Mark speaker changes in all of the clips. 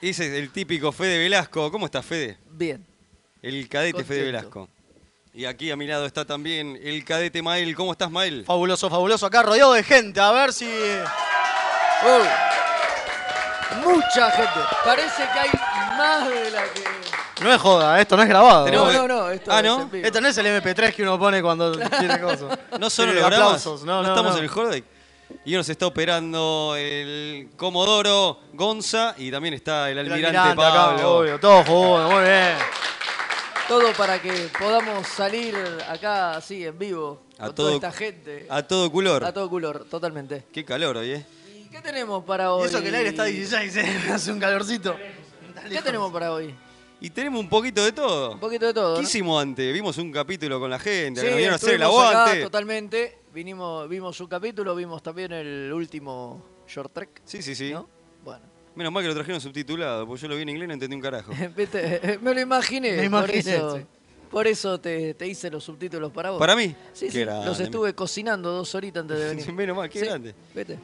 Speaker 1: Ese es el típico Fede Velasco. ¿Cómo estás, Fede?
Speaker 2: Bien.
Speaker 1: El cadete Fede
Speaker 2: Contento.
Speaker 1: Velasco. Y aquí a mi lado está también el cadete Mael. ¿Cómo estás, Mael?
Speaker 3: Fabuloso, fabuloso. Acá rodeado de gente. A ver si.
Speaker 2: Uy. Mucha gente. Parece que hay más de la que.
Speaker 3: No es joda, esto no es grabado.
Speaker 1: Tenemos-
Speaker 3: ¿eh?
Speaker 2: No, no, no. Esto
Speaker 1: Ah,
Speaker 2: es
Speaker 1: ¿no?
Speaker 2: en vivo.
Speaker 3: Esto no es el MP3 que uno pone cuando tiene cosas.
Speaker 1: No solo
Speaker 3: Tiene
Speaker 1: lo grabas,
Speaker 3: aplausos.
Speaker 1: no, estamos en el holodeck. Y nos está operando el Comodoro Gonza y también está el
Speaker 3: El
Speaker 1: almirante,
Speaker 3: almirante acá,
Speaker 1: Pablo.
Speaker 3: obvio, todo jugó, muy bien.
Speaker 2: Todo para que podamos salir acá así en vivo.
Speaker 1: A
Speaker 2: con
Speaker 1: todo-
Speaker 2: toda esta gente.
Speaker 1: A todo color.
Speaker 2: A todo color, totalmente.
Speaker 1: Qué calor hoy, ¿eh?
Speaker 2: ¿Y qué tenemos para hoy?
Speaker 3: Y eso que el aire está a 16, ¿eh? hace un calorcito.
Speaker 2: ¿Qué tenemos para hoy?
Speaker 1: Y tenemos un poquito de todo.
Speaker 2: Un poquito de todo.
Speaker 1: ¿Qué
Speaker 2: ¿no?
Speaker 1: hicimos antes? Vimos un capítulo con la gente,
Speaker 2: Sí,
Speaker 1: nos vinieron a hacer el
Speaker 2: estuvimos acá
Speaker 1: aguante.
Speaker 2: totalmente. Vinimos, vimos un capítulo, vimos también el último short track.
Speaker 1: Sí, sí, sí.
Speaker 2: ¿no? Bueno,
Speaker 1: Menos mal que lo trajeron subtitulado, porque yo lo vi en inglés y no entendí un carajo.
Speaker 2: Viste, me lo imaginé.
Speaker 3: Me imaginé,
Speaker 2: por eso,
Speaker 3: sí.
Speaker 2: por eso te, te hice los subtítulos para vos.
Speaker 1: ¿Para mí?
Speaker 2: Sí,
Speaker 1: Qué
Speaker 2: sí,
Speaker 1: grande.
Speaker 2: los estuve cocinando dos horitas antes de venir.
Speaker 1: Menos mal, qué
Speaker 2: Sí,
Speaker 1: grande.
Speaker 2: Vete.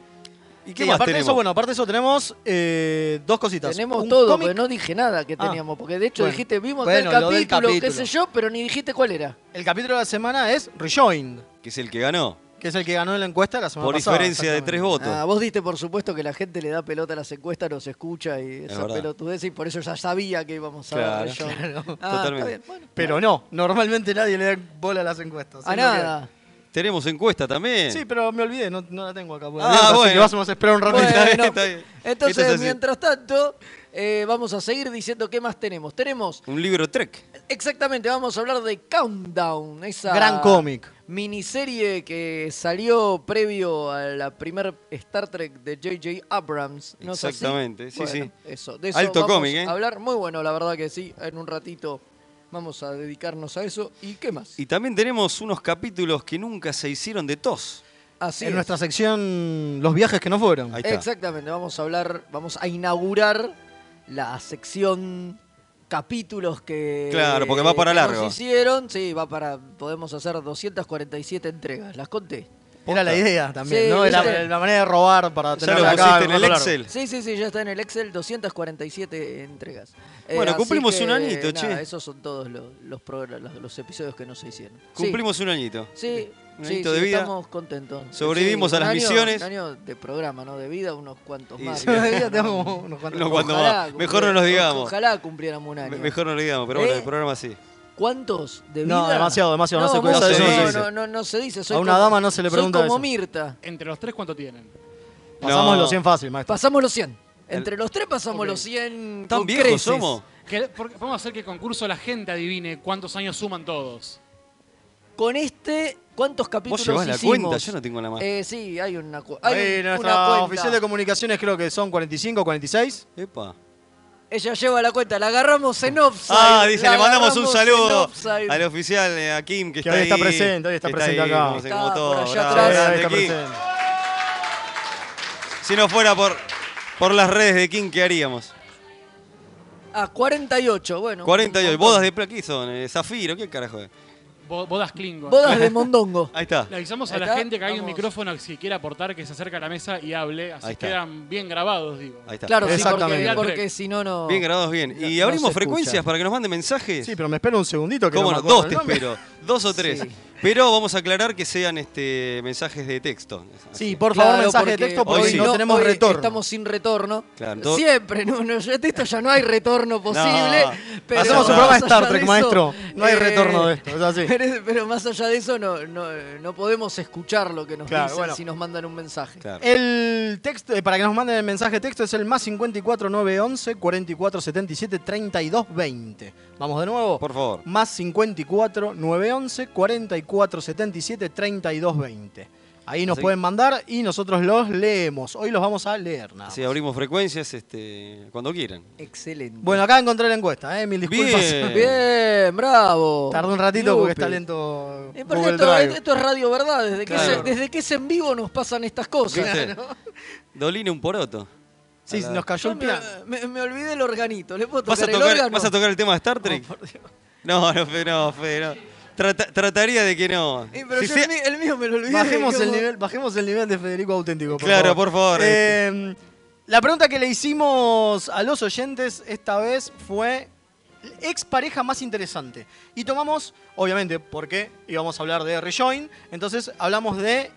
Speaker 1: ¿Y qué
Speaker 3: Sí,
Speaker 1: más
Speaker 3: aparte de
Speaker 1: tenemos?
Speaker 3: eso, bueno, aparte de eso tenemos eh, dos cositas.
Speaker 2: Tenemos
Speaker 3: Un
Speaker 2: todo,
Speaker 3: cómic-
Speaker 2: porque no dije nada que
Speaker 3: Ah,
Speaker 2: teníamos. Porque de hecho
Speaker 3: bueno.
Speaker 2: dijiste, vimos
Speaker 3: Bueno,
Speaker 2: tal
Speaker 3: lo del
Speaker 2: capítulo, qué
Speaker 3: capítulo.
Speaker 2: sé yo, pero ni dijiste cuál era.
Speaker 3: El capítulo de la semana es Rejoined,
Speaker 1: Que es el que ganó,
Speaker 3: que es el que ganó en la encuesta la semana
Speaker 1: por
Speaker 3: pasada.
Speaker 1: diferencia de tres votos.
Speaker 2: Ah, vos diste por supuesto que la gente le da pelota a las encuestas, nos escucha y esa
Speaker 1: verdad.
Speaker 2: pelotudez, y por eso ya sabía que íbamos a
Speaker 1: Claro,
Speaker 2: ver yo.
Speaker 3: claro.
Speaker 2: Ah,
Speaker 1: Totalmente.
Speaker 2: está bien, bueno.
Speaker 3: Pero no, normalmente nadie le da bola a las encuestas.
Speaker 2: a
Speaker 3: es lo que-
Speaker 2: nada.
Speaker 1: Tenemos encuesta también.
Speaker 3: Sí, pero me olvidé, no, no la tengo acá.
Speaker 1: Ah,
Speaker 3: Ah, bueno. Así
Speaker 1: bueno.
Speaker 3: que vamos a esperar un ratito.
Speaker 2: Bueno,
Speaker 1: Está bien, está bien.
Speaker 2: entonces,
Speaker 1: Esto es así.
Speaker 2: mientras tanto, eh, vamos a seguir diciendo qué más tenemos. Tenemos,
Speaker 1: Un libro Trek.
Speaker 2: exactamente, vamos a hablar de Countdown, esa
Speaker 3: Gran cómic.
Speaker 2: miniserie que salió previo a la primer Star Trek de J.J. Abrams. ¿no es así?
Speaker 1: Exactamente, sí,
Speaker 2: Bueno,
Speaker 1: sí.
Speaker 2: Eso, de eso
Speaker 1: Alto
Speaker 2: vamos
Speaker 1: cómic, ¿eh?
Speaker 2: a hablar. Muy bueno, la verdad que sí. En un ratito vamos a dedicarnos a eso. ¿Y qué más?
Speaker 1: Y también tenemos unos capítulos que nunca se hicieron de tos.
Speaker 2: Así
Speaker 3: en
Speaker 2: es.
Speaker 3: nuestra sección Los viajes que no fueron.
Speaker 1: Ahí está.
Speaker 2: Exactamente, vamos a hablar, vamos a inaugurar la sección capítulos que
Speaker 1: Claro, porque va para
Speaker 2: que nos
Speaker 1: largo.
Speaker 2: hicieron, sí, va para podemos hacer 247 entregas, las conté.
Speaker 3: Era la idea también,
Speaker 2: Sí,
Speaker 3: ¿no? Era
Speaker 2: ¿viste?
Speaker 3: la manera de robar para
Speaker 1: Ya
Speaker 3: tener
Speaker 1: lo pusiste en el Excel.
Speaker 2: Sí, sí, sí, ya está en el Excel 247 entregas. Eh,
Speaker 1: Bueno,
Speaker 2: así
Speaker 1: cumplimos un añito,
Speaker 2: nada,
Speaker 1: che.
Speaker 2: Esos son todos los, los, progr- los- los episodios que no se hicieron. Sí,
Speaker 1: Cumplimos un añito.
Speaker 2: Sí,
Speaker 1: Un
Speaker 2: sí,
Speaker 1: añito
Speaker 2: sí,
Speaker 1: de vida.
Speaker 2: estamos contentos.
Speaker 1: Sobrevivimos a
Speaker 2: un
Speaker 1: las
Speaker 2: año-
Speaker 1: misiones.
Speaker 2: Un año de programa, ¿no? De vida, unos cuantos
Speaker 1: Y
Speaker 2: más.
Speaker 1: sí. No,
Speaker 3: No,
Speaker 1: cuando más.
Speaker 2: cumpliera-
Speaker 1: Mejor no los digamos.
Speaker 2: Ojalá cumplieran un año.
Speaker 1: Me- Mejor no lo digamos, pero bueno,
Speaker 2: ¿Eh?
Speaker 1: el programa sí.
Speaker 2: ¿Cuántos de vida?
Speaker 3: No, demasiado, demasiado, no se
Speaker 2: mucho,
Speaker 1: cuenta de eso, no
Speaker 2: No,
Speaker 1: se
Speaker 2: no,
Speaker 1: dice.
Speaker 2: no, no se dice. soy
Speaker 3: A una
Speaker 2: como-
Speaker 3: dama no se le pregunta
Speaker 2: Soy como
Speaker 3: eso.
Speaker 2: Mirta.
Speaker 4: Entre los tres, ¿cuánto tienen?
Speaker 3: Pasamos
Speaker 1: No.
Speaker 3: los 100 fácil, maestro.
Speaker 2: Pasamos los 100. Entre los tres pasamos los 100
Speaker 1: ¿Tan
Speaker 2: con
Speaker 1: viejos
Speaker 2: creces.
Speaker 1: somos?
Speaker 4: Que- porque Vamos a hacer que el concurso la gente adivine cuántos años suman todos.
Speaker 2: Con este, ¿cuántos capítulos
Speaker 1: Vos llevás la
Speaker 2: hicimos?
Speaker 1: cuenta, yo no tengo la más.
Speaker 2: Eh, sí, hay una, cu- hay
Speaker 3: Ahí
Speaker 2: un- una
Speaker 3: nuestra
Speaker 2: cuenta.
Speaker 3: oficial de comunicaciones creo que son 45, 46.
Speaker 1: Epa.
Speaker 2: Ella lleva la cuenta, la agarramos en offside.
Speaker 1: Ah, dice,
Speaker 2: la
Speaker 1: le mandamos un
Speaker 2: agarramos
Speaker 1: saludo
Speaker 2: en offside.
Speaker 1: al oficial, eh, a Kim, que,
Speaker 3: Que
Speaker 1: está
Speaker 3: hoy está
Speaker 1: ahí,
Speaker 3: presente, hoy está
Speaker 1: que
Speaker 3: presente
Speaker 1: ahí,
Speaker 3: acá.
Speaker 1: como se- como
Speaker 2: Está
Speaker 1: todo,
Speaker 2: por allá
Speaker 1: bravo,
Speaker 2: atrás.
Speaker 1: grande,
Speaker 3: Ahí está
Speaker 1: Kim.
Speaker 3: presente.
Speaker 1: Si no fuera por Por las redes de King, ¿qué haríamos?
Speaker 2: Ah, 48, bueno.
Speaker 1: 48.
Speaker 2: Un
Speaker 1: ¿Bodas
Speaker 2: montón.
Speaker 1: de pla- qué son? Eh, ¿Zafiro? ¿Qué carajo es?
Speaker 4: Bo- Bodas Klingon.
Speaker 2: Bodas de Mondongo.
Speaker 1: Ahí está.
Speaker 4: Le avisamos a
Speaker 2: Ahí
Speaker 4: la
Speaker 2: está,
Speaker 4: gente que hay un
Speaker 2: vamos.
Speaker 4: micrófono si quiere aportar que se acerca a la mesa y hable.
Speaker 1: Ahí
Speaker 4: Así
Speaker 1: está.
Speaker 4: quedan bien grabados, digo.
Speaker 1: Ahí está.
Speaker 2: Claro, sí, porque,
Speaker 3: Exactamente.
Speaker 2: porque si no, no.
Speaker 1: Bien grabados, bien. ¿Y
Speaker 2: No- no
Speaker 1: abrimos
Speaker 2: se
Speaker 1: frecuencias
Speaker 2: escucha.
Speaker 1: para que nos manden mensajes?
Speaker 3: Sí, pero me espero un segundito que
Speaker 1: ¿Cómo
Speaker 3: no
Speaker 1: no?
Speaker 3: me acuerdo
Speaker 1: Dos
Speaker 3: el
Speaker 1: te
Speaker 3: nombre.
Speaker 1: espero. Dos o tres.
Speaker 2: Sí.
Speaker 1: Pero vamos a aclarar que sean este, mensajes de texto.
Speaker 3: Sí, por favor, mensaje de
Speaker 2: porque
Speaker 3: texto
Speaker 1: hoy
Speaker 3: porque
Speaker 1: sí.
Speaker 3: no, tenemos
Speaker 2: hoy
Speaker 3: retorno.
Speaker 2: Estamos sin retorno.
Speaker 1: Claro, todo-
Speaker 2: Siempre, no, no, ya de esto ya no hay retorno posible. pero más
Speaker 3: Hacemos un programa de Star
Speaker 2: allá
Speaker 3: Trek,
Speaker 2: eso, eh,
Speaker 3: maestro. No hay retorno de esto, es así.
Speaker 2: Pero, pero más allá de eso, no, no, no podemos escuchar lo que nos
Speaker 3: Claro,
Speaker 2: dicen
Speaker 3: bueno.
Speaker 2: si nos mandan un mensaje.
Speaker 1: Claro.
Speaker 3: El texto, eh, para que nos manden el mensaje de texto, es el más 54 911 44 77 32 20. Vamos de nuevo.
Speaker 1: Por favor.
Speaker 3: Más 54 911 44 77 32 20. Ahí nos
Speaker 1: Así-
Speaker 3: pueden mandar y nosotros los leemos. Hoy los vamos a leer. Nada
Speaker 1: Así
Speaker 3: más.
Speaker 1: abrimos frecuencias este, cuando quieran.
Speaker 2: Excelente.
Speaker 3: Bueno, acá encontré la encuesta, ¿eh? mil disculpas.
Speaker 1: Bien.
Speaker 2: Bien, bravo.
Speaker 3: Tardó un ratito porque
Speaker 2: Lupe.
Speaker 3: está lento.
Speaker 2: Eh, porque
Speaker 3: Google
Speaker 2: esto,
Speaker 3: Drive.
Speaker 2: esto es Radio Verdad. Desde, que
Speaker 1: Claro.
Speaker 2: se- desde que es en vivo nos pasan estas cosas.
Speaker 1: ¿Viste? Doline un poroto.
Speaker 3: Sí,
Speaker 1: la-
Speaker 3: nos cayó
Speaker 2: Yo
Speaker 3: el
Speaker 2: me,
Speaker 3: piano.
Speaker 2: me- me olvidé el organito. ¿Le puedo
Speaker 1: ¿Vas a,
Speaker 2: tocar, el
Speaker 1: tocar,
Speaker 2: órgano?
Speaker 1: ¿Vas a tocar el tema de Star Trek?
Speaker 3: Oh,
Speaker 1: no, no, Fede, no, Fede, no. Trata- trataría de que no.
Speaker 2: Eh, pero
Speaker 1: Si
Speaker 2: yo
Speaker 1: sea-
Speaker 2: el, mí- el mío me lo olvidé.
Speaker 3: Bajemos el,
Speaker 2: ¿cómo?
Speaker 3: nivel, bajemos el nivel de Federico Auténtico. Por
Speaker 1: Claro,
Speaker 3: favor.
Speaker 1: por favor,
Speaker 3: Eh, la pregunta que le hicimos a los oyentes esta vez fue: ex pareja más interesante. Y tomamos, obviamente, porque íbamos a hablar de Rejoin, entonces hablamos de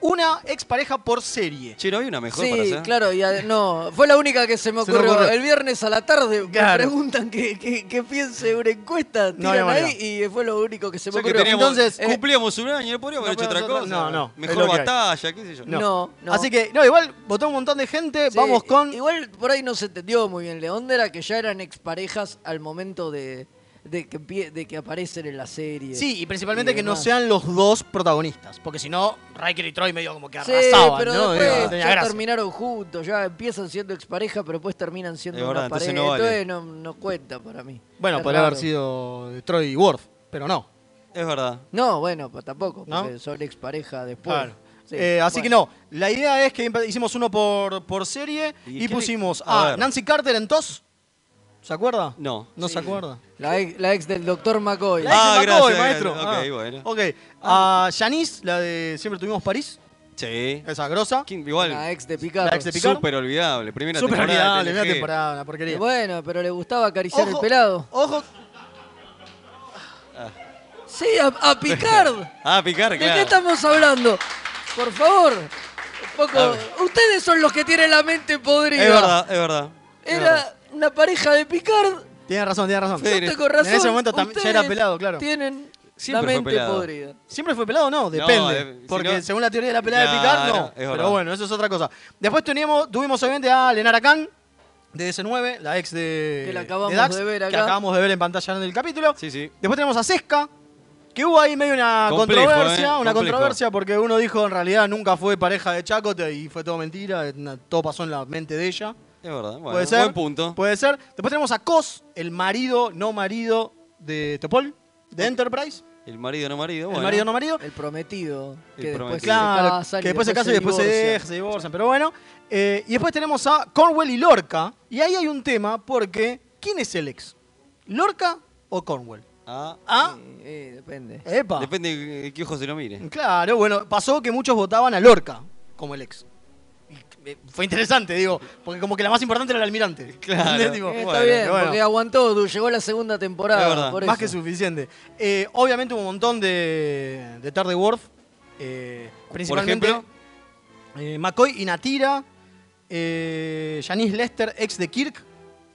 Speaker 3: una ex pareja por serie.
Speaker 1: Che, ¿no hay una mejor para
Speaker 2: Sí,
Speaker 1: hacer?
Speaker 2: claro, y a- no, fue la única que se me
Speaker 3: Se me
Speaker 2: ocurrió.
Speaker 3: ocurrió.
Speaker 2: El viernes a la tarde
Speaker 3: Claro.
Speaker 2: me preguntan qué qué- qué piense una encuesta,
Speaker 3: No
Speaker 2: tiran
Speaker 3: había
Speaker 2: ahí
Speaker 3: manera.
Speaker 2: y fue lo único que se me
Speaker 1: O sea que
Speaker 2: ocurrió.
Speaker 1: teníamos-
Speaker 3: Entonces,
Speaker 2: eh,
Speaker 1: cumplíamos un año, no podríamos haber
Speaker 3: no
Speaker 1: hecho otra
Speaker 3: podemos
Speaker 1: cosa.
Speaker 3: hacer- no, no, es
Speaker 1: Mejor
Speaker 3: lo que hay.
Speaker 1: batalla, qué sé yo.
Speaker 2: No. no.
Speaker 3: Así que, no, igual votó un montón de gente.
Speaker 2: Sí,
Speaker 3: Vamos con.
Speaker 2: Igual por ahí no se entendió muy bien, León, era que ya eran exparejas al momento de, de, que, empie- de que aparecen en la serie.
Speaker 3: Sí, y principalmente
Speaker 2: y
Speaker 3: que no
Speaker 2: demás.
Speaker 3: sean los dos protagonistas. Porque si no, Riker y Troy medio como que
Speaker 2: Sí,
Speaker 3: arrasaban,
Speaker 2: pero
Speaker 3: ¿no?
Speaker 2: después
Speaker 3: Digo, tenía
Speaker 2: ya
Speaker 3: gracia.
Speaker 2: terminaron juntos, ya empiezan siendo expareja, pero después terminan siendo
Speaker 1: Es verdad,
Speaker 2: una pareja.
Speaker 1: entonces no vale.
Speaker 2: Entonces no, no cuenta para mí.
Speaker 3: Bueno,
Speaker 2: Es
Speaker 3: podría haber
Speaker 2: raro.
Speaker 3: sido de Troy y Worf, pero no.
Speaker 1: Es verdad.
Speaker 2: No, bueno, pues tampoco,
Speaker 3: ¿No?
Speaker 2: porque son expareja después.
Speaker 3: Claro.
Speaker 2: Sí,
Speaker 3: Eh, así
Speaker 2: bueno.
Speaker 3: que no, la idea es que hicimos uno por, por serie
Speaker 1: ¿Y
Speaker 3: y,
Speaker 1: qué le-
Speaker 3: pusimos
Speaker 1: A
Speaker 3: a,
Speaker 1: ver.
Speaker 3: Nancy Carter en TOS. ¿Se acuerda?
Speaker 1: No.
Speaker 3: No se acuerda.
Speaker 2: La ex, la ex del doctor McCoy.
Speaker 3: La
Speaker 1: Ah,
Speaker 3: de McCoy,
Speaker 1: gracias,
Speaker 3: maestro. Ah.
Speaker 1: gracias. Ok, bueno.
Speaker 3: Ok. A Janice, la de Siempre Tuvimos París,
Speaker 1: Sí.
Speaker 3: esa grosa.
Speaker 1: King- Igual,
Speaker 2: La ex de Picard.
Speaker 3: La ex de Picard.
Speaker 1: súper olvidable. Primera
Speaker 3: Súper
Speaker 1: temporada.
Speaker 3: olvidable,
Speaker 1: de
Speaker 3: una
Speaker 1: TNG.
Speaker 3: temporada, una porquería.
Speaker 2: Y bueno, pero le gustaba acariciar
Speaker 3: Ojo,
Speaker 2: el pelado.
Speaker 3: Ojo,
Speaker 2: Sí, a, a Picard.
Speaker 1: Ah, picar,
Speaker 2: ¿De
Speaker 1: claro.
Speaker 2: qué estamos hablando? Por favor. un poco-
Speaker 1: A ver.
Speaker 2: Ustedes son los que tienen la mente podrida.
Speaker 1: Es verdad, es verdad.
Speaker 2: Era una pareja de Picard.
Speaker 3: tiene razón, tiene razón.
Speaker 1: Sí.
Speaker 2: Yo tengo razón.
Speaker 3: En ese momento tam-
Speaker 2: también
Speaker 3: ya era pelado, claro.
Speaker 2: Tienen
Speaker 1: Siempre
Speaker 2: la
Speaker 1: fue
Speaker 2: mente
Speaker 1: pelado.
Speaker 2: podrida.
Speaker 3: ¿Siempre fue pelado o no? Depende.
Speaker 1: de- eh, si
Speaker 3: porque
Speaker 1: no-
Speaker 3: según la teoría de la pelada de
Speaker 1: Claro,
Speaker 3: Picard, no.
Speaker 1: es verdad.
Speaker 3: Pero bueno, eso es otra cosa. Después teníamos, tuvimos obviamente a Lenara Khan, de DC9, la ex de.
Speaker 2: Que la acabamos
Speaker 3: Dax,
Speaker 2: de ver
Speaker 3: que
Speaker 2: acá.
Speaker 3: acabamos de ver en pantalla en el capítulo.
Speaker 1: Sí, sí.
Speaker 3: Después tenemos a Sesca, que hubo ahí medio una
Speaker 1: Complejo,
Speaker 3: controversia.
Speaker 1: ¿eh?
Speaker 3: Una
Speaker 1: Complejo.
Speaker 3: controversia porque uno dijo en realidad nunca fue pareja de Chacote y fue todo mentira. eh, na- Todo pasó en la mente de ella.
Speaker 1: Es verdad. Bueno,
Speaker 3: Puede ser.
Speaker 1: Buen punto.
Speaker 3: Puede ser. Después tenemos a Cos, el marido, no marido de Topol, de Enterprise.
Speaker 1: El marido no marido. Bueno.
Speaker 3: El marido, no marido.
Speaker 2: El prometido.
Speaker 1: El
Speaker 2: que después
Speaker 1: prometido.
Speaker 2: se
Speaker 3: Claro,
Speaker 2: casan.
Speaker 3: que después se casan y después se,
Speaker 2: divorcian.
Speaker 3: dejan, se divorcian, pero bueno. Eh, y después tenemos a Cornwell y Lorca. Y ahí hay un tema porque, ¿quién es el ex? ¿Lorca o Cornwell?
Speaker 1: Ah,
Speaker 3: Ah,
Speaker 2: Eh, eh, depende.
Speaker 3: epa.
Speaker 1: depende de qué ojo se lo mire.
Speaker 3: Claro, bueno, pasó que muchos votaban a Lorca como el ex. Y, eh, fue interesante, digo, porque como que la más importante era el almirante.
Speaker 1: Claro.
Speaker 3: ¿Entendés? Tipo,
Speaker 2: Eh,
Speaker 3: bueno,
Speaker 2: está bien,
Speaker 3: pero bueno.
Speaker 2: porque aguantó, du- llegó la segunda
Speaker 1: Es
Speaker 2: temporada.
Speaker 1: verdad,
Speaker 2: por
Speaker 3: Más
Speaker 2: eso.
Speaker 3: que suficiente. Eh, obviamente hubo un montón de, de tarde Worf. eh, principalmente
Speaker 1: ejemplo?
Speaker 3: eh, McCoy y Natira. Eh, Janice Lester, ex de Kirk.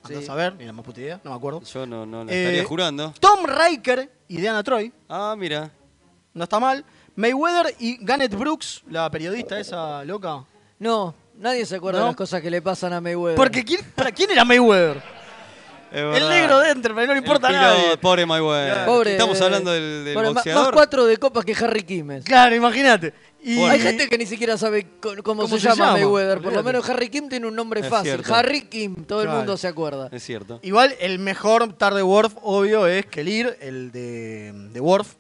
Speaker 3: Andá
Speaker 2: Sí.
Speaker 3: a saber, ni la más puta idea, no me acuerdo.
Speaker 1: Yo no, no la
Speaker 3: Eh,
Speaker 1: estaría jurando.
Speaker 3: Tom Riker y Diana Troy,
Speaker 1: Ah, mira.
Speaker 3: no está mal. Mayweather y Janet Brooks, la periodista esa loca.
Speaker 2: No, nadie se acuerda
Speaker 3: No.
Speaker 2: de las cosas que le pasan a Mayweather.
Speaker 3: Porque ¿quién- ¿para quién era Mayweather? El negro de Enterprise, no le importa
Speaker 1: El
Speaker 3: nada.
Speaker 1: piloto, Pobre Mayweather.
Speaker 2: Pobre,
Speaker 1: Estamos
Speaker 2: eh,
Speaker 1: hablando del, del
Speaker 2: bueno, ma- Más
Speaker 1: boxeador.
Speaker 2: cuatro de copas que Harry Kimes.
Speaker 3: Claro, imagínate. Y-
Speaker 2: Hay gente que ni siquiera sabe co- cómo, se,
Speaker 3: se
Speaker 2: llama,
Speaker 3: llama?
Speaker 2: Mayweather. Por lo
Speaker 3: Olvídate.
Speaker 2: menos Harry Kim tiene un nombre
Speaker 1: Es
Speaker 2: fácil.
Speaker 1: cierto.
Speaker 2: Harry Kim, todo el
Speaker 3: Claro.
Speaker 2: mundo se acuerda.
Speaker 1: Es cierto.
Speaker 3: Igual el mejor tarde Worf, obvio, es Kelir, el de, de Worf.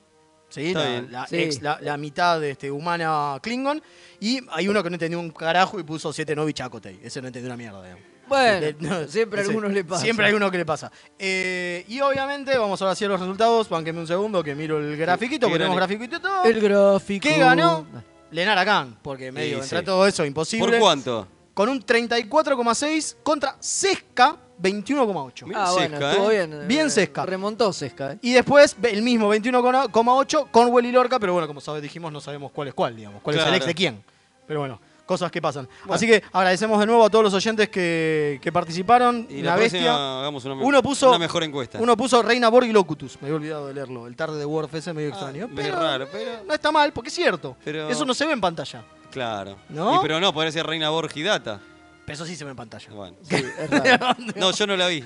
Speaker 3: Sí,
Speaker 1: Está
Speaker 3: la,
Speaker 1: bien.
Speaker 3: la
Speaker 2: Sí.
Speaker 3: ex- la- la mitad de este, humana Klingon. Y hay uno que no entendió un carajo y puso siete Novi Chakotay. Ese no entendió una mierda, digamos.
Speaker 2: Bueno,
Speaker 3: No,
Speaker 2: siempre a
Speaker 3: ese-
Speaker 2: algunos le pasa.
Speaker 3: Siempre hay uno que le pasa. Eh, y obviamente, vamos ahora sí a los resultados. Banqueme un segundo que miro el grafiquito,
Speaker 1: qué
Speaker 3: porque tenemos
Speaker 1: gran-
Speaker 3: grafiquito y todo.
Speaker 2: El gráfico.
Speaker 3: ¿Qué ganó? Lenara Khan, porque medio
Speaker 1: Y
Speaker 3: entre
Speaker 1: sí.
Speaker 3: todo eso imposible.
Speaker 1: ¿Por cuánto?
Speaker 3: Con un 34,6 contra Sesca 21,8.
Speaker 1: Mirá.
Speaker 2: Ah, bueno,
Speaker 1: Sesca,
Speaker 2: estuvo
Speaker 1: ¿eh?
Speaker 2: bien.
Speaker 3: Bien
Speaker 2: eh,
Speaker 3: Sesca.
Speaker 2: Remontó Sesca, ¿eh?
Speaker 3: Y después el mismo 21,8 Cornwell y Lorca, pero bueno, como sabes, dijimos, no sabemos cuál es cuál, digamos, cuál es el
Speaker 1: Claro.
Speaker 3: ex de quién. Pero bueno, cosas que pasan. Así que agradecemos de nuevo a todos los oyentes que, que participaron.
Speaker 1: Y
Speaker 3: la,
Speaker 1: la,
Speaker 3: bestia.
Speaker 1: próxima hagamos una, me-
Speaker 3: Uno puso,
Speaker 1: una mejor encuesta.
Speaker 3: Uno puso Reina Borg y Locutus. Me había olvidado de leerlo. El tarde de Worf ese medio
Speaker 1: Ah,
Speaker 3: extraño.
Speaker 1: medio
Speaker 3: Pero
Speaker 1: raro, pero-
Speaker 3: no está mal, porque es cierto.
Speaker 1: Pero-
Speaker 3: Eso no se ve en pantalla.
Speaker 1: Claro.
Speaker 3: ¿No?
Speaker 1: Y pero no, podría ser Reina Borgidata.
Speaker 3: Pero eso sí se ve en pantalla.
Speaker 1: Bueno.
Speaker 2: Sí, es raro.
Speaker 1: No, yo no la vi.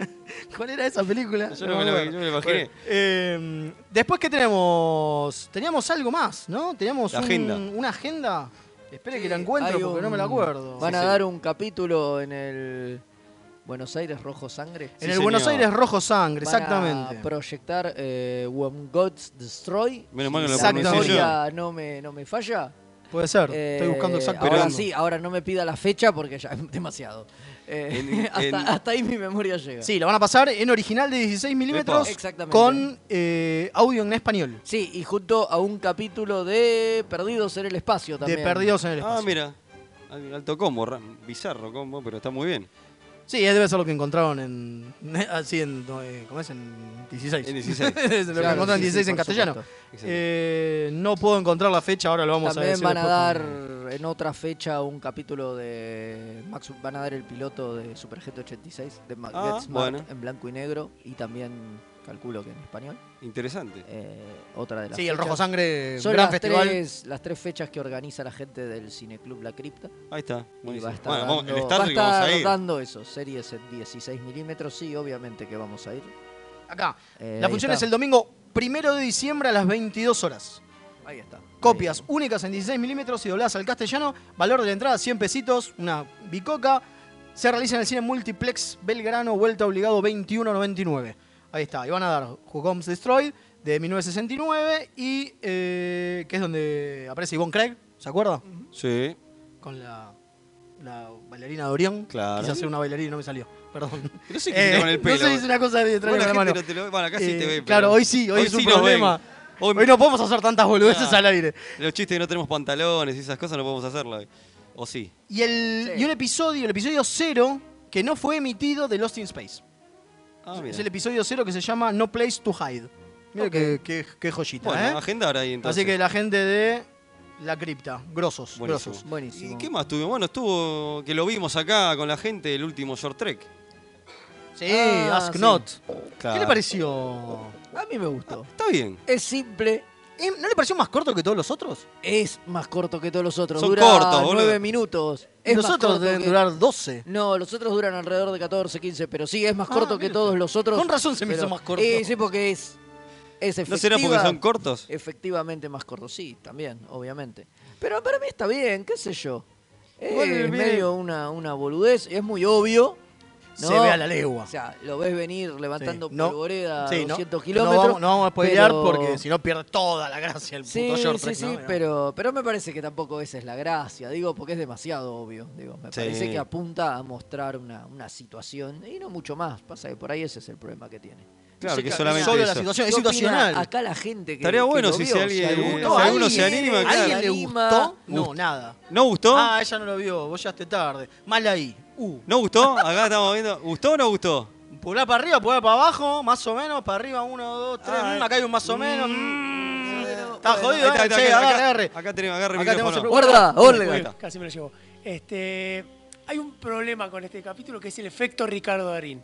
Speaker 3: ¿Cuál era esa película?
Speaker 1: Yo no me la-
Speaker 3: acuerdo.
Speaker 1: yo me la imaginé.
Speaker 3: Bueno, eh, después que tenemos, teníamos algo más, ¿no? Teníamos
Speaker 1: La
Speaker 3: un-
Speaker 1: agenda.
Speaker 3: una agenda. Espere que la
Speaker 2: Hay
Speaker 3: encuentro porque no me la
Speaker 2: un-
Speaker 3: acuerdo.
Speaker 2: Van
Speaker 3: Sí,
Speaker 2: a
Speaker 3: sí.
Speaker 2: dar un capítulo en el Buenos Aires Rojo Sangre.
Speaker 3: en el
Speaker 1: señor.
Speaker 3: Buenos Aires Rojo Sangre,
Speaker 2: Van a
Speaker 3: exactamente.
Speaker 2: proyectar eh, When Gods Destroy.
Speaker 1: Menos mal no
Speaker 2: Si
Speaker 1: lo
Speaker 2: la
Speaker 3: pronuncié yo.
Speaker 2: memoria no me, no me falla.
Speaker 3: Puede ser. Estoy
Speaker 2: eh,
Speaker 3: buscando exacto. el
Speaker 2: Ahora
Speaker 3: año.
Speaker 2: sí, ahora no me pida la fecha porque ya es demasiado. Eh,
Speaker 1: En-
Speaker 2: hasta,
Speaker 1: en-
Speaker 2: hasta ahí mi memoria llega.
Speaker 3: Sí, la van a pasar en original de 16 milímetros
Speaker 2: Exactamente.
Speaker 3: con eh, audio en español.
Speaker 2: Sí, y junto a un capítulo de Perdidos en el Espacio también.
Speaker 3: De Perdidos en el Espacio.
Speaker 1: Ah, mira. Alto combo, ra- bizarro combo, pero está muy bien.
Speaker 3: Sí, eh, debe ser lo que encontraron en. Así en. no, eh, ¿Cómo es? En 16.
Speaker 1: En 16.
Speaker 3: Es lo que
Speaker 2: Claro,
Speaker 3: encontraron en
Speaker 2: sí,
Speaker 3: 16
Speaker 2: sí, por
Speaker 3: en castellano.
Speaker 2: supuesto.
Speaker 1: Exacto.
Speaker 3: Eh, no puedo encontrar la fecha, ahora lo vamos a
Speaker 2: También
Speaker 3: decir.
Speaker 2: van a
Speaker 3: después
Speaker 2: dar
Speaker 3: cuando-
Speaker 2: en otra fecha un capítulo de Max, van a dar el piloto de Superjet 86 de Ma-
Speaker 1: Ah,
Speaker 2: Get Smart
Speaker 1: bueno.
Speaker 2: en blanco y negro y también calculo que en español.
Speaker 1: Interesante.
Speaker 2: Eh, otra de las
Speaker 3: Sí, el
Speaker 2: fechas.
Speaker 3: Rojo Sangre,
Speaker 2: Son
Speaker 3: gran
Speaker 2: las
Speaker 3: festival.
Speaker 2: tres, las tres fechas que organiza la gente del Cineclub La Cripta.
Speaker 1: Ahí está.
Speaker 2: Y
Speaker 1: buenísimo.
Speaker 2: va a estar
Speaker 1: bueno, vamos,
Speaker 2: dando,
Speaker 1: el Star
Speaker 2: va a
Speaker 1: Trek vamos a
Speaker 2: estar
Speaker 1: ir.
Speaker 2: dando eso, series en 16 milímetros. Sí, obviamente que vamos a ir.
Speaker 3: Acá.
Speaker 2: Eh,
Speaker 3: Ah, la
Speaker 2: ahí
Speaker 3: función
Speaker 2: está.
Speaker 3: es el domingo primero de diciembre a las 22 horas.
Speaker 2: Ahí está. Ahí
Speaker 3: Copias únicas en 16 milímetros y dobladas al castellano. Valor de la entrada 100 pesitos, una bicoca. Se realiza en el cine Multiplex Belgrano, vuelta obligado 21.99. Ahí está, y van a dar Who Comes Destroyed de 1969 y eh, que es donde aparece Yvonne Craig, ¿se acuerda?
Speaker 1: Sí.
Speaker 3: Con la, la bailarina de Orión.
Speaker 1: Claro.
Speaker 3: Quise hacer una bailarina y no me salió, perdón. Eh,
Speaker 1: No sé qué hiciste con el pelo.
Speaker 3: No sé, es una cosa de
Speaker 1: Bueno,
Speaker 3: traerme la mano.
Speaker 1: Bueno, acá sí
Speaker 3: Eh,
Speaker 1: te ve. pero-
Speaker 3: Claro, hoy sí, hoy, es un
Speaker 1: sí nos
Speaker 3: problema.
Speaker 1: ven.
Speaker 3: Hoy,
Speaker 1: Hoy-
Speaker 3: no podemos hacer tantas boludeces
Speaker 1: Ah.
Speaker 3: al aire.
Speaker 1: Los chistes que no tenemos pantalones y esas cosas no podemos hacerlo. hoy. O sí.
Speaker 3: Y, el,
Speaker 2: Sí.
Speaker 3: y un episodio, el episodio cero, que no fue emitido de Lost in Space.
Speaker 1: Ah,
Speaker 3: es
Speaker 1: mira.
Speaker 3: el episodio cero que se llama No Place to Hide. Mira
Speaker 2: Ok.
Speaker 3: qué, qué- qué joyita,
Speaker 1: Bueno,
Speaker 3: ¿eh?
Speaker 1: agenda ahora ahí entonces.
Speaker 3: Así que la gente de la cripta, grosos,
Speaker 1: Buenísimo.
Speaker 3: grosos.
Speaker 2: está. Buenísimo.
Speaker 1: ¿Y qué más tuvo? Bueno, estuvo que lo vimos acá con la gente el último short trek.
Speaker 3: Sí,
Speaker 2: Ah,
Speaker 3: Eh, Ask
Speaker 2: sí. Ah.
Speaker 3: Not. ¿Qué
Speaker 1: Claro.
Speaker 3: le pareció? Ah,
Speaker 2: A mí me gustó.
Speaker 1: Está bien.
Speaker 2: Es simple,
Speaker 3: ¿Eh? ¿No le pareció más corto que todos los otros?
Speaker 2: es más corto que todos los otros.
Speaker 1: Son
Speaker 2: Dura
Speaker 1: cortos, boludo.
Speaker 2: nueve minutos. Es
Speaker 3: los
Speaker 2: más
Speaker 3: otros
Speaker 2: corto
Speaker 3: deben
Speaker 2: que-
Speaker 3: durar 12.
Speaker 2: No, los otros duran alrededor de 14, 15, pero sí, es más
Speaker 3: Ah,
Speaker 2: corto que
Speaker 3: mira.
Speaker 2: todos los otros.
Speaker 3: Con razón se me
Speaker 2: pero-
Speaker 3: hizo más corto.
Speaker 2: Eh, sí, porque es, es
Speaker 1: ¿No será porque
Speaker 2: efectiva-
Speaker 1: son cortos?
Speaker 2: Efectivamente más corto, sí, también, obviamente. Pero para mí está bien, qué sé yo. Eh,
Speaker 1: Igual,
Speaker 2: es
Speaker 1: mire-
Speaker 2: medio una, una boludez, es muy obvio. ¿no?
Speaker 3: Se ve a la legua.
Speaker 2: O sea, lo ves venir levantando
Speaker 3: Sí, no-
Speaker 2: polvoreda a
Speaker 3: sí, no-
Speaker 2: 200
Speaker 3: no
Speaker 2: kilómetros.
Speaker 3: vamos- No, vamos a spoilear
Speaker 2: pero-
Speaker 3: porque si no pierde toda la gracia el
Speaker 2: Sí,
Speaker 3: puto short
Speaker 2: sí,
Speaker 3: track,
Speaker 2: sí,
Speaker 3: ¿no? Digamos.
Speaker 2: pero, pero me parece que tampoco esa es la gracia, digo, porque es demasiado obvio. Digo, me
Speaker 1: Sí.
Speaker 2: parece que apunta a mostrar una, una situación y no mucho más. Pasa que por ahí ese es el problema que tiene.
Speaker 1: Claro,
Speaker 3: Sí,
Speaker 1: que
Speaker 3: claro,
Speaker 1: solamente
Speaker 3: solo la
Speaker 1: eso.
Speaker 3: situación, es
Speaker 2: ¿Qué opina
Speaker 3: situacional.
Speaker 2: Acá la gente que.
Speaker 1: Estaría
Speaker 2: que
Speaker 1: bueno
Speaker 2: lo
Speaker 1: si
Speaker 2: vio?
Speaker 1: se alguien-
Speaker 2: alguno-
Speaker 1: No, si alguno se anima,
Speaker 3: ¿alguien
Speaker 1: claro.
Speaker 3: le
Speaker 2: anima.
Speaker 3: gustó? No, nada.
Speaker 1: ¿No gustó?
Speaker 3: Ah, ella no lo vio, vos llegaste tarde. Mal ahí. Uh.
Speaker 1: ¿No gustó? Acá estamos viendo. ¿Gustó o no gustó?
Speaker 3: Pulgar para arriba, pulgar para abajo, más o menos, para arriba, uno, dos, tres,
Speaker 1: Ah,
Speaker 3: mm, acá hay un más o
Speaker 1: mm,
Speaker 3: menos. mm. Está
Speaker 1: Bueno,
Speaker 3: jodido,
Speaker 1: ahí está,
Speaker 3: eh.
Speaker 1: ahí está,
Speaker 3: Che,
Speaker 1: acá-
Speaker 3: agarre,
Speaker 1: acá-
Speaker 3: agarre.
Speaker 1: Acá tenemos, agarre el
Speaker 3: Acá tenemos
Speaker 1: micrófono.
Speaker 3: el
Speaker 2: Guarda,
Speaker 1: Ahí
Speaker 2: Olga.
Speaker 1: está.
Speaker 5: Casi me lo llevo. Este, hay un problema con este capítulo que es el efecto Ricardo Darín.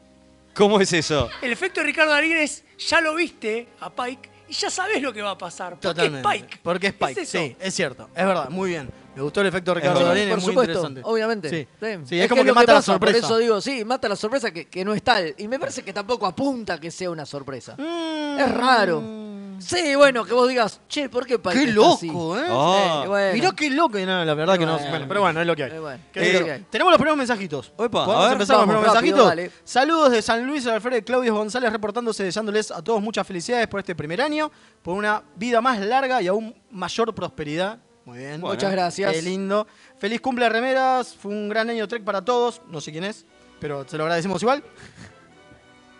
Speaker 1: ¿Cómo es eso?
Speaker 5: El efecto Ricardo Darín es, ya lo viste a Pike y ya sabes lo que va a pasar. Porque
Speaker 3: Totalmente.
Speaker 5: es Pike.
Speaker 3: Porque es Pike,
Speaker 5: eso.
Speaker 3: sí, es cierto. Es verdad, muy bien. Me gustó el efecto Ricardo
Speaker 1: verdad.
Speaker 3: Darín,
Speaker 2: por
Speaker 3: es muy
Speaker 2: supuesto,
Speaker 3: interesante.
Speaker 2: obviamente.
Speaker 3: Sí,
Speaker 2: Sí.
Speaker 3: Sí, es,
Speaker 2: que
Speaker 3: como que,
Speaker 2: lo
Speaker 3: mata la
Speaker 2: pasa,
Speaker 3: sorpresa.
Speaker 2: Por eso digo, sí, mata la sorpresa
Speaker 3: Mm.
Speaker 2: que, que no es tal. Y me parece que tampoco apunta que sea una sorpresa. Es raro. Sí, bueno, que vos digas, che, ¿por qué parece
Speaker 3: ¡Qué loco, eh!
Speaker 1: Ah.
Speaker 2: Sí, bueno.
Speaker 3: Mirá qué loco. Y no, la verdad que no.
Speaker 2: Bueno.
Speaker 3: bueno, pero bueno, es lo que hay.
Speaker 2: Eh, bueno.
Speaker 3: ¿Qué
Speaker 2: Es lo
Speaker 3: digo?
Speaker 2: que hay.
Speaker 3: Tenemos los primeros mensajitos.
Speaker 1: Opa, a
Speaker 3: ¿Podemos
Speaker 1: ver.
Speaker 3: empezar con los
Speaker 2: Vamos,
Speaker 3: primeros
Speaker 2: rápido,
Speaker 3: mensajitos?
Speaker 2: dale.
Speaker 3: Saludos de San Luis al Alfredo Claudio González reportándose, deseándoles a todos muchas felicidades por este primer año, por una vida más larga y aún mayor prosperidad. Muy bien.
Speaker 1: Bueno.
Speaker 2: Muchas gracias.
Speaker 3: Qué lindo. Feliz cumple de remeras. Fue un gran año Trek para todos. No sé quién es, pero se lo agradecemos igual.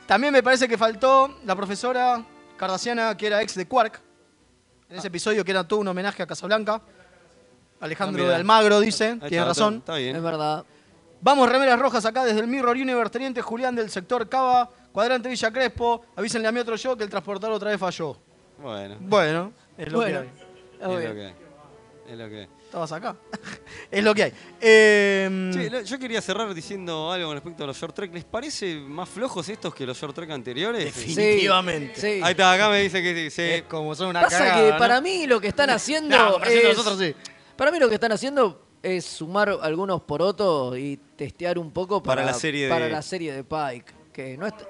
Speaker 3: También me parece que faltó la profesora Cardassiana, que era ex de Quark. En
Speaker 1: Ah.
Speaker 3: ese episodio que era todo un homenaje a Casablanca. Alejandro
Speaker 1: Ah, mira.
Speaker 3: de Almagro dice,
Speaker 1: Ahí
Speaker 3: tiene
Speaker 1: está,
Speaker 3: razón.
Speaker 1: Está, está
Speaker 2: Es
Speaker 1: bien.
Speaker 2: verdad.
Speaker 3: Vamos, remeras rojas acá desde el Mirror Universe, Teniente Julián del sector Cava, cuadrante Villa Crespo. Avísenle a mi otro yo que el transportador otra vez falló.
Speaker 1: Bueno,
Speaker 3: Bueno, es lo
Speaker 2: Bueno.
Speaker 3: que hay.
Speaker 1: es lo que hay. Es lo que hay.
Speaker 3: Estabas acá. es lo que hay.
Speaker 2: Mm.
Speaker 3: Eh,
Speaker 1: Che, lo- yo quería cerrar diciendo algo con respecto a los short track. ¿Les parece más flojos estos que los short track anteriores?
Speaker 3: Defin- Definitivamente.
Speaker 2: Sí.
Speaker 1: Ahí está, acá me dice que sí.
Speaker 3: Es
Speaker 1: sí.
Speaker 3: como son una
Speaker 2: Pasa
Speaker 3: cagada,
Speaker 2: que
Speaker 3: ¿no?
Speaker 2: para mí lo que están haciendo
Speaker 3: Nah, para
Speaker 2: es...
Speaker 3: nosotros sí.
Speaker 2: Para mí lo que están haciendo es sumar algunos porotos y testear un poco para,
Speaker 1: Para la serie de-
Speaker 2: para la serie de Pike. Que no, está-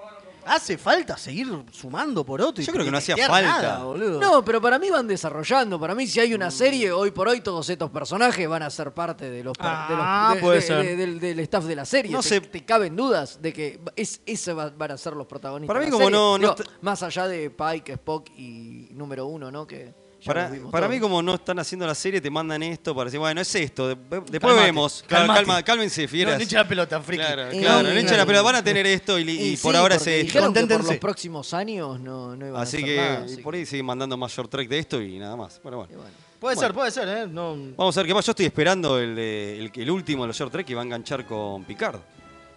Speaker 3: Hace falta seguir sumando por otro. y
Speaker 1: Yo creo que no hacía
Speaker 3: testear
Speaker 1: falta.
Speaker 3: nada, boludo. Mm.
Speaker 2: no, pero para mí van desarrollando. Para mí si hay una serie, hoy por hoy todos estos personajes van a ser parte de los, par- de los-
Speaker 3: Ah,
Speaker 2: de-
Speaker 3: puede
Speaker 2: de-
Speaker 3: ser.
Speaker 2: de- del, del staff de la serie.
Speaker 1: No
Speaker 2: te,
Speaker 1: sé.
Speaker 2: te caben dudas de que es, esos va- van a ser los protagonistas.
Speaker 1: Para mí
Speaker 2: de la
Speaker 1: como
Speaker 2: serie.
Speaker 1: no- no
Speaker 2: Digo,
Speaker 1: está-
Speaker 2: Más allá de Pike, Spock y número uno, ¿no? Que ya
Speaker 1: Para,
Speaker 2: los vimos
Speaker 1: para
Speaker 2: todos.
Speaker 1: mí, como no están haciendo la serie, te mandan esto para decir, bueno, es esto. de- después
Speaker 3: Calmate,
Speaker 1: vemos. Claro,
Speaker 3: calmate.
Speaker 1: calma, cálmense,
Speaker 3: No,
Speaker 1: fieras.
Speaker 3: no hinche la pelota, friki.
Speaker 1: Claro,
Speaker 2: Eh,
Speaker 1: claro,
Speaker 2: no,
Speaker 1: no hinchen
Speaker 2: claro.
Speaker 1: la pelota, van a tener esto y, li- y
Speaker 2: Y
Speaker 1: por
Speaker 2: sí,
Speaker 1: ahora
Speaker 2: porque
Speaker 1: se
Speaker 2: dijeron que por los
Speaker 3: Conténtense.
Speaker 2: próximos años no, no iban
Speaker 1: Así
Speaker 2: a
Speaker 1: que
Speaker 2: hacer nada,
Speaker 1: y por ahí siguen mandando más short track de esto y nada más. Bueno,
Speaker 2: que,
Speaker 1: bueno.
Speaker 2: bueno.
Speaker 3: Puede ser, puede ser, ¿eh? No.
Speaker 1: Vamos a ver qué pasa. Yo estoy esperando el, de- el, el último de los short track que va a enganchar con Picard.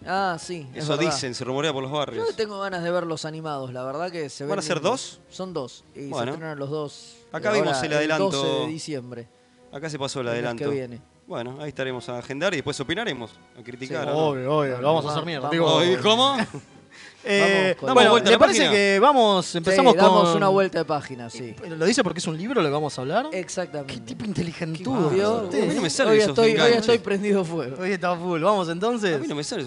Speaker 2: Ah, sí. es
Speaker 1: Eso
Speaker 2: verdad.
Speaker 1: dicen, se rumorea por los barrios.
Speaker 2: Yo tengo ganas de ver los animados, la verdad que se
Speaker 1: ¿Van a
Speaker 2: ven
Speaker 1: ser
Speaker 2: lindos.
Speaker 1: dos?
Speaker 2: Son dos. Y se
Speaker 1: Bueno.
Speaker 2: estrenan los dos.
Speaker 1: Acá
Speaker 2: eh,
Speaker 1: vimos
Speaker 2: ahora
Speaker 1: el adelanto.
Speaker 2: 12 de diciembre.
Speaker 1: Acá se pasó el
Speaker 2: El mes
Speaker 1: adelanto.
Speaker 2: que viene.
Speaker 1: Bueno, ahí estaremos a agendar y después opinaremos, a criticar. ¿o no?
Speaker 3: Obvio, obvio, lo vamos a hacer
Speaker 2: Vamos.
Speaker 3: mierda. digo.
Speaker 1: Oh, ¿y ¿Cómo?
Speaker 2: Vamos
Speaker 3: Eh,
Speaker 2: con-
Speaker 3: bueno,
Speaker 1: Damos vuelta a
Speaker 3: ¿le
Speaker 1: la
Speaker 3: parece
Speaker 1: página?
Speaker 3: que vamos, empezamos
Speaker 2: Sí, damos
Speaker 3: con...
Speaker 2: una vuelta de página, sí.
Speaker 3: ¿Lo dice porque es un libro lo que vamos a hablar?
Speaker 2: Exactamente.
Speaker 3: Qué tipo
Speaker 2: Qué
Speaker 3: inteligentudo.
Speaker 2: boludo.
Speaker 3: Ustedes,
Speaker 1: A mí no me
Speaker 3: ¿eh?
Speaker 1: salen
Speaker 2: hoy,
Speaker 1: esos
Speaker 2: estoy, hoy
Speaker 1: enganches.
Speaker 2: estoy prendido fuego.
Speaker 3: Hoy está full. Vamos entonces.
Speaker 1: A mí no me sale.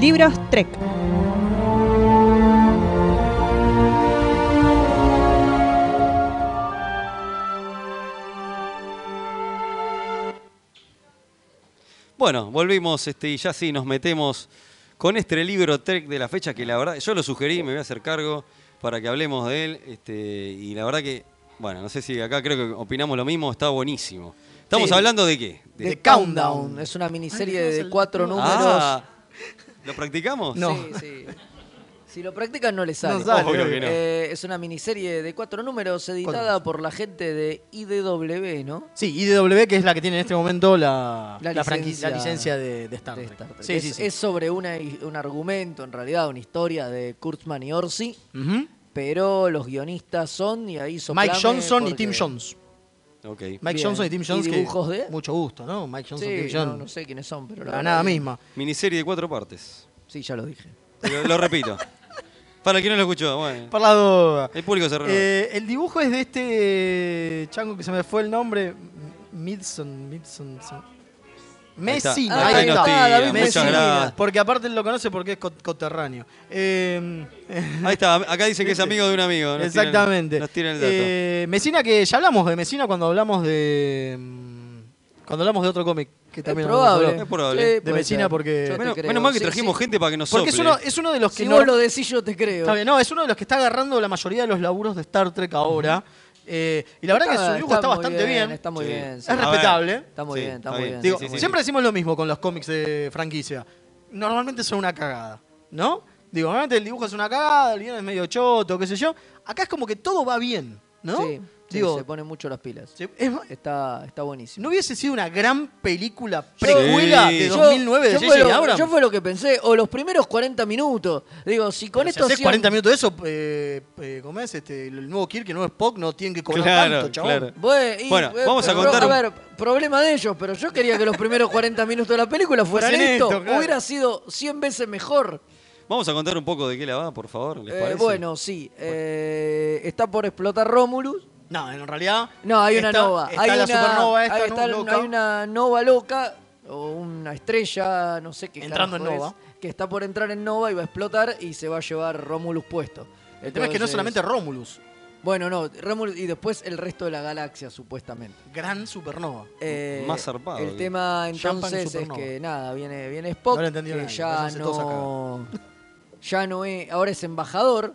Speaker 6: Libros Trek.
Speaker 1: Bueno, volvimos este, y ya sí nos metemos con este libro Trek de la fecha que la verdad, yo lo sugerí, me voy a hacer cargo para que hablemos de él. Este, y la verdad que, bueno, no sé si acá creo que opinamos lo mismo, está buenísimo. ¿Estamos
Speaker 2: Sí.
Speaker 1: hablando de qué?
Speaker 2: The
Speaker 3: De
Speaker 2: Countdown.
Speaker 3: Countdown.
Speaker 2: Es una miniserie
Speaker 3: Ay, dejamos
Speaker 2: de
Speaker 3: el-
Speaker 2: cuatro números.
Speaker 1: Ah, ¿Lo practicamos?
Speaker 3: No.
Speaker 2: Sí, sí. Si lo practican no les sale.
Speaker 3: No sale,
Speaker 1: Obvio que no.
Speaker 2: Eh, es una miniserie de cuatro números editada por la gente de IDW, ¿no?
Speaker 3: Sí, IDW, que es la que tiene en este momento la,
Speaker 2: La
Speaker 3: la franqui-
Speaker 2: licencia-
Speaker 3: la licencia de, de Star
Speaker 2: de
Speaker 3: Trek.
Speaker 2: Star Trek.
Speaker 3: Sí,
Speaker 2: es,
Speaker 3: sí, sí.
Speaker 2: es sobre una hi- un argumento, en realidad, una historia de Kurtzman y Orsi,
Speaker 3: Ujú.
Speaker 2: pero los guionistas son, y ahí soplame
Speaker 3: Mike Johnson y
Speaker 2: porque-
Speaker 3: Tim Jones.
Speaker 1: Ok.
Speaker 3: Mike
Speaker 2: Bien.
Speaker 3: Johnson y Tim
Speaker 2: ¿Y
Speaker 3: Jones. que-
Speaker 2: dibujos de?
Speaker 3: Mucho gusto, ¿no? Mike Johnson y
Speaker 2: Sí,
Speaker 3: Tim
Speaker 2: no,
Speaker 3: Jones.
Speaker 2: no sé quiénes son, pero... la
Speaker 3: La
Speaker 2: verdad
Speaker 3: nada
Speaker 2: que-
Speaker 3: misma.
Speaker 1: Miniserie de cuatro partes.
Speaker 2: Sí, ya lo dije.
Speaker 1: Lo, lo repito. Para quien no lo escuchó, bueno.
Speaker 3: Por la duda.
Speaker 1: El público se renueva.
Speaker 3: Eh, el dibujo es de este chango que se me fue el nombre. Midson, Midson. se- Messina,
Speaker 2: Ahí
Speaker 3: ahí,
Speaker 2: está.
Speaker 3: está.
Speaker 2: Ahí nos tiran,
Speaker 3: Messina.
Speaker 2: muchas gracias.
Speaker 3: Porque aparte él lo conoce porque es co- coterráneo. Eh,
Speaker 1: Ahí está, acá dicen que es amigo de un amigo. nos tiran-
Speaker 3: exactamente.
Speaker 1: nos tiran el dato.
Speaker 3: Eh, Messina, que ya hablamos de Messina cuando hablamos de. mm, Cuando hablamos de otro cómic que
Speaker 2: Es
Speaker 3: también
Speaker 2: probable.
Speaker 3: hablamos.
Speaker 1: Es probable.
Speaker 2: puede
Speaker 3: vecina
Speaker 2: ser.
Speaker 3: porque-
Speaker 2: Yo te
Speaker 1: menos,
Speaker 2: creo.
Speaker 1: menos mal que
Speaker 2: Sí,
Speaker 1: trajimos
Speaker 2: sí.
Speaker 1: gente para que nos
Speaker 3: Porque es
Speaker 1: sople.
Speaker 3: uno, es uno de los que
Speaker 2: Si
Speaker 3: no-
Speaker 2: vos lo decís, yo te creo.
Speaker 3: Está bien, no, es uno de los que está agarrando la mayoría de los laburos de Star Trek ahora. Eh, y la verdad que su dibujo está,
Speaker 2: muy
Speaker 3: bastante bien.
Speaker 2: Está muy
Speaker 1: Sí.
Speaker 2: bien. sí.
Speaker 3: Es respetable.
Speaker 2: Está muy
Speaker 1: Sí,
Speaker 2: bien, está
Speaker 1: está
Speaker 2: muy
Speaker 1: bien.
Speaker 2: bien.
Speaker 3: Digo,
Speaker 2: sí, sí, sí.
Speaker 3: siempre decimos lo mismo con los cómics de franquicia. Normalmente son una cagada, ¿no? Digo, normalmente el dibujo es una cagada, el guion es medio choto, qué sé yo. Acá es como que todo va bien, ¿no?
Speaker 2: Sí, sí,
Speaker 3: Digo,
Speaker 2: se pone mucho las pilas.
Speaker 3: se- es-
Speaker 2: Está, está buenísimo.
Speaker 3: no hubiese sido una gran película precuela de
Speaker 1: Sí.
Speaker 2: Yo-
Speaker 3: 2009
Speaker 2: yo
Speaker 3: de
Speaker 2: fue
Speaker 3: J.J.
Speaker 2: lo-
Speaker 3: Abrams.
Speaker 2: Yo fue lo que pensé, o los primeros 40 minutos. Digo, si con
Speaker 3: Pero si
Speaker 2: esto.
Speaker 3: haces
Speaker 2: hacían-
Speaker 3: 40 minutos de eso, eh, eh, ¿cómo es? Este, el nuevo Kirk, el nuevo Spock, no tienen que cobrar
Speaker 1: Claro,
Speaker 3: tanto, chabón.
Speaker 1: claro.
Speaker 2: Bueno, y-
Speaker 1: Bueno,
Speaker 2: eh,
Speaker 1: vamos a
Speaker 2: pero,
Speaker 1: contar un-
Speaker 2: A ver, problema de ellos, pero yo quería que los primeros 40 minutos de la película fueran
Speaker 3: Fuesen
Speaker 2: esto.
Speaker 3: Pues esto, claro.
Speaker 2: Hubiera sido 100 veces mejor.
Speaker 1: Vamos a contar un poco de qué la va, por favor, ¿les
Speaker 2: Eh,
Speaker 1: parece?
Speaker 2: bueno, sí. eh, está por explotar Romulus.
Speaker 3: No, en realidad.
Speaker 2: No, hay una
Speaker 3: está-
Speaker 2: nova.
Speaker 3: Está
Speaker 2: hay
Speaker 3: la
Speaker 2: una,
Speaker 3: supernova esta,
Speaker 2: ahí
Speaker 3: ¿no?
Speaker 2: está el-
Speaker 3: Loca.
Speaker 2: hay una nova loca o una estrella, no sé qué
Speaker 3: Entrando en
Speaker 2: carajo es,
Speaker 3: Nova.
Speaker 2: que está por entrar en Nova y va a explotar y se va a llevar Romulus puesto.
Speaker 3: El tema es que
Speaker 2: Entonces-
Speaker 3: no es solamente Romulus,
Speaker 2: Bueno, no, Romulus y después el resto de la galaxia, supuestamente.
Speaker 3: gran supernova.
Speaker 2: Eh,
Speaker 1: Más zarpado,
Speaker 2: El
Speaker 1: que-
Speaker 2: tema
Speaker 3: Champagne
Speaker 2: entonces es
Speaker 3: Supernova.
Speaker 2: que nada, viene, viene Spock,
Speaker 3: No lo entendió
Speaker 2: que
Speaker 3: nadie,
Speaker 2: ya
Speaker 3: váyanse todos a
Speaker 2: no. Ya no es. Ahora es embajador,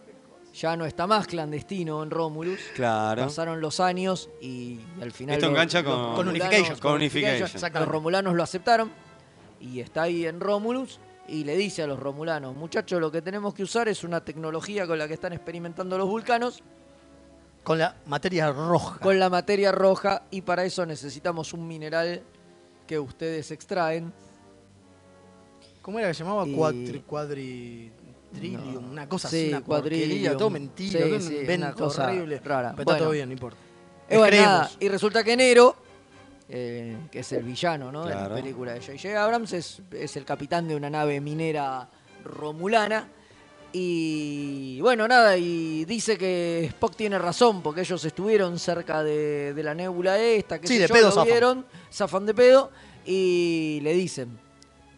Speaker 2: ya no está más clandestino en Romulus.
Speaker 1: Claro.
Speaker 2: Pasaron los años y al final.
Speaker 1: Esto
Speaker 2: los-
Speaker 1: engancha
Speaker 2: los
Speaker 1: con-
Speaker 3: Con
Speaker 2: romulanos-
Speaker 3: Unification.
Speaker 1: Con Unification.
Speaker 2: Los
Speaker 3: Exactamente.
Speaker 2: romulanos lo aceptaron y está ahí en Romulus y le dice a los romulanos: muchachos, lo que tenemos que usar es una tecnología con la que están experimentando los vulcanos
Speaker 3: Con la materia roja.
Speaker 2: con la materia roja y para eso necesitamos un mineral que ustedes extraen.
Speaker 3: ¿Cómo era que se llamaba?
Speaker 2: Y-
Speaker 3: Cuatri, cuadritrium,
Speaker 2: No.
Speaker 3: una cosa
Speaker 2: Sí,
Speaker 3: así, una porquería,
Speaker 2: cuadrillium.
Speaker 3: todo mentira,
Speaker 2: Sí,
Speaker 3: todo
Speaker 2: sí,
Speaker 3: un
Speaker 2: una
Speaker 3: invento
Speaker 2: cosa
Speaker 3: horrible.
Speaker 2: rara.
Speaker 3: Pero está
Speaker 2: Bueno.
Speaker 3: todo bien, no importa.
Speaker 2: Y bueno,
Speaker 3: Creemos.
Speaker 2: nada, y resulta que Nero, eh, que es el villano ¿no? de
Speaker 1: Claro.
Speaker 2: la película de J.J. Abrams, es, es el capitán de una nave minera romulana. Y bueno, nada, y dice que Spock tiene razón, porque ellos estuvieron cerca de, de la nébula esta, que
Speaker 3: Sí, de pedo zafan.
Speaker 2: vieron, zafan de pedo, y le dicen,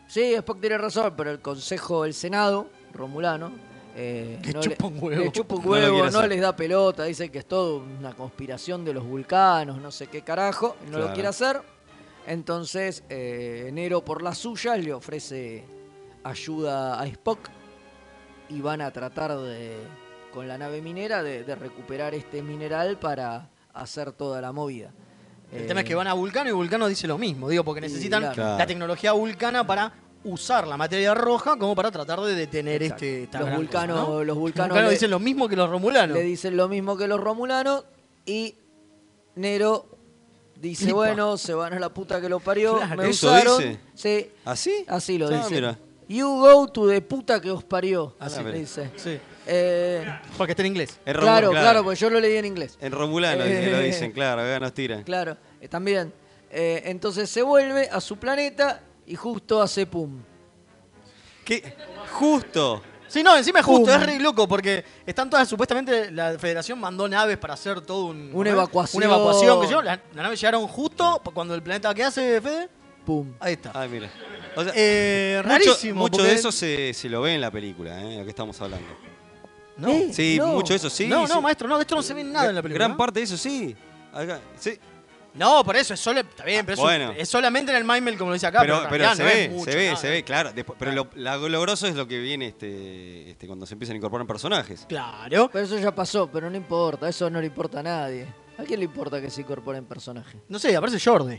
Speaker 2: sí, Spock tiene razón, pero el Consejo del Senado, Romulano, eh,
Speaker 3: Que
Speaker 2: le-
Speaker 3: chupa un huevo.
Speaker 2: le chupa un
Speaker 1: No lo
Speaker 2: huevo,
Speaker 1: quiere
Speaker 2: no,
Speaker 1: hacer.
Speaker 2: les da pelota, dicen que es todo una conspiración de los vulcanos, no sé qué carajo, no
Speaker 1: Claro.
Speaker 2: lo quiere hacer. Entonces, eh, Nero por las suyas le ofrece ayuda a Spock y van a tratar de, con la nave minera, de, de recuperar este mineral para hacer toda la movida.
Speaker 3: El tema es que van a Vulcano y Vulcano dice lo mismo, digo, porque
Speaker 2: y
Speaker 3: necesitan
Speaker 2: claro.
Speaker 3: la
Speaker 1: Claro.
Speaker 3: tecnología vulcana para usar la materia roja como para tratar de detener este esta
Speaker 2: Los
Speaker 3: gran
Speaker 2: vulcanos-
Speaker 3: cosa, ¿no?
Speaker 2: los vulcanos
Speaker 3: vulcanos
Speaker 2: le-
Speaker 3: dicen lo mismo que los romulanos.
Speaker 2: Le dicen lo mismo que los romulanos y Nero dice,
Speaker 3: Flipa.
Speaker 2: bueno, se van a la puta que lo parió,
Speaker 3: Claro.
Speaker 2: me
Speaker 1: ¿Eso
Speaker 2: usaron.
Speaker 1: dice?
Speaker 2: Sí,
Speaker 1: ¿Así?
Speaker 2: así lo
Speaker 1: Ah,
Speaker 2: dice.
Speaker 1: mira. Ah,
Speaker 2: You go to the puta que os parió,
Speaker 1: Así.
Speaker 2: así le dice.
Speaker 3: Sí,
Speaker 2: Eh,
Speaker 3: porque está en inglés.
Speaker 1: En Romul-
Speaker 2: claro, claro, porque yo lo leí en inglés.
Speaker 1: En Romulano que lo
Speaker 2: Eh.
Speaker 1: dicen, claro, acá nos tiran.
Speaker 2: Claro, eh, también. Eh, entonces se vuelve a su planeta y justo hace pum.
Speaker 1: ¿Qué? Justo.
Speaker 3: Sí, no, encima es justo,
Speaker 2: Pum.
Speaker 3: es re loco porque están todas, supuestamente la federación mandó naves para hacer todo un...
Speaker 2: Una evacuación.
Speaker 3: Una evacuación, que yo, la- las naves llegaron justo cuando el planeta que hace, Fede,
Speaker 2: Pum.
Speaker 3: ahí está.
Speaker 1: Ah, mira. O sea,
Speaker 3: Eh,
Speaker 1: mucho-
Speaker 3: rarísimo.
Speaker 1: Mucho
Speaker 3: porque-
Speaker 1: de eso se, se lo ve en la película, ¿eh? lo que estamos hablando.
Speaker 3: No,
Speaker 2: Eh,
Speaker 1: Sí,
Speaker 2: no.
Speaker 1: mucho de eso sí.
Speaker 3: no,
Speaker 1: sí.
Speaker 3: no, maestro, no, de esto no se ve nada en la película.
Speaker 1: Gran
Speaker 3: ¿no?
Speaker 1: parte de eso sí. Acá, sí.
Speaker 3: No, por eso, es solo, está bien, pero eso-
Speaker 1: bueno.
Speaker 3: es solamente en el Maimel, como lo dice acá. Ah,
Speaker 1: Pero,
Speaker 3: Pero, en
Speaker 1: pero
Speaker 3: realidad
Speaker 1: se
Speaker 3: no
Speaker 1: ve,
Speaker 3: es mucho,
Speaker 1: se ve,
Speaker 3: nada.
Speaker 1: se ve, claro. Después- pero lo, la- lo grosso es lo que viene este, este, cuando se empiezan a incorporar personajes.
Speaker 3: Claro.
Speaker 2: Pero eso ya pasó, pero no importa, eso no le importa a nadie. ¿A quién le importa que se incorporen personajes?
Speaker 3: No sé, aparece Jordi.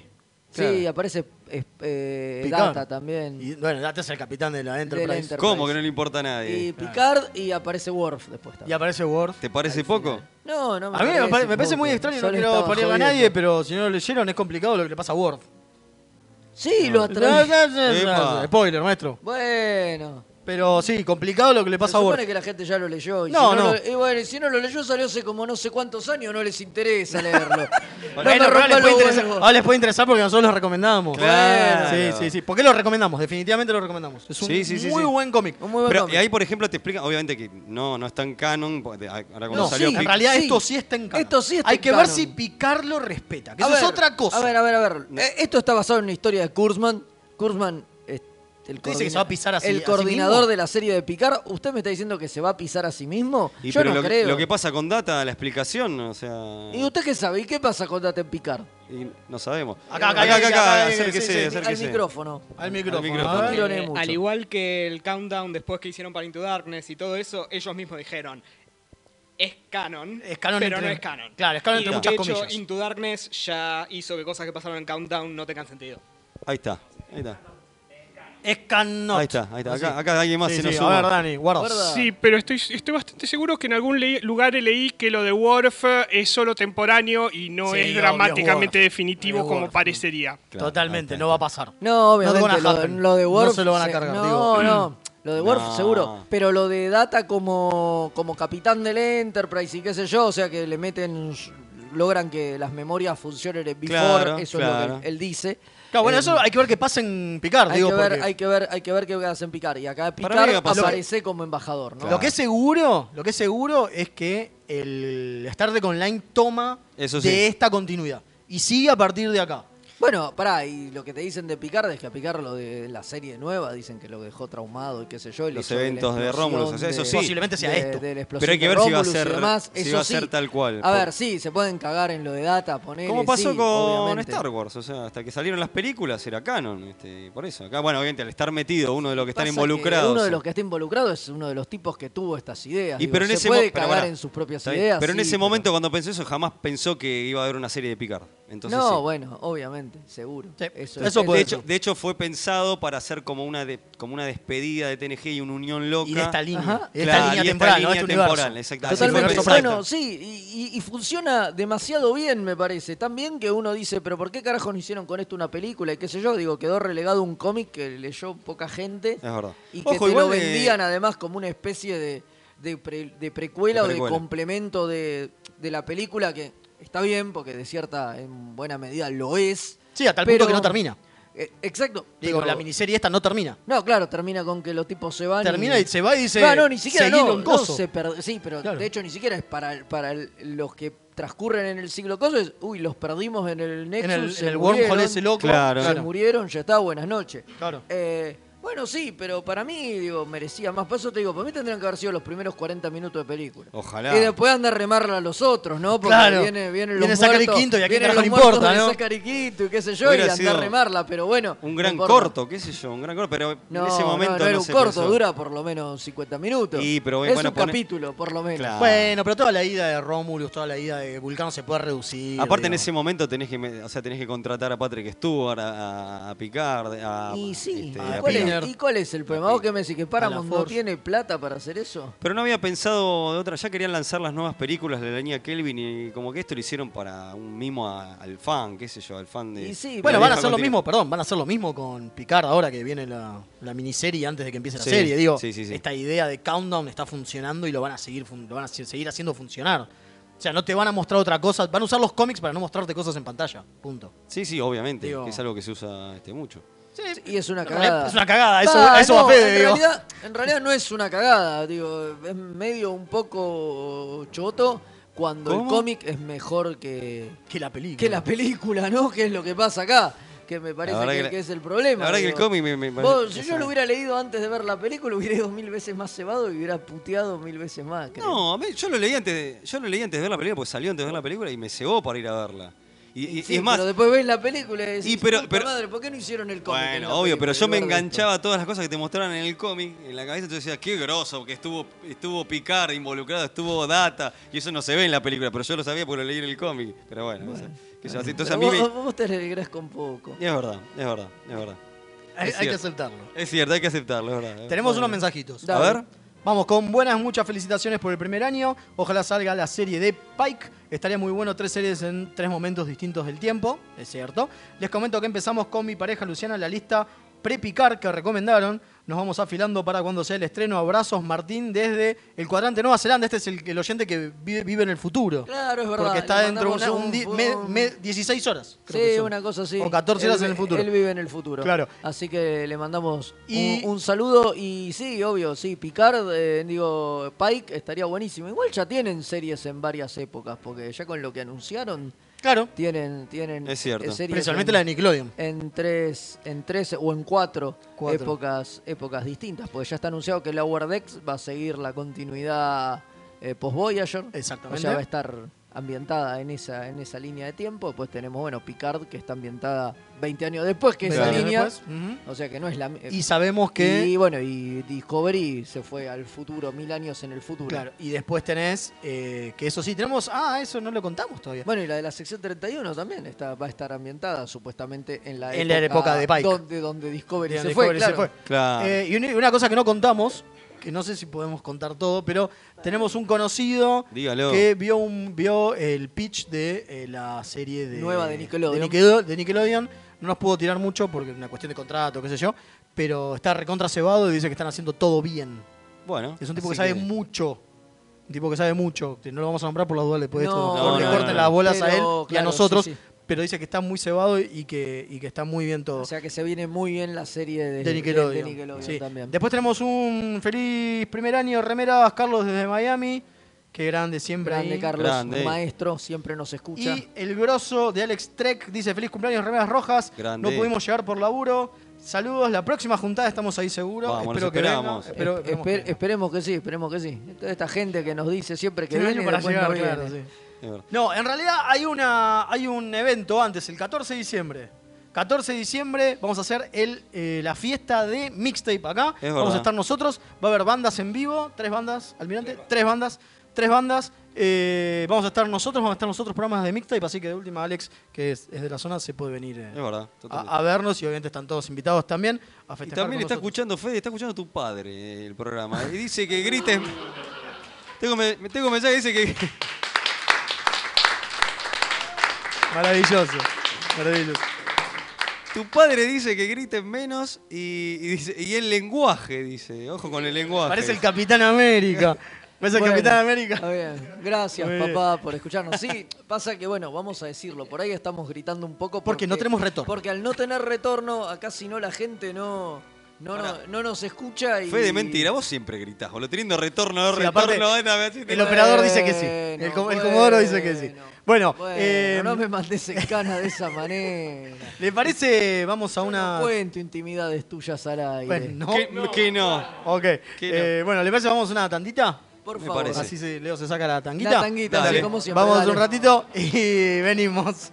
Speaker 2: Sí, aparece es- eh,
Speaker 3: Picard.
Speaker 2: Data también.
Speaker 3: Y, bueno, Data es el capitán de la Enterprise.
Speaker 2: Del Enter-
Speaker 1: ¿Cómo que no le importa a nadie?
Speaker 2: y Picard y aparece Worf después
Speaker 3: Y
Speaker 2: también.
Speaker 3: aparece Word.
Speaker 1: ¿Te parece poco?
Speaker 2: No, no me
Speaker 3: A mí me,
Speaker 2: parece
Speaker 3: pare- me parece
Speaker 2: poco.
Speaker 3: muy extraño, no
Speaker 2: Solo
Speaker 3: quiero
Speaker 2: estaba
Speaker 3: ponerle a
Speaker 2: jodiendo.
Speaker 3: nadie, pero si no lo leyeron es complicado lo que le pasa a Word.
Speaker 2: Sí, lo atrae.
Speaker 1: Epa.
Speaker 3: Spoiler, maestro.
Speaker 2: Bueno.
Speaker 3: Pero sí, complicado lo que le
Speaker 2: Se
Speaker 3: pasa a
Speaker 2: supone
Speaker 3: Word.
Speaker 2: que la gente ya lo leyó. Y
Speaker 3: No,
Speaker 2: si no,
Speaker 3: no.
Speaker 2: lo- y bueno, y si no lo leyó, salió hace como no sé cuántos años, no les interesa leerlo. no me
Speaker 3: Bueno, pero ahora
Speaker 2: rompan
Speaker 3: les,
Speaker 2: los
Speaker 3: puede interesar,
Speaker 2: huevos.
Speaker 3: ahora les puede interesar porque nosotros lo recomendamos.
Speaker 1: Claro.
Speaker 3: Sí, sí, sí. ¿Por qué lo recomendamos? Definitivamente lo recomendamos. Es un
Speaker 1: Sí, sí, sí,
Speaker 3: muy
Speaker 1: sí.
Speaker 3: buen cómic.
Speaker 2: Un muy buen
Speaker 1: Pero
Speaker 2: cómic.
Speaker 1: y ahí, por ejemplo, te explican, obviamente que no, no es tan canon. porque Ahora cuando
Speaker 3: No,
Speaker 1: salió
Speaker 3: sí, en
Speaker 1: Pic-
Speaker 3: realidad
Speaker 2: sí.
Speaker 3: esto sí está en canon.
Speaker 2: Esto sí está
Speaker 3: Hay
Speaker 2: en
Speaker 3: que ver
Speaker 2: canon.
Speaker 3: si Picard lo respeta, que
Speaker 2: A
Speaker 3: eso es
Speaker 2: ver,
Speaker 3: otra cosa.
Speaker 2: A ver, a ver, a ver. Eh, Esto está basado en una historia de Kurzman. Kurzman, eh, el,
Speaker 3: ¿Usted dice que
Speaker 2: coordina-
Speaker 3: se va a pisar a sí- a
Speaker 2: el
Speaker 3: sí
Speaker 2: coordinador
Speaker 3: mismo?
Speaker 2: de la serie de Picard. ¿Usted me está diciendo que se va a pisar a sí mismo?
Speaker 1: y
Speaker 2: Yo
Speaker 1: pero
Speaker 2: no
Speaker 1: lo, que-
Speaker 2: creo.
Speaker 1: lo que pasa con Data, la explicación, o sea.
Speaker 2: ¿Y usted qué sabe? ¿Y qué pasa con Date en Picard?
Speaker 1: y no sabemos.
Speaker 3: Acá, acá, acá, acá, acá, sí, sí,
Speaker 1: acérquese,
Speaker 3: sí,
Speaker 2: Al
Speaker 1: acérquese.
Speaker 2: micrófono.
Speaker 3: Al micrófono.
Speaker 1: micrófono.
Speaker 3: a ver.
Speaker 2: Tironé
Speaker 7: Eh,
Speaker 2: mucho.
Speaker 7: al igual que el countdown después que hicieron para Into Darkness y todo eso, ellos mismos dijeron, es canon,
Speaker 3: Es canon
Speaker 7: pero
Speaker 3: entre-
Speaker 7: no es canon.
Speaker 3: claro, es canon
Speaker 7: Y
Speaker 3: entre
Speaker 7: de
Speaker 3: muchas
Speaker 7: hecho,
Speaker 3: comillas.
Speaker 7: Into Darkness ya hizo que cosas que pasaron en countdown no tengan sentido.
Speaker 1: Ahí está, ahí está.
Speaker 3: Es canon.
Speaker 1: Ahí está, ahí está.
Speaker 3: Así.
Speaker 1: Acá, acá alguien más
Speaker 3: Sí,
Speaker 1: se
Speaker 3: sí,
Speaker 1: nos
Speaker 3: A
Speaker 1: suma.
Speaker 3: ver, Dani, guarda.
Speaker 2: Guarda.
Speaker 8: Sí, pero estoy, estoy bastante seguro que en algún le- lugar leí que lo de Worf eh, es solo temporáneo y no
Speaker 3: Sí,
Speaker 8: es
Speaker 3: obvio,
Speaker 8: dramáticamente
Speaker 3: Worf.
Speaker 8: definitivo
Speaker 3: Obvio,
Speaker 8: como
Speaker 3: Worf.
Speaker 8: parecería.
Speaker 1: Claro,
Speaker 3: Totalmente,
Speaker 1: ahí está,
Speaker 3: no va a pasar.
Speaker 2: No,
Speaker 3: No te
Speaker 2: obviamente.
Speaker 3: van a
Speaker 2: lo, de-
Speaker 3: happen.
Speaker 2: lo de
Speaker 3: No
Speaker 2: Worf.
Speaker 3: se lo van a cargar,
Speaker 2: No,
Speaker 3: digo.
Speaker 2: no. Lo de Worf,
Speaker 1: No.
Speaker 2: seguro. Pero lo de Data como, como capitán del Enterprise y qué sé yo, o sea que le meten. logran que las memorias funcionen en before,
Speaker 1: Claro,
Speaker 2: eso es lo
Speaker 1: claro.
Speaker 2: que él dice.
Speaker 3: Claro, bueno,
Speaker 2: Eh,
Speaker 3: eso hay que ver qué pasa en Picard,
Speaker 2: hay
Speaker 3: digo,
Speaker 2: que ver,
Speaker 3: porque
Speaker 2: hay que ver, hay que ver qué hacen Picard. Y acá
Speaker 1: Para
Speaker 2: Picard
Speaker 1: mí va a pasar-
Speaker 2: aparece como embajador, ¿no?
Speaker 3: lo que es seguro, lo que es seguro es que el Star Trek Online toma
Speaker 1: Eso sí.
Speaker 3: de esta continuidad y sigue a partir de acá.
Speaker 2: Bueno, pará, y lo que te dicen de Picard es que a Picard lo de la serie nueva dicen que lo dejó traumado y qué sé yo. y le
Speaker 1: Los
Speaker 2: hizo la
Speaker 1: eventos de
Speaker 2: explosión
Speaker 1: Romulus, o sea, eso
Speaker 2: de-
Speaker 1: sí.
Speaker 3: Posiblemente sea
Speaker 2: de-
Speaker 3: esto.
Speaker 2: de la explosión
Speaker 1: Pero hay que
Speaker 2: de
Speaker 1: ver si va a
Speaker 2: Romulus y
Speaker 1: ser-
Speaker 2: demás,
Speaker 1: si
Speaker 2: eso
Speaker 1: va a
Speaker 2: sí.
Speaker 1: ser tal cual,
Speaker 2: A
Speaker 1: por-
Speaker 2: ver, sí, se pueden cagar en lo de data, poner.
Speaker 1: Como pasó
Speaker 2: sí,
Speaker 1: con
Speaker 2: obviamente.
Speaker 1: Star Wars, o sea, hasta que salieron las películas era canon, este, por eso. Acá, bueno, obviamente al estar metido uno de los que están
Speaker 2: Pasa que
Speaker 1: involucrados.
Speaker 2: Uno de los que está involucrado es uno de los tipos que tuvo estas ideas.
Speaker 1: Y
Speaker 2: digo,
Speaker 1: pero en
Speaker 2: se
Speaker 1: ese mo-
Speaker 2: puede
Speaker 1: pero
Speaker 2: cagar
Speaker 1: pará,
Speaker 2: en sus propias
Speaker 1: está bien.
Speaker 2: ideas.
Speaker 1: Pero en
Speaker 2: sí,
Speaker 1: ese momento cuando pensó eso jamás pensó que iba a haber una serie de Picard. Entonces,
Speaker 2: no,
Speaker 1: sí.
Speaker 2: bueno, obviamente, seguro. Eso,
Speaker 1: Entonces,
Speaker 2: es-
Speaker 1: de, hecho, de hecho fue pensado para hacer como una de- como una despedida de TNG y una unión loca.
Speaker 3: Y de esta línea,
Speaker 2: Ajá.
Speaker 3: de esta línea temporal, no de este universo.
Speaker 1: exactamente.
Speaker 2: Totalmente.
Speaker 1: Así fue
Speaker 2: Bueno,
Speaker 1: pensado.
Speaker 2: sí, y, y- y funciona demasiado bien, me parece. Tan bien que uno dice, pero ¿por qué carajos no hicieron con esto una película? Y qué sé yo, digo, quedó relegado un cómic que leyó poca gente
Speaker 1: Es verdad.
Speaker 2: y que
Speaker 1: Ojo,
Speaker 2: te lo
Speaker 1: igual, eh,
Speaker 2: vendían además como una especie de, de pre- de precuela
Speaker 1: De
Speaker 2: o de
Speaker 1: precuela.
Speaker 2: complemento de, de la película que está bien, porque de cierta, en buena medida, lo es.
Speaker 3: Sí, a tal
Speaker 2: pero-
Speaker 3: punto que no termina.
Speaker 2: Eh, exacto.
Speaker 3: Digo,
Speaker 2: pero-
Speaker 3: la miniserie esta no termina.
Speaker 2: No, claro, termina con que los tipos se van.
Speaker 3: Termina y se va y dice,
Speaker 2: No, no, ni siquiera.
Speaker 3: "Seguilo
Speaker 2: No,
Speaker 3: en
Speaker 2: no
Speaker 3: coso".
Speaker 2: se per- Sí, pero
Speaker 3: Claro.
Speaker 2: de hecho ni siquiera es para, para el- los que transcurren en el siglo coso. Es, uy, los perdimos en el Nexus.
Speaker 3: En el,
Speaker 2: se
Speaker 3: en el wormhole
Speaker 2: murieron,
Speaker 3: ese loco.
Speaker 1: Claro.
Speaker 2: Se murieron, ya está, buenas noches.
Speaker 3: Claro.
Speaker 2: Eh, bueno, sí, pero para mí, digo, merecía más. Por eso te digo, para mí tendrían que haber sido los primeros 40 minutos de película.
Speaker 1: Ojalá.
Speaker 2: Y después anda a remarla a los otros, ¿no? Porque
Speaker 3: Claro.
Speaker 2: viene, vienen los
Speaker 3: Viene Zachary
Speaker 2: muertos,
Speaker 3: Quinto y a quién
Speaker 2: vienen
Speaker 3: carajo
Speaker 2: los
Speaker 3: le
Speaker 2: muertos
Speaker 3: importa,
Speaker 2: de
Speaker 3: ¿no?
Speaker 2: Zachary Quinto y qué sé yo, y
Speaker 1: Hubiera
Speaker 2: anda a
Speaker 1: sido
Speaker 2: remarla, pero bueno.
Speaker 1: Un
Speaker 2: no
Speaker 1: gran
Speaker 2: importa.
Speaker 1: corto, qué sé yo, un gran corto, pero en ese momento no,
Speaker 2: no, era un
Speaker 1: se
Speaker 2: corto,
Speaker 1: pensó.
Speaker 2: dura por lo menos 50 minutos.
Speaker 1: Y, pero,
Speaker 2: es
Speaker 1: bueno,
Speaker 2: un
Speaker 1: pone-
Speaker 2: capítulo, por lo menos.
Speaker 1: Claro.
Speaker 3: Bueno, pero toda la ida de Romulus, toda la ida de Vulcano se puede reducir.
Speaker 1: Aparte en
Speaker 3: digo.
Speaker 1: ese momento tenés que, me- o sea, tenés que contratar a Patrick Stewart, a, a- a Picard, a
Speaker 3: Ah,
Speaker 2: Y sí,
Speaker 1: este,
Speaker 2: ¿y,
Speaker 1: a
Speaker 2: cuál
Speaker 1: Picard.
Speaker 2: es, y cuál es el problema? ¿Vos qué me decís? ¿Que Paramount no
Speaker 3: Force.
Speaker 2: tiene plata para hacer eso?
Speaker 1: Pero no había pensado de otra, ya querían lanzar las nuevas películas de la línea Kelvin y como que esto lo hicieron para un mimo a- al fan, qué sé yo, al fan de
Speaker 2: Y sí,
Speaker 1: de
Speaker 3: Bueno,
Speaker 1: la
Speaker 3: van a
Speaker 1: vieja
Speaker 3: hacer lo
Speaker 1: continua.
Speaker 3: mismo, perdón, van a hacer lo mismo con Picard ahora que viene la, la miniserie antes de que empiece la
Speaker 1: Sí,
Speaker 3: serie. Digo,
Speaker 1: sí, sí, sí.
Speaker 3: esta idea de countdown está funcionando y lo van a seguir fun- lo van a se- seguir haciendo funcionar. O sea, no te van a mostrar otra cosa, van a usar los cómics para no mostrarte cosas en pantalla. Punto.
Speaker 1: Sí, sí, obviamente,
Speaker 3: Digo-
Speaker 1: que es algo que se usa este, mucho.
Speaker 2: Y es una
Speaker 3: En realidad
Speaker 2: cagada.
Speaker 3: Es una cagada, eso,
Speaker 2: Ah,
Speaker 3: eso
Speaker 2: no,
Speaker 3: va Fede,
Speaker 2: en
Speaker 3: digo.
Speaker 2: realidad, en realidad no es una cagada, digo, es medio un poco choto cuando el
Speaker 1: ¿Cómo?
Speaker 2: cómic es mejor que,
Speaker 3: Que la película.
Speaker 2: que la película, ¿no? Que es lo que pasa acá. Que me parece
Speaker 1: verdad
Speaker 2: que,
Speaker 1: que la-
Speaker 2: que es el problema.
Speaker 1: la verdad que el
Speaker 2: digo.
Speaker 1: cómic me- me-
Speaker 2: Vos, si
Speaker 1: me-
Speaker 2: yo lo hubiera leído antes de ver la película, hubiera ido mil veces más cebado y hubiera puteado mil veces más. creo.
Speaker 1: No, a mí- yo lo leí antes de, yo lo leí antes de ver la película, porque salió antes de ver la película y me cebó para ir a verla. Y, y-
Speaker 2: Sí,
Speaker 1: y es más,
Speaker 2: Pero después ves la película y decís,
Speaker 1: Y pero-
Speaker 2: "Puta
Speaker 1: pero-
Speaker 2: madre, ¿por qué no hicieron el cómic? en la
Speaker 1: bueno, obvio,
Speaker 2: película
Speaker 1: pero yo
Speaker 2: en
Speaker 1: me
Speaker 2: lugar de esto?"
Speaker 1: enganchaba a todas las cosas que te mostraron en el cómic, en la cabeza, entonces decía, qué groso, que estuvo, estuvo Picard involucrado, estuvo Data, y eso no se ve en la película, pero yo lo sabía por leí en el cómic. Pero bueno, o sea, que yo así, entonces a
Speaker 2: Pero
Speaker 1: mí me...
Speaker 2: vos, vos te alegrás con poco.
Speaker 1: y Es verdad, es verdad, es verdad.
Speaker 3: Hay,
Speaker 1: Es
Speaker 3: hay que
Speaker 1: cierto.
Speaker 3: aceptarlo.
Speaker 1: Es cierto, hay que aceptarlo, es verdad.
Speaker 3: Tenemos unos mensajitos.
Speaker 1: A
Speaker 2: Dale.
Speaker 1: ver.
Speaker 3: Vamos con buenas, muchas felicitaciones por el primer año. Ojalá salga la serie de Pike. Estaría muy bueno tres series en tres momentos distintos del tiempo, es cierto. Les comento que empezamos con mi pareja Luciana la lista prepicar que recomendaron. Nos vamos afilando para cuando sea el estreno. Abrazos, Martín, desde el cuadrante Nueva Zelanda. Este es el, el oyente que vive, vive en el futuro.
Speaker 2: Claro, es verdad.
Speaker 3: Porque está
Speaker 2: le
Speaker 3: dentro de
Speaker 2: mandamos
Speaker 3: una- un, di- me- me- 16 horas. creo que
Speaker 2: Sí,
Speaker 3: son.
Speaker 2: una cosa así.
Speaker 3: O 14 horas
Speaker 2: Él
Speaker 3: en el
Speaker 2: vi-
Speaker 3: futuro.
Speaker 2: Él vive en el futuro.
Speaker 3: Claro.
Speaker 2: Así que le mandamos
Speaker 3: Y-
Speaker 2: un, un saludo. Y sí, obvio, sí, Picard, eh, digo, Pike estaría buenísimo. Igual ya tienen series en varias épocas, porque ya con lo que anunciaron,
Speaker 3: Claro,
Speaker 2: tienen, tienen
Speaker 1: Es cierto.
Speaker 2: eh, series
Speaker 3: principalmente
Speaker 2: en-
Speaker 3: la de Nickelodeon.
Speaker 2: en tres, en tres o en cuatro,
Speaker 3: Cuatro.
Speaker 2: épocas épocas distintas, porque ya está anunciado que Lower Decks va a seguir la continuidad eh, post Voyager, o
Speaker 3: Exactamente.
Speaker 2: sea va a estar ambientada en esa en esa línea de tiempo. Después tenemos bueno Picard que está ambientada 20 años después que esa
Speaker 3: Veinte años
Speaker 2: línea,
Speaker 3: después. Ujú.
Speaker 2: o sea que no es la mi-
Speaker 3: Y sabemos que...
Speaker 2: y bueno y Discovery se fue al futuro mil años en el futuro.
Speaker 3: Claro, y después tenés eh, que eso sí, tenemos. Ah, eso no lo contamos todavía.
Speaker 2: Bueno, y la de la sección 31 también está, va a estar ambientada supuestamente en la
Speaker 3: En la época de Pike.
Speaker 2: Donde, donde Discovery,
Speaker 3: Bien,
Speaker 2: se,
Speaker 3: Discovery
Speaker 2: fue,
Speaker 3: se
Speaker 2: claro.
Speaker 3: fue.
Speaker 1: Claro.
Speaker 3: Eh, y una, una cosa que no contamos, que no sé si podemos contar todo, pero tenemos un conocido
Speaker 1: Dígalo.
Speaker 3: que vio un vio el pitch de eh, la serie de
Speaker 2: Nueva de Nickelodeon.
Speaker 3: de Nickedo- de Nickelodeon. No nos pudo tirar mucho porque es una cuestión de contrato, qué sé yo, pero está recontra cebado y dice que están haciendo todo bien.
Speaker 1: Bueno.
Speaker 3: Es un tipo que
Speaker 1: así
Speaker 3: sabe mucho. Un tipo que sabe mucho. que No lo vamos a nombrar por las dudas después de
Speaker 2: No,
Speaker 3: esto. porque
Speaker 1: no,
Speaker 3: le
Speaker 1: no,
Speaker 3: corten
Speaker 1: no.
Speaker 3: las bolas a él
Speaker 2: Pero,
Speaker 3: y a
Speaker 2: claro,
Speaker 3: nosotros.
Speaker 2: sí, sí.
Speaker 3: Pero dice que está muy cebado y que, y que está muy bien todo.
Speaker 2: O sea que se viene muy bien la serie de,
Speaker 3: de Nickelodeon.
Speaker 2: de- de Nickelodeon
Speaker 3: Sí.
Speaker 2: también.
Speaker 3: Después tenemos un feliz primer año remeras, Carlos desde Miami, Qué grande, siempre
Speaker 2: Grande
Speaker 3: ahí.
Speaker 2: Carlos, un maestro, siempre nos escucha.
Speaker 3: Y el grosso de Alex Trek dice: Feliz cumpleaños, remeras rojas.
Speaker 2: Grande.
Speaker 3: No pudimos llegar por laburo. Saludos, la próxima juntada estamos ahí seguro.
Speaker 1: Vamos,
Speaker 3: espero
Speaker 1: nos
Speaker 3: que venga.
Speaker 1: esperamos.
Speaker 3: Espero-
Speaker 2: Espe-
Speaker 3: esperemos que-
Speaker 2: Esperemos que sí, esperemos que sí. Toda esta gente que nos dice siempre que
Speaker 3: Tiene
Speaker 2: viene,
Speaker 3: año para
Speaker 2: después
Speaker 3: llegar,
Speaker 2: no
Speaker 3: claro,
Speaker 2: viene.
Speaker 3: No, en realidad hay, una, hay un evento antes, el 14 de diciembre. 14 de diciembre vamos a hacer el, eh, la fiesta de mixtape acá.
Speaker 1: Es
Speaker 3: vamos
Speaker 1: verdad.
Speaker 3: a estar nosotros. Va a haber bandas en vivo, tres bandas, almirante, tres bandas, tres bandas. Eh, vamos a estar nosotros, vamos a estar nosotros programas de mixtape, así que de última Alex, que es, es de la zona, se puede venir eh,
Speaker 1: Es verdad.
Speaker 3: a, a vernos y obviamente están todos invitados también a festejar.
Speaker 1: Y también
Speaker 3: con
Speaker 1: está
Speaker 3: nosotros.
Speaker 1: escuchando Fede, está escuchando tu padre eh, el programa. Y dice que grites. Tengo, me, tengo mensaje que dice que.
Speaker 3: Maravilloso, maravilloso.
Speaker 1: Tu padre dice que griten menos y, y dice, y el lenguaje, dice. Ojo con el lenguaje.
Speaker 3: Parece el Capitán América. Parece
Speaker 2: Bueno,
Speaker 3: el Capitán América.
Speaker 2: está bien. Gracias,
Speaker 3: Muy bien.
Speaker 2: papá, por escucharnos. Sí, pasa que, bueno, vamos a decirlo. Por ahí estamos gritando un poco.
Speaker 3: Porque no tenemos retorno.
Speaker 2: Porque al no tener retorno, acá si no la gente no, no, no, no nos escucha. Y...
Speaker 1: Fede, mentira, vos siempre gritás, boludo. Teniendo retorno, no
Speaker 3: Sí, aparte,
Speaker 1: retorno. ven a ver si te-
Speaker 3: El operador dice que sí. El, com- el comodoro dice que sí. Bueno,
Speaker 2: Bueno,
Speaker 3: eh,
Speaker 2: no me mandes en cana de esa manera.
Speaker 3: ¿le parece? Vamos a una.
Speaker 2: Cuento intimidades tuyas al aire.
Speaker 3: Bueno,
Speaker 1: Que- que no.
Speaker 3: Ok. Eh, bueno, ¿le parece? Vamos a una tantita.
Speaker 2: Por Me favor. parece.
Speaker 3: Así se- Leo se saca la tanguita.
Speaker 2: La tanguita,
Speaker 3: Dale.
Speaker 2: sí, como siempre,
Speaker 3: Vamos
Speaker 2: dale.
Speaker 3: un ratito y venimos.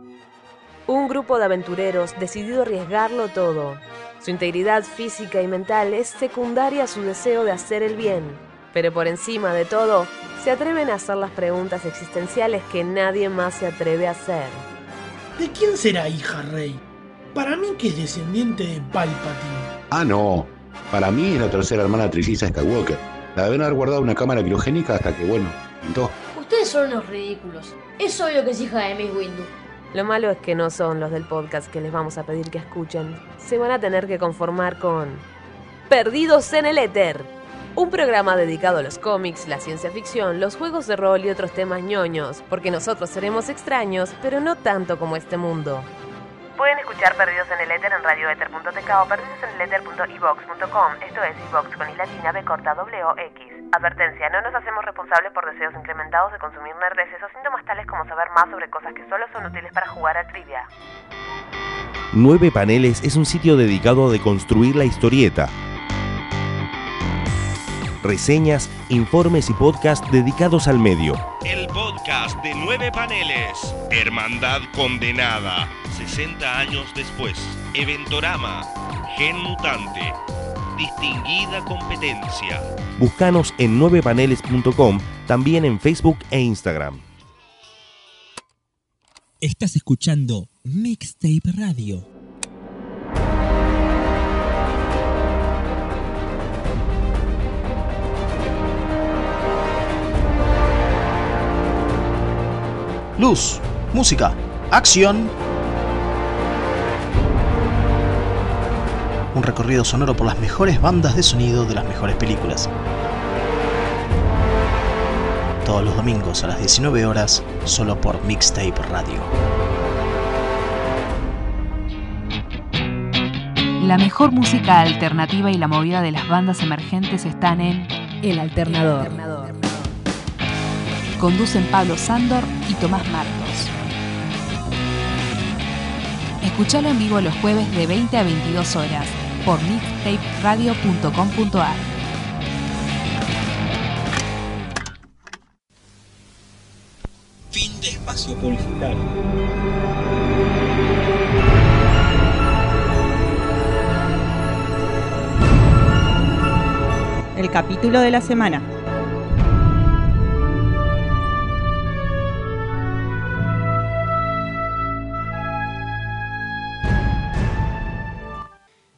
Speaker 9: Un grupo de aventureros decidido a arriesgarlo todo. Su integridad física y mental es secundaria a su deseo de hacer el bien, pero por encima de todo, se atreven a hacer las preguntas existenciales que nadie más se atreve a hacer.
Speaker 10: ¿De quién será hija Rey? Para mí que es descendiente de Palpatine.
Speaker 11: Ah, no. Para mí es la tercera hermana trilliza Skywalker. La deben haber guardado en una cámara criogénica hasta que, bueno, pintó.
Speaker 12: Ustedes son unos ridículos. Es obvio que es hija de Miss Windu.
Speaker 9: Lo malo es que no son los del podcast que les vamos a pedir que escuchen. Se van a tener que conformar con Perdidos en el Éter, un programa dedicado a los cómics, la ciencia ficción, los juegos de rol y otros temas ñoños, porque nosotros seremos extraños, pero no tanto como este mundo.
Speaker 4: Pueden escuchar Perdidos en el Éter en radioether.tk o perdidoseneleter.evox.com. Esto es iVox con isla latina B corta W X. Advertencia, no nos hacemos responsables por deseos incrementados de consumir nerdeces o síntomas tales como saber más sobre cosas que solo son útiles para jugar a trivia.
Speaker 13: Nueve Paneles es un sitio dedicado a deconstruir la historieta. Reseñas, informes y podcast dedicados al medio.
Speaker 8: El podcast de nueve paneles. Hermandad condenada. 60 años después. Eventorama. Gen mutante. Distinguida competencia.
Speaker 13: Búscanos en 9paneles.com, también en Facebook e Instagram.
Speaker 14: Estás escuchando Mixtape Radio.
Speaker 3: Luz, música, acción. Un recorrido sonoro por las mejores bandas de sonido de las mejores películas. Todos los domingos a las 19 horas, solo por Mixtape Radio.
Speaker 15: La mejor música alternativa y la movida de las bandas emergentes están en El Alternador. Conducen Pablo Sándor y Tomás Marcos. Escuchalo en vivo los jueves de 20 a 22 horas por mixtaperadio.com.ar.
Speaker 16: Fin de espacio publicitario.
Speaker 17: El capítulo de la semana.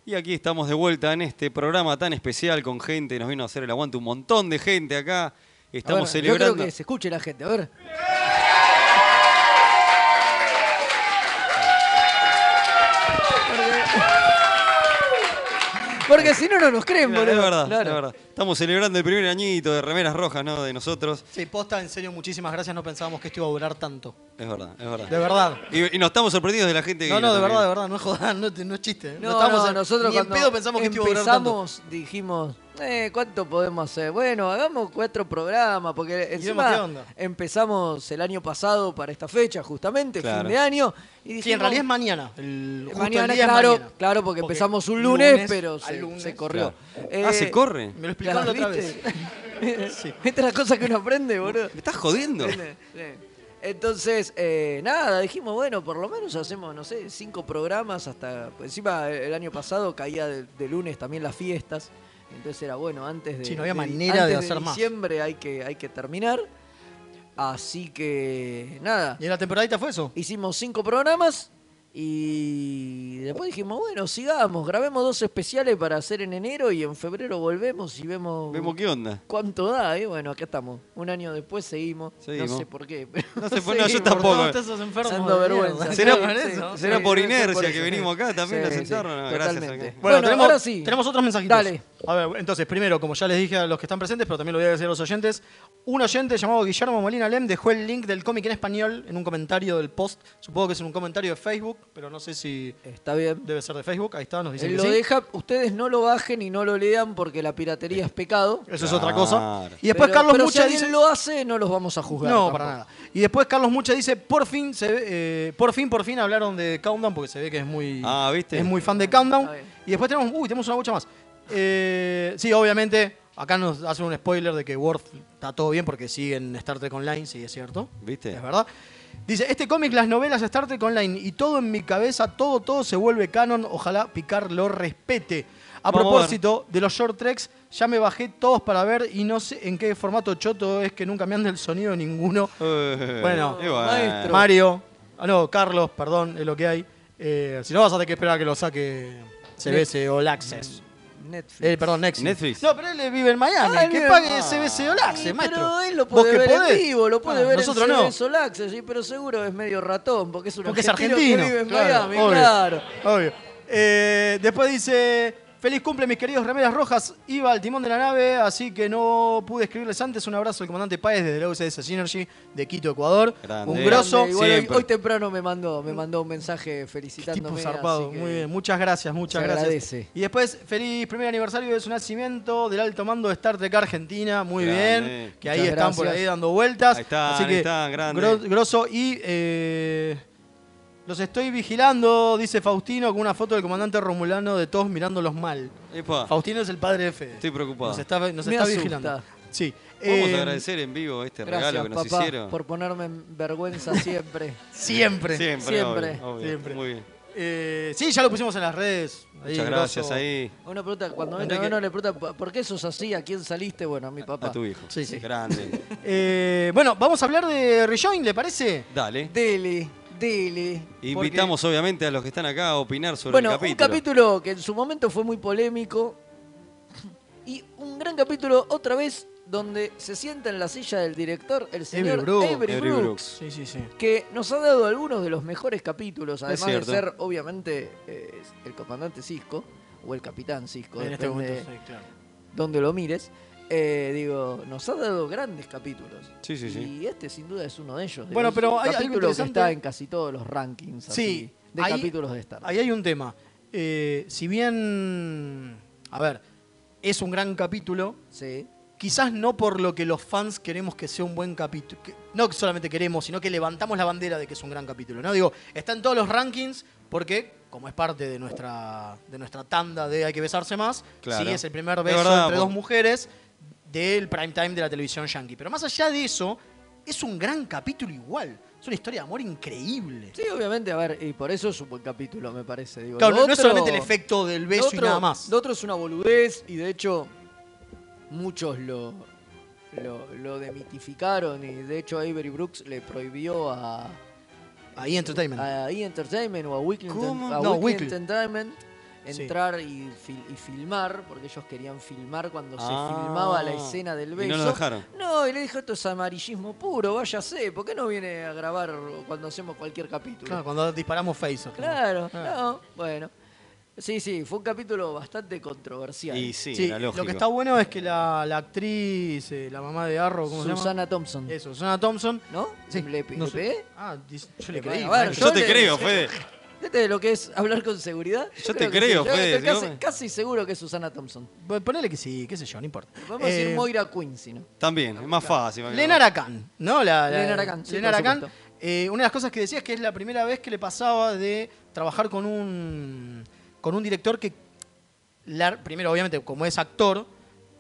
Speaker 1: Y Y aquí estamos de vuelta en este programa tan especial con gente, nos vino a hacer el aguante un montón de gente acá. Estamos
Speaker 2: A ver, Yo
Speaker 1: celebrando.
Speaker 2: creo que se escuche la gente, a ver. Porque- Porque si no, no nos creen,
Speaker 1: Claro,
Speaker 2: boludo.
Speaker 1: es verdad,
Speaker 2: Claro.
Speaker 1: es verdad. Estamos celebrando el primer añito de remeras rojas, ¿no? De nosotros.
Speaker 3: Sí, posta, en serio, muchísimas gracias. No pensábamos que esto iba a durar tanto.
Speaker 1: Es verdad, es verdad.
Speaker 3: De verdad.
Speaker 1: Y, y nos estamos sorprendidos de la gente
Speaker 3: No,
Speaker 1: que
Speaker 3: no, de
Speaker 1: vino
Speaker 3: verdad, de
Speaker 1: también.
Speaker 3: verdad. No es joda, no, te- no es chiste. ¿eh?
Speaker 2: No,
Speaker 3: estábamos-
Speaker 2: no, nosotros
Speaker 3: ni en
Speaker 2: cuando
Speaker 3: pedo pensamos que esto iba a durar tanto.
Speaker 2: empezamos dijimos, eh, ¿cuánto podemos hacer? Bueno, hagamos cuatro programas, porque
Speaker 3: vemos qué
Speaker 2: encima
Speaker 3: onda.
Speaker 2: empezamos el año pasado para esta fecha, justamente,
Speaker 3: Claro.
Speaker 2: fin de año. Y dijimos,
Speaker 3: Sí, en realidad es mañana. El, justo
Speaker 2: mañana,
Speaker 3: el día es
Speaker 2: claro,
Speaker 3: mañana.
Speaker 2: claro, porque, empezamos un lunes, pero se, se corrió.
Speaker 1: Claro. Ah, ¿se corre? Me lo
Speaker 3: explicaron
Speaker 2: claro,
Speaker 3: la otra
Speaker 2: ¿viste? Esta es la cosa que uno aprende, boludo. Me
Speaker 1: estás jodiendo.
Speaker 2: Entonces, eh, nada, dijimos, bueno, por lo menos hacemos, no sé, cinco programas hasta... pues Encima, el año pasado caía de, de lunes también las fiestas. Entonces era, bueno, antes de...
Speaker 3: Sí, no había
Speaker 2: de-
Speaker 3: manera de
Speaker 2: antes
Speaker 3: hacer más.
Speaker 2: diciembre hay que, hay que terminar. Así que, nada.
Speaker 3: ¿Y en la temporadita fue eso?
Speaker 2: Hicimos cinco programas y después dijimos, bueno, sigamos, grabemos dos especiales para hacer en enero y en febrero volvemos y vemos...
Speaker 1: Vemos qué onda.
Speaker 2: ¿Cuánto da? eh? Bueno, acá estamos. Un año después seguimos. No
Speaker 1: Seguimos.
Speaker 2: sé por qué. pero
Speaker 1: No sé por- no, yo
Speaker 2: seguimos.
Speaker 1: tampoco.
Speaker 3: Todos esos enfermos
Speaker 2: Dando
Speaker 3: de mierda.
Speaker 2: vergüenza.
Speaker 1: Será-
Speaker 2: Sí, sí,
Speaker 1: será-
Speaker 2: sí,
Speaker 1: será
Speaker 2: sí,
Speaker 1: por
Speaker 2: sí,
Speaker 1: inercia
Speaker 2: por
Speaker 1: que
Speaker 2: eso.
Speaker 1: venimos acá también,
Speaker 2: Sí,
Speaker 1: la
Speaker 2: Eh, sí,
Speaker 1: sentaron, no, gracias,
Speaker 2: totalmente.
Speaker 1: acá.
Speaker 3: Bueno,
Speaker 2: Bueno,
Speaker 3: tenemos,
Speaker 2: ahora sí.
Speaker 3: tenemos otros mensajitos.
Speaker 2: Dale.
Speaker 3: A ver, entonces, primero, como ya les dije a los que están presentes, pero también lo voy a decir a los oyentes, un oyente llamado Guillermo Molina Lem dejó el link del cómic en español en un comentario del post. Supongo que es en un comentario de Facebook, pero no sé si...
Speaker 2: Está bien.
Speaker 3: Debe ser de Facebook, ahí está, nos dicen
Speaker 2: Él lo
Speaker 3: que sí.
Speaker 2: deja, ustedes no lo bajen y no lo lean porque la piratería es pecado. Ah,
Speaker 3: Eso es otra cosa.
Speaker 2: Claro.
Speaker 3: Y después
Speaker 2: Pero-
Speaker 3: Carlos
Speaker 2: pero
Speaker 3: Mucha
Speaker 2: si alguien
Speaker 3: dice...
Speaker 2: lo hace, no los vamos a juzgar.
Speaker 3: No,
Speaker 2: tampoco.
Speaker 3: para nada. Y después Carlos Mucha dice, por fin, se ve- eh, por fin, por fin hablaron de Countdown, porque se ve que es muy,
Speaker 1: Ah, ¿viste?
Speaker 3: es muy fan de Countdown. Y después tenemos, uy, tenemos una mucha más. Eh, sí, obviamente, acá nos hacen un spoiler de que Worf está todo bien porque sigue en Star Trek Online, sí, es cierto.
Speaker 1: ¿Viste?
Speaker 3: Es verdad. Dice, este cómic, las novelas Star Trek Online y todo en mi cabeza, todo, todo se vuelve canon. Ojalá Picard lo respete. A
Speaker 1: Vamos a ver.
Speaker 3: propósito de los short treks, ya me bajé todos para ver y no sé en qué formato choto es que nunca me anda el sonido ninguno.
Speaker 1: Eh,
Speaker 3: Bueno,
Speaker 1: y bueno.
Speaker 3: Mario, ah, no, Carlos, perdón, es lo que hay. Eh, si no, vas a tener que esperar a que lo saque CBS All Access.
Speaker 2: Netflix.
Speaker 3: Eh, perdón, Netflix.
Speaker 1: Netflix.
Speaker 3: No, pero él vive en Miami.
Speaker 2: Ah, él
Speaker 3: que
Speaker 2: vive-
Speaker 3: pague
Speaker 2: Ah.
Speaker 3: CBS All Access, maestro.
Speaker 2: Pero él lo
Speaker 3: Vos
Speaker 2: puede
Speaker 3: que
Speaker 2: ver
Speaker 3: podés.
Speaker 2: en vivo, lo puede
Speaker 3: Ah,
Speaker 2: ver
Speaker 3: nosotros
Speaker 2: en
Speaker 3: no.
Speaker 2: CBS All Access, sí, pero seguro es medio ratón, porque es un
Speaker 3: Porque es
Speaker 2: argentino,
Speaker 3: argentino.
Speaker 2: que vive en
Speaker 3: claro,
Speaker 2: Miami,
Speaker 3: obvio,
Speaker 2: claro.
Speaker 3: obvio. Eh, después dice: Feliz cumple, mis queridos remeras rojas. Iba al timón de la nave, así que no pude escribirles antes. Un abrazo al comandante Páez desde la UCS Synergy de Quito, Ecuador.
Speaker 1: Grande.
Speaker 3: Un grosso.
Speaker 2: Grande, igual hoy,
Speaker 1: Siempre.
Speaker 2: hoy temprano me mandó, me mandó un mensaje felicitándome.
Speaker 3: Tipo zarpado.
Speaker 2: así que-
Speaker 3: Muy bien, muchas gracias, muchas
Speaker 2: se
Speaker 3: gracias.
Speaker 2: agradece.
Speaker 3: Y después, feliz primer aniversario de su nacimiento del alto mando de Star Trek Argentina. Muy
Speaker 1: Grande.
Speaker 3: bien. Que ahí
Speaker 1: Muchas
Speaker 3: están por
Speaker 1: gracias.
Speaker 3: ahí dando vueltas.
Speaker 1: Ahí están,
Speaker 3: Así que,
Speaker 1: ahí están, grande.
Speaker 3: gro- grosso. Y eh, los estoy vigilando, dice Faustino, con una foto del comandante Romulano de todos mirándolos mal.
Speaker 1: Epa,
Speaker 3: Faustino es el padre de Fede.
Speaker 1: estoy preocupado.
Speaker 3: Nos está, nos
Speaker 2: Me
Speaker 3: está
Speaker 2: asusta.
Speaker 3: vigilando. Sí.
Speaker 1: Vamos
Speaker 3: Eh,
Speaker 1: a agradecer en vivo este
Speaker 2: Gracias,
Speaker 1: regalo que nos
Speaker 2: papá,
Speaker 1: hicieron.
Speaker 2: por ponerme en vergüenza siempre.
Speaker 3: Siempre.
Speaker 1: Siempre,
Speaker 2: Siempre.
Speaker 1: obvio, obvio.
Speaker 3: Siempre.
Speaker 1: Muy bien.
Speaker 3: eh, sí, ya lo pusimos en las redes. Ahí,
Speaker 1: Muchas gracias
Speaker 3: grosso.
Speaker 1: ahí
Speaker 2: Una pregunta, cuando me
Speaker 3: Enrique.
Speaker 2: uno le pregunta, "¿Por- ¿por qué sos así? ¿A quién saliste? Bueno, a mi papá.
Speaker 1: a tu hijo.
Speaker 3: Sí, sí.
Speaker 1: Grande.
Speaker 3: Eh, bueno, vamos a hablar de Rejoin, ¿le parece?
Speaker 1: Dale.
Speaker 2: Dele, dele.
Speaker 1: Invitamos obviamente a los que están acá a opinar sobre
Speaker 2: Bueno,
Speaker 1: el capítulo.
Speaker 2: un capítulo que en su momento fue muy polémico y un gran capítulo otra vez donde se sienta en la silla del director el señor Avery Brooks,
Speaker 3: Avery Brooks. Sí, sí, sí.
Speaker 2: que nos ha dado algunos de los mejores capítulos, además de
Speaker 3: cierto.
Speaker 2: ser obviamente eh, el comandante Cisco o el capitán Cisco,
Speaker 3: En este
Speaker 2: depende
Speaker 3: momento, sí, claro.
Speaker 2: donde lo mires. Eh, digo, nos ha dado grandes capítulos.
Speaker 1: Sí, sí, sí.
Speaker 2: Y este sin duda es uno de ellos. de
Speaker 3: Bueno,
Speaker 2: los
Speaker 3: pero hay algo
Speaker 2: capítulos que
Speaker 3: interesante.
Speaker 2: está en casi todos los rankings así,
Speaker 3: Sí,
Speaker 2: de
Speaker 3: ahí-
Speaker 2: capítulos de Star.
Speaker 3: Ahí hay un tema. Eh, si bien, a ver, es un gran capítulo,
Speaker 2: Sí.
Speaker 3: quizás no por lo que los fans queremos que sea un buen capítulo. que- no que solamente queremos, sino que levantamos la bandera de que es un gran capítulo. No digo, está en todos los rankings porque, como es parte de nuestra, de nuestra tanda de Hay que besarse más,
Speaker 1: Claro.
Speaker 3: sí es el primer
Speaker 1: Es
Speaker 3: beso
Speaker 1: verdad,
Speaker 3: entre
Speaker 1: por-
Speaker 3: dos mujeres del prime time de la televisión yankee. Pero más allá de eso, es un gran capítulo igual. Es una historia de amor increíble.
Speaker 2: Sí, obviamente, a ver, y por eso es un buen capítulo, me parece. Digo,
Speaker 3: Claro,
Speaker 2: lo
Speaker 3: no es
Speaker 2: otro-
Speaker 3: solamente el efecto del beso
Speaker 2: lo
Speaker 3: y nada más.
Speaker 2: Lo otro es una boludez y de hecho muchos lo, lo, lo demitificaron y de hecho Avery Brooks le prohibió a...
Speaker 3: A E! Entertainment.
Speaker 2: A E! Entertainment o a Weekly, Enten-
Speaker 3: ¿Cómo?
Speaker 2: a
Speaker 3: No,
Speaker 2: Weekly
Speaker 3: Weekly.
Speaker 2: Entertainment entrar y, fil- y filmar, porque ellos querían filmar cuando
Speaker 1: Ah.
Speaker 2: se filmaba la escena del
Speaker 1: Y no
Speaker 2: beso.
Speaker 1: lo dejaron.
Speaker 2: No, y le dijo, esto es amarillismo puro, váyase, ¿por qué no viene a grabar cuando hacemos cualquier capítulo?
Speaker 3: Claro, cuando Ah. disparamos faces.
Speaker 2: Claro, no, bueno. Sí, sí, fue un capítulo bastante controversial.
Speaker 1: Y sí, era
Speaker 3: lo
Speaker 1: lógico.
Speaker 3: que está bueno es que la, la actriz, eh, la mamá de Arrow, ¿cómo se llama?
Speaker 2: Susana Thompson.
Speaker 3: Eso, Susana Thompson.
Speaker 2: ¿No?
Speaker 3: Sí.
Speaker 2: ¿Le, pe-
Speaker 3: no
Speaker 2: le
Speaker 3: sé.
Speaker 2: pegué?
Speaker 3: Ah, dis- yo le
Speaker 2: Bueno,
Speaker 3: creí.
Speaker 2: a ver,
Speaker 1: Yo te
Speaker 2: le-
Speaker 1: creo, Fede.
Speaker 2: ¿Viste lo que es hablar con seguridad?
Speaker 1: Yo te
Speaker 2: que
Speaker 1: creo,
Speaker 2: sí. Yo
Speaker 1: Fede,
Speaker 2: estoy Casi,
Speaker 1: dígame.
Speaker 2: casi seguro que es Susana Thompson.
Speaker 3: Bueno, Ponele que sí, qué sé yo, no importa.
Speaker 2: Vamos a
Speaker 3: Eh,
Speaker 2: decir Moira Quincy, ¿no?
Speaker 1: También, es más fácil.
Speaker 3: Lenara Khan, ¿no? La, la-
Speaker 2: Lenara Khan, sí,
Speaker 3: Lenara
Speaker 2: por
Speaker 3: Khan.
Speaker 2: supuesto.
Speaker 3: Eh, una de las cosas que decía es que es la primera vez que le pasaba de trabajar con un, con un director que, la- primero, obviamente, como es actor,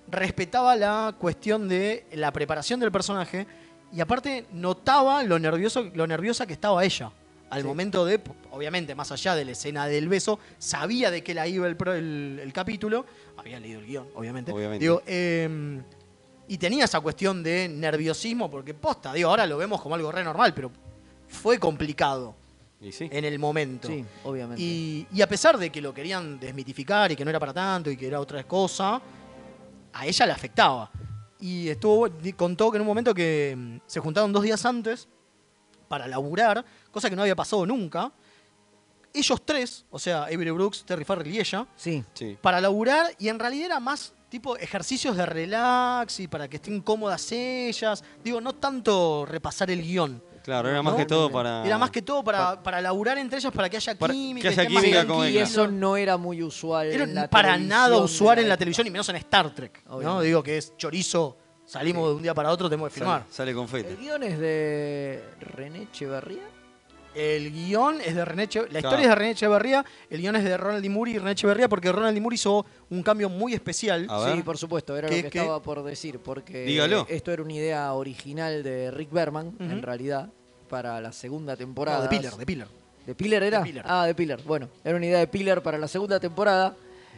Speaker 3: respetaba la cuestión de la preparación del personaje y aparte notaba lo, nervioso, lo nerviosa que estaba ella. Al momento de, obviamente, más allá de la escena del beso, sabía de qué la iba el, pro- el- el capítulo, había leído el guión, obviamente.
Speaker 1: Obviamente.
Speaker 3: Digo, eh, y tenía esa cuestión de nerviosismo, porque posta, digo, ahora lo vemos como algo re normal, pero fue complicado en el momento.
Speaker 2: Sí, obviamente.
Speaker 3: Y, y a pesar de que lo querían desmitificar y que no era para tanto y que era otra cosa, a ella le afectaba. Y estuvo, di- contó que en un momento que mm, se juntaron dos días antes para laburar, cosa que no había pasado nunca. Ellos tres, o sea, Avery Brooks, Terry Farrell y ella,
Speaker 2: Sí.
Speaker 1: Sí.
Speaker 3: para laburar y en realidad era más tipo ejercicios de relax y para que estén cómodas ellas. Digo, no tanto repasar el guión.
Speaker 1: Claro, era más
Speaker 3: ¿no?
Speaker 1: que todo para.
Speaker 3: Era más que todo para, para laburar entre ellas, para que haya
Speaker 1: Para-
Speaker 3: química.
Speaker 1: Ah. que haya
Speaker 3: estén más
Speaker 1: química como
Speaker 3: tranquilas.
Speaker 2: Y eso no era muy usual
Speaker 3: Era
Speaker 2: en la
Speaker 3: para
Speaker 2: televisión
Speaker 3: nada
Speaker 2: de
Speaker 3: usual
Speaker 2: la
Speaker 3: en la
Speaker 2: época.
Speaker 3: televisión y menos en Star Trek. ¿no?
Speaker 2: Obviamente.
Speaker 3: Digo que es chorizo, salimos de un día para otro, tenemos que filmar.
Speaker 1: Sale, sale con
Speaker 2: El
Speaker 1: fete.
Speaker 2: guión es de René Echeverría.
Speaker 3: El guión es de René Echeverría. La
Speaker 1: Claro.
Speaker 3: historia es de René Echeverría. El guión es de Ronald D. Moore y René Echeverría porque Ronald D. Moore hizo un cambio muy especial.
Speaker 2: Sí, por supuesto, era lo
Speaker 3: ¿Qué-
Speaker 2: que
Speaker 3: qué?
Speaker 2: estaba por decir, porque
Speaker 1: Dígalo.
Speaker 2: esto era una idea original de Rick Berman, en
Speaker 3: Ujú.
Speaker 2: realidad, para la segunda temporada.
Speaker 3: No, de Pillar, de Pillar.
Speaker 2: ¿De Piller era?
Speaker 3: De Piller.
Speaker 2: Ah, de Piller. Bueno, era una idea de Piller para la segunda temporada.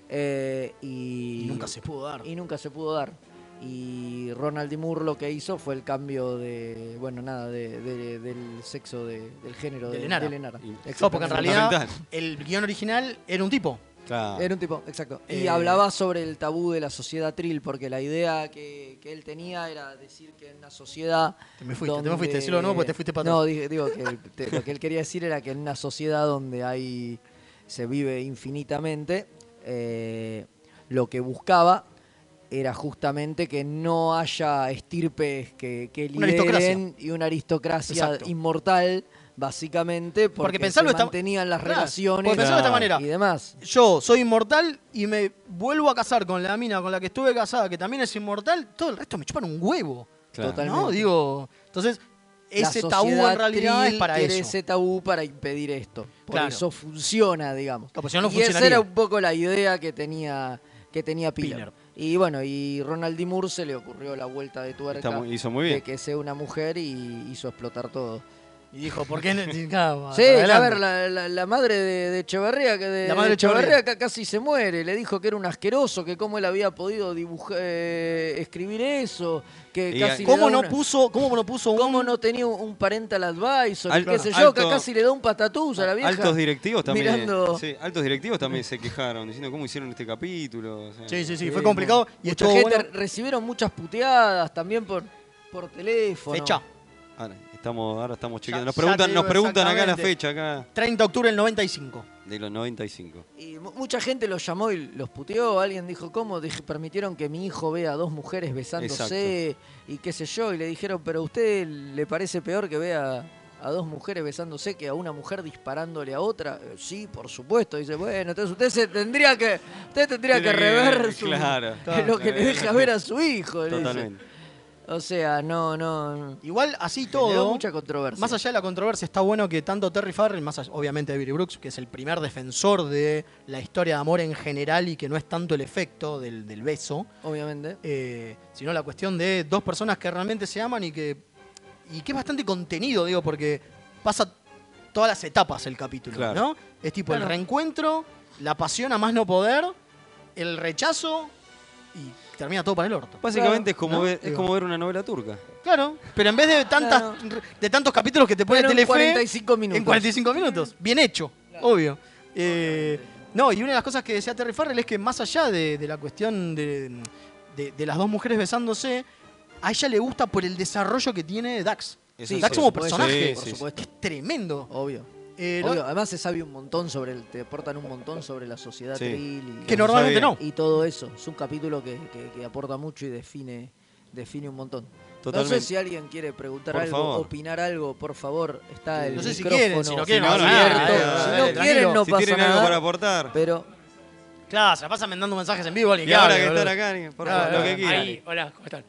Speaker 2: eh, y,
Speaker 3: Y nunca se pudo dar.
Speaker 2: Y nunca se pudo dar. Y Ronald D. Moore lo que hizo fue el cambio de, bueno, nada, de- de- del sexo, de- del género
Speaker 3: De
Speaker 2: de,
Speaker 3: Lenara.
Speaker 2: de Lenara.
Speaker 3: Y-
Speaker 2: Exactamente.
Speaker 3: No, porque en realidad el guión original era un tipo.
Speaker 1: Claro.
Speaker 2: Era un tipo, exacto. Y
Speaker 3: Eh,
Speaker 2: hablaba sobre el tabú de la sociedad trill, porque la idea que, que él tenía era decir que en una sociedad.
Speaker 3: Te me fuiste, te me fuiste, decilo de nuevo porque te fuiste para
Speaker 2: No,
Speaker 3: atrás.
Speaker 2: dije- digo que el- te- lo que él quería decir era que en una sociedad donde hay se vive infinitamente, eh, lo que buscaba era justamente que no haya estirpes que, que
Speaker 3: Una aristocracia.
Speaker 2: lideren y una aristocracia
Speaker 3: Exacto.
Speaker 2: inmortal, básicamente, porque,
Speaker 3: Porque pensarlo
Speaker 2: se
Speaker 3: esta-
Speaker 2: mantenían las
Speaker 3: Claro,
Speaker 2: relaciones
Speaker 3: porque pensarlo de esta manera.
Speaker 2: y demás.
Speaker 3: Yo soy inmortal y me vuelvo a casar con la mina con la que estuve casada, que también es inmortal, todo el resto me chupan un huevo.
Speaker 1: Claro.
Speaker 3: No,
Speaker 2: Totalmente.
Speaker 3: digo. Entonces,
Speaker 2: La
Speaker 3: ese tabú en
Speaker 2: sociedad
Speaker 3: realidad es
Speaker 2: trill
Speaker 3: para
Speaker 2: tiene
Speaker 3: eso.
Speaker 2: ese tabú para impedir esto. Por
Speaker 3: Claro.
Speaker 2: eso funciona, digamos.
Speaker 3: No, pues si no, no
Speaker 2: y esa
Speaker 3: funcionaría.
Speaker 2: era un poco la idea que tenía que tenía Pilar.
Speaker 3: Pilar.
Speaker 2: Y bueno, y Ronald D. Moore se le ocurrió la vuelta de tuerca
Speaker 1: Está muy- hizo muy bien.
Speaker 2: de que sea una mujer y hizo explotar todo.
Speaker 3: Y dijo, ¿por qué no? Claro,
Speaker 2: Sí,
Speaker 3: adelante.
Speaker 2: a ver, la, la- la madre de, de Echeverría, que de,
Speaker 3: La madre
Speaker 2: de
Speaker 3: de Echeverría.
Speaker 2: ca- casi se muere, le dijo que era un asqueroso, que cómo él había podido dibujar, eh, escribir eso, que
Speaker 1: Y
Speaker 2: casi le
Speaker 3: ¿Cómo
Speaker 2: da
Speaker 3: no
Speaker 2: una-
Speaker 3: puso, cómo no puso un
Speaker 2: ¿Cómo no tenía un- un parental advisor?
Speaker 1: Al-
Speaker 2: qué sé yo,
Speaker 1: claro.
Speaker 2: que
Speaker 1: Alto-
Speaker 2: casi le da un patatús a la vieja.
Speaker 1: Altos directivos también.
Speaker 2: Mirando.
Speaker 1: sí, altos directivos también se quejaron, diciendo cómo hicieron este capítulo. o sea.
Speaker 3: Sí, sí, sí, fue complicado y
Speaker 2: Mucha
Speaker 3: estuvo
Speaker 2: gente
Speaker 3: bueno.
Speaker 2: recibieron muchas puteadas también por, por teléfono.
Speaker 3: Fecha.
Speaker 1: Ahora estamos, ahora estamos chequeando. Nos
Speaker 3: Ya- ya te
Speaker 1: preguntan, nos
Speaker 3: digo
Speaker 1: preguntan acá la
Speaker 3: exactamente.
Speaker 1: fecha, acá
Speaker 3: 30 de octubre del 95.
Speaker 1: de los 95.
Speaker 2: Y mu- mucha gente los llamó y los puteó. Alguien dijo, ¿cómo dij- permitieron que mi hijo vea a dos mujeres besándose? Y qué sé yo. Y le dijeron, ¿pero a usted le parece peor que vea a dos mujeres besándose que a una mujer disparándole a otra? "Eh, Sí, por supuesto. Dice, bueno, entonces usted se tendría que, usted tendría que
Speaker 1: Tiene que-
Speaker 2: rever su-
Speaker 1: claro.
Speaker 2: lo que le deja ver a su hijo. le dice.
Speaker 1: Totalmente.
Speaker 2: O sea, no, no.
Speaker 3: Igual, así
Speaker 2: Generó
Speaker 3: todo.
Speaker 2: mucha controversia.
Speaker 3: Más allá de la controversia, está bueno que tanto Terry Farrell, más allá- obviamente Avery Brooks, que es el primer defensor de la historia de amor en general y que no es tanto el efecto del, del beso,
Speaker 2: Obviamente.
Speaker 3: eh, sino la cuestión de dos personas que realmente se aman y que, y que es bastante contenido, digo, porque pasa todas las etapas el capítulo,
Speaker 1: Claro.
Speaker 3: ¿no? Es tipo el
Speaker 2: Claro.
Speaker 3: reencuentro, la pasión a más no poder, el rechazo y termina todo para el orto.
Speaker 1: Básicamente es como
Speaker 3: ¿No?
Speaker 1: ver, es
Speaker 3: Digo.
Speaker 1: como ver una novela turca.
Speaker 3: Claro, pero en vez de tantas de tantos capítulos que te pone
Speaker 2: Pero en
Speaker 3: Telefe
Speaker 2: 45 minutos.
Speaker 3: en 45 minutos, bien hecho, obvio. Eh, No, y una de las cosas que decía Terry Farrell es que más allá de, de la cuestión de, de- de las dos mujeres besándose, a ella le gusta por el desarrollo que tiene Dax.
Speaker 2: Sí, por
Speaker 3: Dax como
Speaker 2: supuesto,
Speaker 3: personaje,
Speaker 2: por supuesto.
Speaker 3: que es tremendo.
Speaker 2: Obvio.
Speaker 3: Eh, lo-
Speaker 2: Obvio, Además se sabe un montón sobre el, te aportan un montón sobre la sociedad
Speaker 3: Sí.
Speaker 2: tril y,
Speaker 3: Que normalmente no.
Speaker 2: y todo eso. Es un capítulo que, que- que aporta mucho y define, define un montón.
Speaker 1: Totalmente.
Speaker 2: No sé si alguien quiere preguntar
Speaker 1: Por
Speaker 2: algo,
Speaker 1: favor.
Speaker 2: opinar algo, por favor, está el
Speaker 3: No sé si
Speaker 2: micrófono
Speaker 3: quieren, si no quieren,
Speaker 2: abierto.
Speaker 3: no pasa nada, eh,
Speaker 2: Si no
Speaker 3: dale,
Speaker 2: quieren, no
Speaker 3: tranquilo. Si
Speaker 2: pasa
Speaker 3: tienen
Speaker 2: nada.
Speaker 3: algo para
Speaker 1: aportar.
Speaker 2: Pero
Speaker 3: Claro, se la pasan mandando mensajes en vivo. alguien
Speaker 1: Y ahora
Speaker 3: hable,
Speaker 1: que
Speaker 3: boludo.
Speaker 1: están acá, ni- por
Speaker 3: Claro,
Speaker 1: favor, lo que
Speaker 3: claro.
Speaker 1: quieran.
Speaker 5: Ahí, hola, ¿cómo están?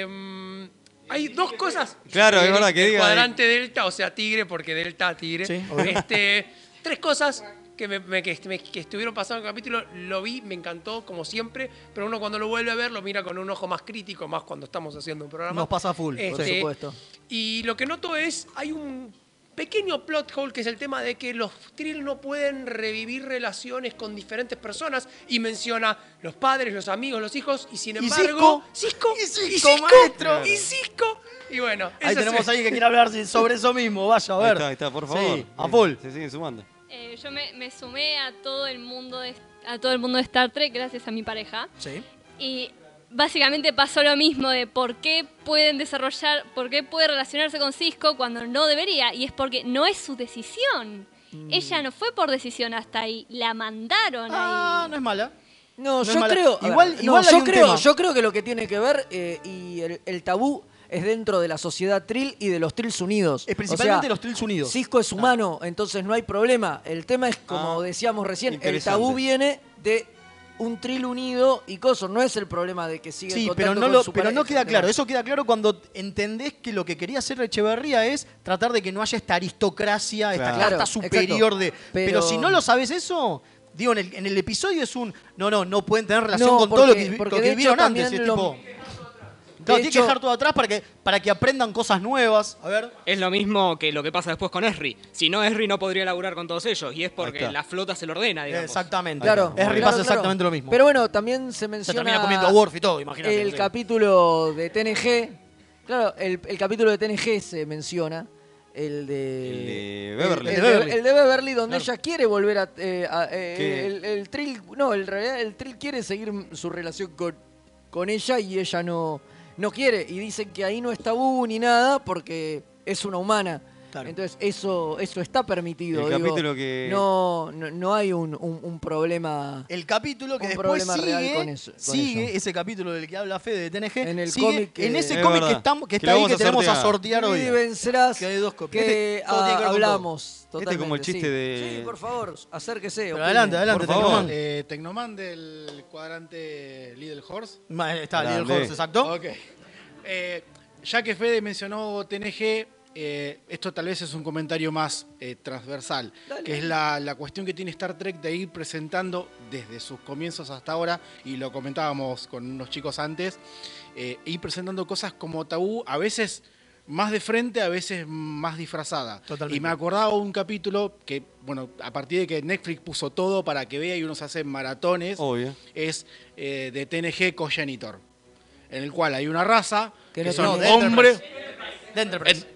Speaker 5: Em, hay dos cosas.
Speaker 1: Claro, es
Speaker 5: El-
Speaker 1: verdad que
Speaker 5: el
Speaker 1: diga.
Speaker 5: Cuadrante Delta, o sea, Tigre, porque Delta, Tigre.
Speaker 1: Sí, obvio.
Speaker 5: Este, tres cosas que, me, me- que, me- que estuvieron pasando en el capítulo. Lo vi, me encantó, como siempre. Pero uno cuando lo vuelve a ver, lo mira con un ojo más crítico, más cuando estamos haciendo un programa.
Speaker 3: Nos pasa full, por
Speaker 5: Este,
Speaker 3: supuesto.
Speaker 5: Y lo que noto es, hay un pequeño plot hole que es el tema de que los Trill no pueden revivir relaciones con diferentes personas y menciona los padres, los amigos, los hijos y sin
Speaker 3: ¿Y
Speaker 5: embargo...
Speaker 3: Cisco? ¿Y Cisco,
Speaker 5: ¿Y Cisco?
Speaker 3: maestro?
Speaker 5: ¿Y Cisco? Y bueno,
Speaker 3: Ahí
Speaker 5: eso es-
Speaker 3: tenemos a alguien que quiere hablar sobre eso mismo. Vaya, a ver.
Speaker 1: Ahí está, ahí está, por favor.
Speaker 3: Sí, a full.
Speaker 1: Se siguen sumando.
Speaker 15: Eh, yo me, me sumé a todo el mundo de, a todo el mundo de Star Trek gracias a mi pareja.
Speaker 3: Sí.
Speaker 15: Y básicamente pasó lo mismo de por qué pueden desarrollar, por qué puede relacionarse con Cisco cuando no debería. Y es porque no es su decisión.
Speaker 3: Mm.
Speaker 15: Ella no fue por decisión hasta ahí, la mandaron ahí.
Speaker 3: Ah, no es mala.
Speaker 2: No,
Speaker 3: es
Speaker 2: yo
Speaker 3: mala.
Speaker 2: creo. a
Speaker 3: Igual,
Speaker 2: ver,
Speaker 3: igual
Speaker 2: no,
Speaker 3: hay
Speaker 2: yo,
Speaker 3: un
Speaker 2: creo
Speaker 3: tema.
Speaker 2: yo creo que lo que tiene que ver eh, y el, el tabú es dentro de la sociedad Trill y de los Trills unidos. Es
Speaker 3: principalmente los Trills unidos.
Speaker 2: Cisco es humano, entonces no hay problema. El tema es, como decíamos recién, el
Speaker 3: Ah, interesante.
Speaker 2: tabú viene de un Trill unido y coso. No es el problema de que sigue
Speaker 3: Sí,
Speaker 2: en
Speaker 3: pero
Speaker 2: contacto
Speaker 3: no,
Speaker 2: con
Speaker 3: lo-
Speaker 2: su
Speaker 3: pero
Speaker 2: pareja,
Speaker 3: no queda
Speaker 2: es el
Speaker 3: claro.
Speaker 2: tema.
Speaker 3: Eso queda claro cuando entendés que lo que quería hacer Echeverría es tratar de que no haya esta aristocracia, esta
Speaker 2: Claro.
Speaker 3: casta
Speaker 2: Claro,
Speaker 3: superior
Speaker 2: exacto.
Speaker 3: de. Pero...
Speaker 2: Pero-
Speaker 3: si no lo sabes eso, digo, en el, en el episodio es un. No, no, no pueden tener relación
Speaker 2: No,
Speaker 3: con todo lo
Speaker 2: porque-
Speaker 3: que, lo
Speaker 2: porque
Speaker 3: que
Speaker 2: de hecho
Speaker 3: vivieron antes.
Speaker 2: también
Speaker 3: y es
Speaker 2: lo-
Speaker 3: tipo-
Speaker 2: de
Speaker 3: Claro, tiene que
Speaker 2: hecho-
Speaker 3: dejar todo atrás para que, para que aprendan cosas nuevas. A ver.
Speaker 7: Es lo mismo que lo que pasa después con Esri. Si no, Esri no podría laburar con todos ellos. Y es
Speaker 3: Ahí
Speaker 7: porque
Speaker 3: está.
Speaker 7: la flota se lo ordena, digamos.
Speaker 3: Exactamente.
Speaker 2: Claro,
Speaker 3: Es
Speaker 2: claro,
Speaker 3: pasa
Speaker 2: claro.
Speaker 3: exactamente lo mismo.
Speaker 2: Pero bueno, también se menciona.
Speaker 3: termina comiendo a Worf y todo, imagínate,
Speaker 2: El
Speaker 3: sí.
Speaker 2: capítulo de TNG. Claro, el, el capítulo de TNG se menciona. El de.
Speaker 1: El de Beverly.
Speaker 2: El, el de, el de Beverly, donde ella quiere volver a. eh, a, eh,
Speaker 1: ¿Qué?
Speaker 2: el, el Trill. No, en realidad el Trill quiere seguir su relación con, con ella y ella no, no quiere. Y dicen que ahí no es tabú ni nada porque es una humana. Entonces eso, eso está permitido.
Speaker 1: El
Speaker 2: digo,
Speaker 1: capítulo que-
Speaker 2: No, no, no hay un, un- un problema.
Speaker 3: El capítulo que
Speaker 2: un
Speaker 3: después
Speaker 2: problema
Speaker 3: pues sigue,
Speaker 2: real con eso. con
Speaker 3: sigue
Speaker 2: eso.
Speaker 3: ese capítulo del que habla Fede de TNG.
Speaker 2: En el
Speaker 3: sigue
Speaker 2: cómic que-
Speaker 3: en ese
Speaker 2: Es
Speaker 3: cómic que,
Speaker 2: verdad.
Speaker 3: estamos, que
Speaker 2: Que
Speaker 3: está
Speaker 2: lo
Speaker 3: ahí
Speaker 2: vamos
Speaker 3: que
Speaker 2: a
Speaker 3: tenemos a
Speaker 2: sortear.
Speaker 3: sortear hoy.
Speaker 2: Y vencerás
Speaker 3: Que hay dos copias.
Speaker 2: que
Speaker 3: Todo
Speaker 2: ah,
Speaker 3: tiene que ver con todo.
Speaker 2: hablamos.
Speaker 1: Este es como el
Speaker 2: totalmente,
Speaker 1: chiste
Speaker 2: sí.
Speaker 1: de-
Speaker 2: Sí, por favor, acérquese. opine.
Speaker 3: adelante, adelante,
Speaker 1: Por favor.
Speaker 3: Tecnomán.
Speaker 10: Eh, Tecnoman del cuadrante Little Horse.
Speaker 3: Ma- está, Little
Speaker 10: Grande.
Speaker 3: Horse, exacto.
Speaker 10: Ok. Eh, ya que Fede mencionó TNG, eh, esto tal vez es un comentario más eh, transversal, que es la, la cuestión que tiene Star Trek de ir presentando desde sus comienzos hasta ahora, y lo comentábamos con unos chicos antes, eh, ir presentando cosas como tabú, a veces más de frente, a veces más disfrazada.
Speaker 3: Totalmente.
Speaker 10: Y me acordaba un capítulo que, bueno, a partir de que Netflix puso todo para que vea y uno se hace maratones,
Speaker 1: Obvio.
Speaker 10: es eh, de TNG Cogenitor, en el cual hay una raza que,
Speaker 3: no-
Speaker 10: son
Speaker 3: no, de
Speaker 10: hombres.
Speaker 3: De Enterprise.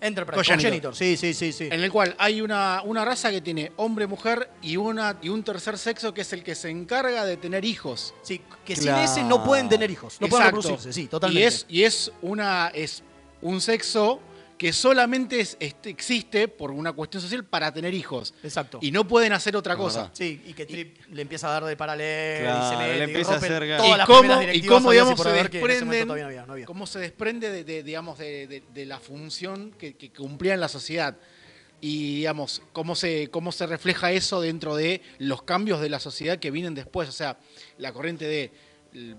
Speaker 3: Enterprise. Cogenitor. Sí, sí, sí, sí.
Speaker 10: En el cual hay una, una raza que tiene hombre, mujer y, una, y un tercer sexo que es el que se encarga de tener hijos.
Speaker 3: Sí, que sin Claro. ese no pueden tener hijos, no pueden reproducirse, sí, totalmente.
Speaker 10: Y es, y es, una, es un sexo que solamente es- este, existe por una cuestión social para tener hijos.
Speaker 3: Exacto.
Speaker 10: Y no pueden hacer otra
Speaker 3: Es
Speaker 10: cosa.
Speaker 3: verdad. Sí, y que Trip le empieza a dar de paralelo y se
Speaker 10: Claro,
Speaker 3: mete,
Speaker 10: le
Speaker 3: y
Speaker 10: empieza a
Speaker 3: rompen
Speaker 10: hacer ganas.
Speaker 3: todas
Speaker 10: ¿Y
Speaker 3: las
Speaker 10: cómo-
Speaker 3: primeras
Speaker 10: y
Speaker 3: directivas
Speaker 10: cómo,
Speaker 3: habidas
Speaker 10: digamos,
Speaker 3: por
Speaker 10: se
Speaker 3: haber, que en ese momento
Speaker 10: desprenden-
Speaker 3: todavía no había, no había.
Speaker 10: cómo se desprende de, de- digamos, de, de- de la función que, que cumplía en la sociedad. Y digamos, cómo se, cómo se refleja eso dentro de los cambios de la sociedad que vienen después. O sea, la corriente de l-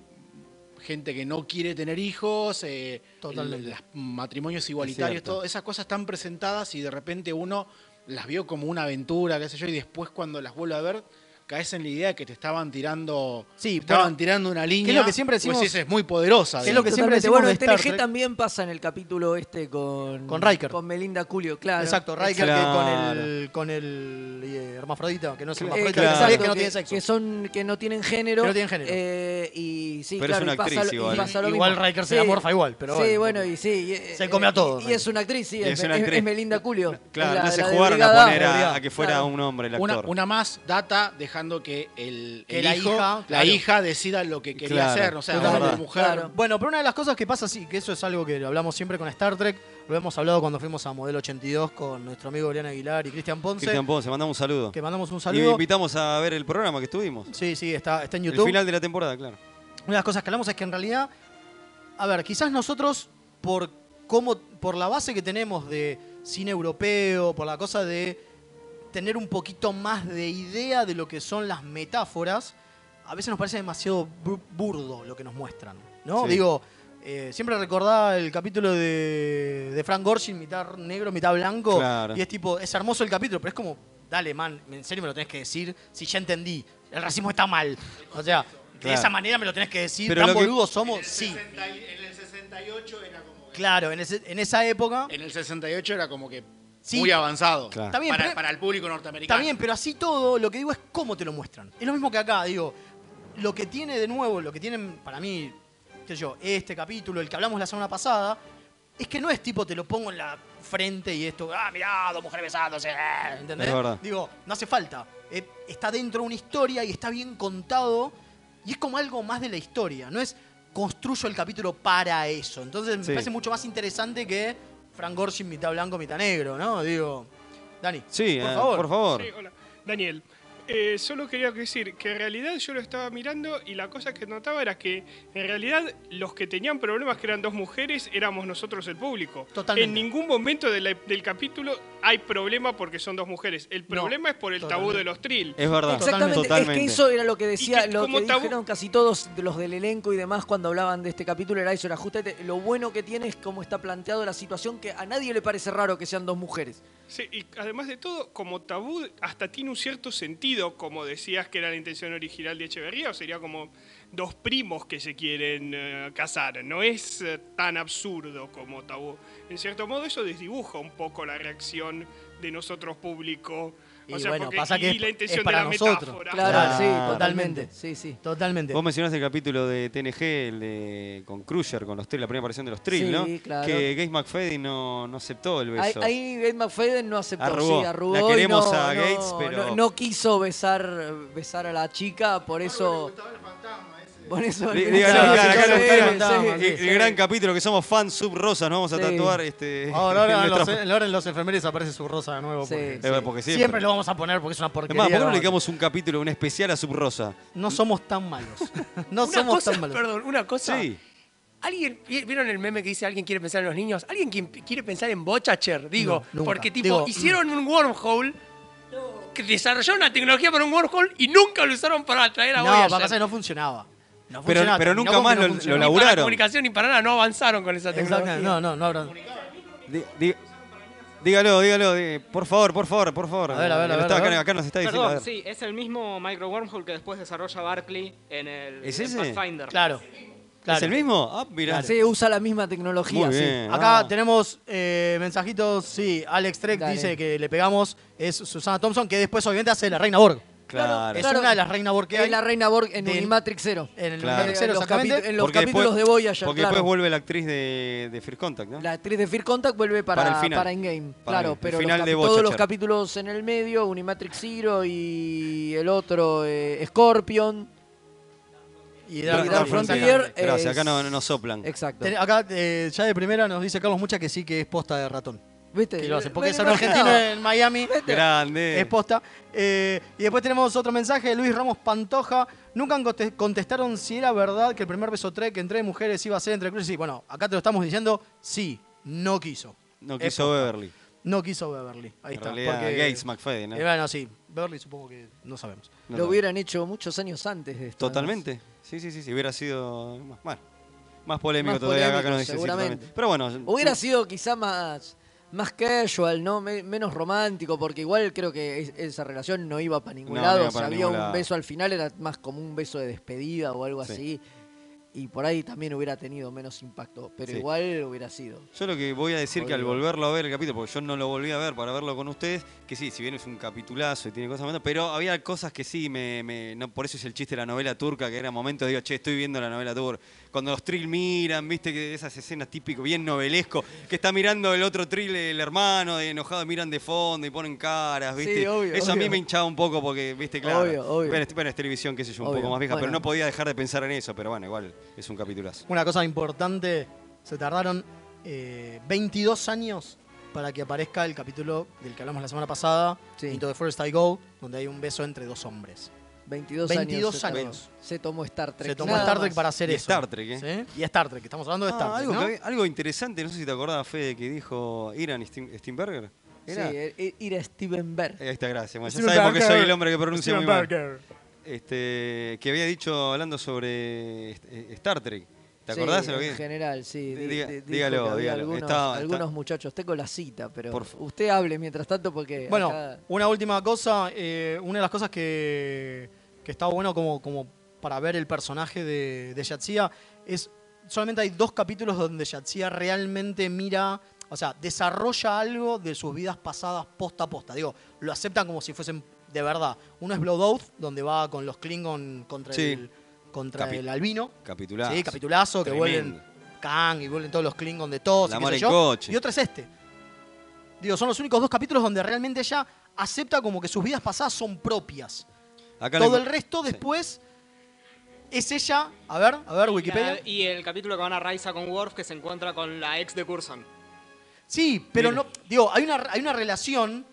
Speaker 10: gente que no quiere tener hijos, eh,
Speaker 3: Totalmente.
Speaker 10: el- los matrimonios igualitarios,
Speaker 3: cierto.
Speaker 10: todo, esas cosas están presentadas y de repente uno las vio como una aventura, qué sé yo, y después cuando las vuelve a ver, caes en la idea de que te estaban tirando, te estaban
Speaker 3: bueno,
Speaker 10: tirando una línea.
Speaker 3: que es lo que siempre
Speaker 10: pues
Speaker 3: decimos-
Speaker 10: decís, es muy poderosa.
Speaker 3: que es lo que
Speaker 2: Totalmente.
Speaker 3: siempre decimos
Speaker 2: bueno,
Speaker 3: de
Speaker 2: en
Speaker 3: Star
Speaker 2: TNG
Speaker 3: Trek.
Speaker 2: también pasa en el capítulo este con
Speaker 3: Con Riker.
Speaker 2: con Melinda Culio, claro.
Speaker 3: Exacto, Riker
Speaker 2: Exacto.
Speaker 3: que con el, con el eh, hermafrodita, que no es
Speaker 2: Eh,
Speaker 3: hermafrodita,
Speaker 2: claro,
Speaker 3: que, no
Speaker 2: que-
Speaker 3: tiene sexo.
Speaker 2: que son que no tienen género.
Speaker 3: Que no tienen género.
Speaker 2: Eh, y sí,
Speaker 3: Pero es
Speaker 2: claro,
Speaker 3: una
Speaker 2: y pasa
Speaker 3: actriz
Speaker 2: lo- y
Speaker 3: igual.
Speaker 2: pasa lo
Speaker 3: Igual
Speaker 2: mismo.
Speaker 3: Riker se la morfa igual, pero
Speaker 2: Sí,
Speaker 3: bueno.
Speaker 2: bueno, y sí. y-
Speaker 3: Se come a todo,
Speaker 2: y- Y, es una actriz, sí.
Speaker 10: Y
Speaker 2: Es,
Speaker 10: es una
Speaker 2: es-
Speaker 10: actriz.
Speaker 2: es Melinda Culio.
Speaker 10: Claro,
Speaker 2: Es
Speaker 10: no se
Speaker 2: de
Speaker 10: jugaron a
Speaker 2: Brigada.
Speaker 10: poner
Speaker 1: Era a que fuera un hombre el
Speaker 10: Una,
Speaker 1: actor.
Speaker 10: una más data, deja dejando que el,
Speaker 3: Que
Speaker 10: el
Speaker 3: la
Speaker 10: hijo,
Speaker 3: hija,
Speaker 10: la
Speaker 3: claro.
Speaker 10: hija decida lo que quería
Speaker 3: Claro,
Speaker 10: hacer, o sea,
Speaker 3: claro.
Speaker 10: hombre, mujer.
Speaker 3: Bueno, pero una de las cosas que pasa, sí, que eso es algo que hablamos siempre con Star Trek, lo hemos hablado cuando fuimos a Modelo 82 con nuestro amigo Brian Aguilar y Cristian Ponce.
Speaker 1: Cristian Ponce, mandamos un saludo.
Speaker 3: Que mandamos un
Speaker 1: Y
Speaker 3: saludo.
Speaker 1: invitamos a ver el programa que estuvimos.
Speaker 3: Sí, sí, está, está en
Speaker 1: El
Speaker 3: YouTube.
Speaker 1: final de la temporada, claro.
Speaker 3: Una de las cosas que hablamos es que en realidad, a ver, quizás nosotros, por cómo, por la base que tenemos de cine europeo, por la cosa de tener un poquito más de idea de lo que son las metáforas, a veces nos parece demasiado bur- burdo lo que nos muestran. ¿No?
Speaker 10: Sí.
Speaker 3: Digo, eh, siempre recordaba el capítulo de, de Frank Gorshin, mitad negro, mitad blanco.
Speaker 10: Claro.
Speaker 3: Y es tipo, es hermoso el capítulo, pero es como, dale, man, en serio me lo tenés que decir. Si ya entendí, el racismo está mal. O sea, de
Speaker 1: Claro.
Speaker 3: esa manera me lo tenés que decir.
Speaker 1: Pero
Speaker 3: Tan
Speaker 1: lo que-
Speaker 3: boludos somos, sí.
Speaker 10: En el 68 era como
Speaker 3: Claro, en, ese- en esa época.
Speaker 10: En el 68 era como que
Speaker 3: Sí.
Speaker 10: muy avanzado.
Speaker 3: Claro. Está bien,
Speaker 10: para,
Speaker 3: pero-
Speaker 10: para el público
Speaker 3: Está
Speaker 10: norteamericano.
Speaker 3: bien, pero así todo, lo que digo es cómo te lo muestran. Es lo mismo que acá, digo. Lo que tiene de nuevo, lo que tienen para mí, qué sé yo, este capítulo, el que hablamos la semana pasada, es que no es tipo te lo pongo en la frente y esto, ah, mirá, dos mujeres besándose, eh", ¿entendés?
Speaker 1: Es verdad.
Speaker 3: Digo, no hace falta. Eh, está dentro de una historia y está bien contado y es como algo más de la historia, no es construyo el capítulo para eso. Entonces me
Speaker 1: Sí.
Speaker 3: parece mucho más interesante que Frank Gorshin mitad blanco, mitad negro, ¿no? Digo, Dani,
Speaker 1: Sí,
Speaker 3: por
Speaker 1: eh,
Speaker 3: favor.
Speaker 1: por favor.
Speaker 8: Sí, hola. Daniel, eh, solo quería decir que en realidad yo lo estaba mirando y la cosa que notaba era que en realidad los que tenían problemas, que eran dos mujeres, éramos nosotros el público.
Speaker 3: Totalmente.
Speaker 8: En ningún momento de la- del capítulo hay problema porque son dos mujeres. El problema es por el tabú
Speaker 3: totalmente.
Speaker 8: de los trill.
Speaker 1: Es verdad.
Speaker 2: Exactamente, es
Speaker 1: Totalmente.
Speaker 2: que eso era lo que decía,
Speaker 8: Y que
Speaker 2: lo
Speaker 8: como
Speaker 2: que
Speaker 8: tabú-
Speaker 2: dijeron casi todos de los del elenco y demás cuando hablaban de este capítulo era eso, era justamente lo bueno que tiene es cómo está planteado la situación que a nadie le parece raro que sean dos mujeres.
Speaker 8: Sí, y además de todo, como tabú, hasta tiene un cierto sentido, como decías que era la intención original de Echeverría, o sería como dos primos que se quieren eh, casar. No es eh, tan absurdo como tabú. En cierto modo, eso desdibuja un poco la reacción de nosotros público. O
Speaker 3: Y
Speaker 8: sea,
Speaker 3: bueno,
Speaker 8: porque-
Speaker 3: pasa
Speaker 8: y
Speaker 3: que es-
Speaker 8: la intención
Speaker 3: es para
Speaker 8: de la
Speaker 3: nosotros.
Speaker 8: metáfora.
Speaker 2: Claro,
Speaker 1: Claro.
Speaker 2: sí,
Speaker 3: Ah, Totalmente.
Speaker 2: totalmente. Sí, sí.
Speaker 3: Totalmente.
Speaker 1: Vos mencionaste el capítulo de TNG, el de, con Crusher, con los Trill, la primera aparición de los Trill,
Speaker 2: Sí,
Speaker 1: ¿no?
Speaker 2: claro.
Speaker 1: Que Gates McFadden no, no aceptó el
Speaker 2: Ahí,
Speaker 1: beso.
Speaker 2: ahí Gabe McFadden no aceptó,
Speaker 1: Arrugó.
Speaker 2: sí, arrugó
Speaker 1: La
Speaker 2: y
Speaker 1: queremos
Speaker 2: no-
Speaker 1: a
Speaker 2: no-
Speaker 1: Gates, pero-
Speaker 2: no, no quiso besar, besar a la chica, por eso. Por eso.
Speaker 1: Dí- dígalo acá,
Speaker 2: Sí,
Speaker 1: acá en los
Speaker 2: sí,
Speaker 1: Trill.
Speaker 2: sí,
Speaker 1: el, el
Speaker 2: sí.
Speaker 1: gran capítulo que somos fan sub rosas, nos vamos a
Speaker 2: Sí.
Speaker 1: tatuar este.
Speaker 3: Ahora, ahora en,
Speaker 1: nuestra-
Speaker 3: los, ahora en los enfermeros aparece su rosa de nuevo.
Speaker 2: Sí,
Speaker 3: porque,
Speaker 1: sí. Eh, porque siempre.
Speaker 3: lo vamos a poner porque es una
Speaker 1: Es
Speaker 3: porquería.
Speaker 1: más, ¿por qué no le
Speaker 3: ¿no?
Speaker 1: dedicamos un capítulo, un especial a sub rosa?
Speaker 3: No somos tan malos. No
Speaker 5: Una
Speaker 3: somos
Speaker 5: cosa,
Speaker 3: tan malos.
Speaker 5: Perdón, una cosa.
Speaker 1: Sí.
Speaker 5: ¿Alguien, vi- ¿Vieron el meme que dice alguien quiere pensar en los niños? ¿Alguien quien pi- quiere pensar en Bochacher? Digo,
Speaker 3: No, nunca.
Speaker 5: porque tipo,
Speaker 3: Digo, mm.
Speaker 5: hicieron un wormhole, que desarrollaron una tecnología para un wormhole y nunca lo usaron para traer a
Speaker 3: No,
Speaker 5: Voyager.
Speaker 3: va a pasar que no funcionaba. No
Speaker 1: Pero-
Speaker 3: funcionaba,
Speaker 1: pero
Speaker 3: terminó
Speaker 1: nunca
Speaker 3: porque
Speaker 1: más
Speaker 3: no
Speaker 1: lo-
Speaker 3: funcionó.
Speaker 1: lo
Speaker 5: Para la
Speaker 1: laburaron.
Speaker 5: comunicación y para nada, no avanzaron con esa tecnología.
Speaker 3: Exactamente, No, no, no habrá. A
Speaker 1: Dí- dí- dígalo, dígalo, dí- por favor, por favor, por favor.
Speaker 3: ver, a ver, a
Speaker 1: Lo
Speaker 3: ver.
Speaker 1: está
Speaker 3: a
Speaker 1: acá,
Speaker 3: ver.
Speaker 1: acá nos está diciendo. a
Speaker 7: Perdón,
Speaker 1: ver.
Speaker 7: sí, es el mismo micro wormhole que después desarrolla Barclay en el
Speaker 1: ¿Es
Speaker 7: en
Speaker 1: ese?
Speaker 7: Pathfinder.
Speaker 3: Claro. claro.
Speaker 1: ¿Es el mismo? Ah, mirá.
Speaker 2: Sí, usa la misma tecnología.
Speaker 1: Muy
Speaker 2: sí.
Speaker 1: bien.
Speaker 3: Acá
Speaker 1: Ah.
Speaker 3: tenemos eh, mensajitos. Sí, Alex Trek
Speaker 2: Dale.
Speaker 3: dice que le pegamos. Es Susana Thompson, que después obviamente hace la Reina Borg.
Speaker 1: Claro.
Speaker 3: Es
Speaker 2: Claro.
Speaker 3: una de las Reina Borg que
Speaker 2: Es
Speaker 3: hay.
Speaker 2: la Reina Borg en
Speaker 3: Del-
Speaker 2: Unimatrix 0.
Speaker 3: En el
Speaker 1: Claro.
Speaker 3: Unimatrix Zero,
Speaker 2: En los
Speaker 3: exactamente.
Speaker 2: capi- en los
Speaker 1: Porque
Speaker 2: capítulos
Speaker 1: después-
Speaker 2: de Voyager,
Speaker 1: Porque
Speaker 2: claro.
Speaker 1: después vuelve la actriz de, de First Contact, ¿no?
Speaker 2: La actriz de Fear Contact vuelve para,
Speaker 1: Para
Speaker 2: para,
Speaker 1: el final.
Speaker 2: Endgame.
Speaker 1: Para
Speaker 2: claro,
Speaker 1: el- el
Speaker 2: pero
Speaker 1: final
Speaker 2: los capi-
Speaker 1: de
Speaker 2: todos los
Speaker 1: Voyager.
Speaker 2: capítulos en el medio, Unimatrix Zero y el otro, eh, Scorpion.
Speaker 3: Y
Speaker 2: Dark
Speaker 3: Dark
Speaker 2: Frontier.
Speaker 3: exactamente.
Speaker 1: Gracias, acá
Speaker 2: es-
Speaker 1: no, no nos soplan.
Speaker 2: Exacto.
Speaker 3: Ten- Acá eh, ya de primera nos dice Carlos Mucha que sí que es posta de ratón.
Speaker 2: ¿Viste?
Speaker 3: Que lo hacen, porque
Speaker 2: Me
Speaker 3: es un
Speaker 2: imaginaba.
Speaker 3: argentino en Miami.
Speaker 1: Grande.
Speaker 3: Es posta. Eh, y después tenemos otro mensaje de Luis Ramos Pantoja. Nunca conte- contestaron si era verdad que el primer beso trek entre mujeres iba a ser entre cruces. Y bueno, acá te lo estamos diciendo. Sí, no quiso.
Speaker 1: no
Speaker 3: es
Speaker 1: quiso
Speaker 3: posta.
Speaker 1: Beverly.
Speaker 3: No quiso Beverly. Ahí
Speaker 1: En
Speaker 3: está.
Speaker 1: realidad,
Speaker 3: porque-
Speaker 1: Gates McFadden, ¿no?
Speaker 3: Eh, bueno, sí. Beverly supongo que no sabemos.
Speaker 1: No
Speaker 2: Lo
Speaker 1: sabe.
Speaker 2: hubieran hecho muchos años antes de esto.
Speaker 1: Totalmente. Sí, sí, sí, sí. Hubiera sido más, bueno, más polémico
Speaker 2: Más
Speaker 1: todavía acá
Speaker 2: polémico,
Speaker 1: que nos dice. sí,
Speaker 2: seguramente.
Speaker 1: totalmente. Pero bueno,
Speaker 2: además. Hubiera sido quizá más, más casual, ¿no? Me- menos romántico, porque igual creo que es- esa relación no iba para ningún
Speaker 1: No, no
Speaker 2: lado.
Speaker 1: iba
Speaker 2: si
Speaker 1: para
Speaker 2: había
Speaker 1: ningún
Speaker 2: un
Speaker 1: lado.
Speaker 2: beso al final, era más como un beso de despedida o algo
Speaker 1: Sí.
Speaker 2: así. Y por ahí también hubiera tenido menos impacto. Pero
Speaker 1: Sí.
Speaker 2: igual hubiera sido.
Speaker 1: Yo lo que voy a decir que al
Speaker 2: Podría.
Speaker 1: volverlo a ver el capítulo, porque yo no lo volví a ver para verlo con ustedes, que sí, si bien es un capitulazo y tiene cosas buenas, pero había cosas que sí, me, me- no, por eso es el chiste de la novela turca, que era momentos, digo, che, estoy viendo la novela turca, cuando los Trill miran, viste que esas escenas típico, bien novelesco, que está mirando el otro Trill, el hermano, de enojado, miran de fondo y ponen caras, viste.
Speaker 2: Sí, obvio,
Speaker 1: Eso a mí
Speaker 2: obvio.
Speaker 1: me hinchaba un poco porque, viste, claro.
Speaker 2: Obvio, obvio.
Speaker 1: Bueno, es- bueno, es televisión, qué sé yo, un
Speaker 3: Obvio,
Speaker 1: poco más vieja, pero
Speaker 3: bueno.
Speaker 1: no podía dejar de pensar en eso, pero bueno, igual es un capitulazo.
Speaker 3: Una cosa importante, se tardaron eh, 22 años para que aparezca el capítulo del que hablamos la semana pasada, Into the Forest I Go, donde hay un beso entre dos hombres.
Speaker 2: 22,
Speaker 3: 22
Speaker 2: años. se
Speaker 3: años.
Speaker 2: tomó- Se tomó Star Trek.
Speaker 3: Se tomó
Speaker 2: Nada
Speaker 3: Star Trek
Speaker 2: más.
Speaker 3: para hacer
Speaker 1: Y
Speaker 3: eso.
Speaker 1: Star Trek, ¿eh?
Speaker 3: ¿Sí? Y Star Trek, estamos hablando de
Speaker 1: Ah,
Speaker 3: Star Trek,
Speaker 1: algo,
Speaker 3: ¿no?
Speaker 1: que había- algo interesante, no sé si te acordás, Fede, que dijo Iran Stein- Steinberger. ¿Era?
Speaker 2: Sí, er- er- ir a Steven Berg.
Speaker 1: Ahí está, gracias. Bueno, ya
Speaker 2: Steven
Speaker 1: sabemos que
Speaker 2: Berger.
Speaker 1: soy el hombre que pronuncia
Speaker 2: Steven
Speaker 1: muy mal.
Speaker 2: Berger.
Speaker 1: Este, que había dicho hablando sobre eh, Star Trek. ¿Te acordás?
Speaker 2: Sí,
Speaker 1: de lo que-
Speaker 2: en general, sí. Di-
Speaker 1: Diga-
Speaker 2: di- dijo
Speaker 1: dígalo,
Speaker 2: que había
Speaker 1: dígalo.
Speaker 2: Algunos,
Speaker 1: Estaba-
Speaker 2: algunos
Speaker 1: está-
Speaker 2: muchachos, tengo la cita, pero
Speaker 1: Por fa-
Speaker 2: usted hable mientras tanto porque
Speaker 3: Bueno,
Speaker 2: Eh, acá-
Speaker 3: una última cosa, eh, una de las cosas que, que está bueno como, como para ver el personaje de, de Yatsia es solamente hay dos capítulos donde Yatsia realmente mira, o sea, desarrolla algo de sus vidas pasadas posta a posta. Digo, lo aceptan como si fuesen de verdad. Uno es Bloodhound, donde va con los Klingon contra
Speaker 1: Sí.
Speaker 3: el contra
Speaker 1: Capi-
Speaker 3: el albino.
Speaker 1: Capitulazo.
Speaker 3: Sí, capitulazo, que
Speaker 1: Tremendo.
Speaker 3: vuelven Kang y vuelven todos los Klingon de todos.
Speaker 1: La
Speaker 3: y qué
Speaker 1: mar
Speaker 3: sé
Speaker 1: en
Speaker 3: yo.
Speaker 1: coche.
Speaker 3: Y otra es este. Digo, son los únicos dos capítulos donde realmente ella acepta como que sus vidas pasadas son propias.
Speaker 1: Acá
Speaker 3: Todo
Speaker 1: lo-
Speaker 3: el resto después es ella. A ver, a ver, Wikipedia.
Speaker 7: La- y el capítulo que van a Raisa con Worf que se encuentra con la ex de Curson.
Speaker 3: Sí, pero no. Digo, hay una, hay una relación,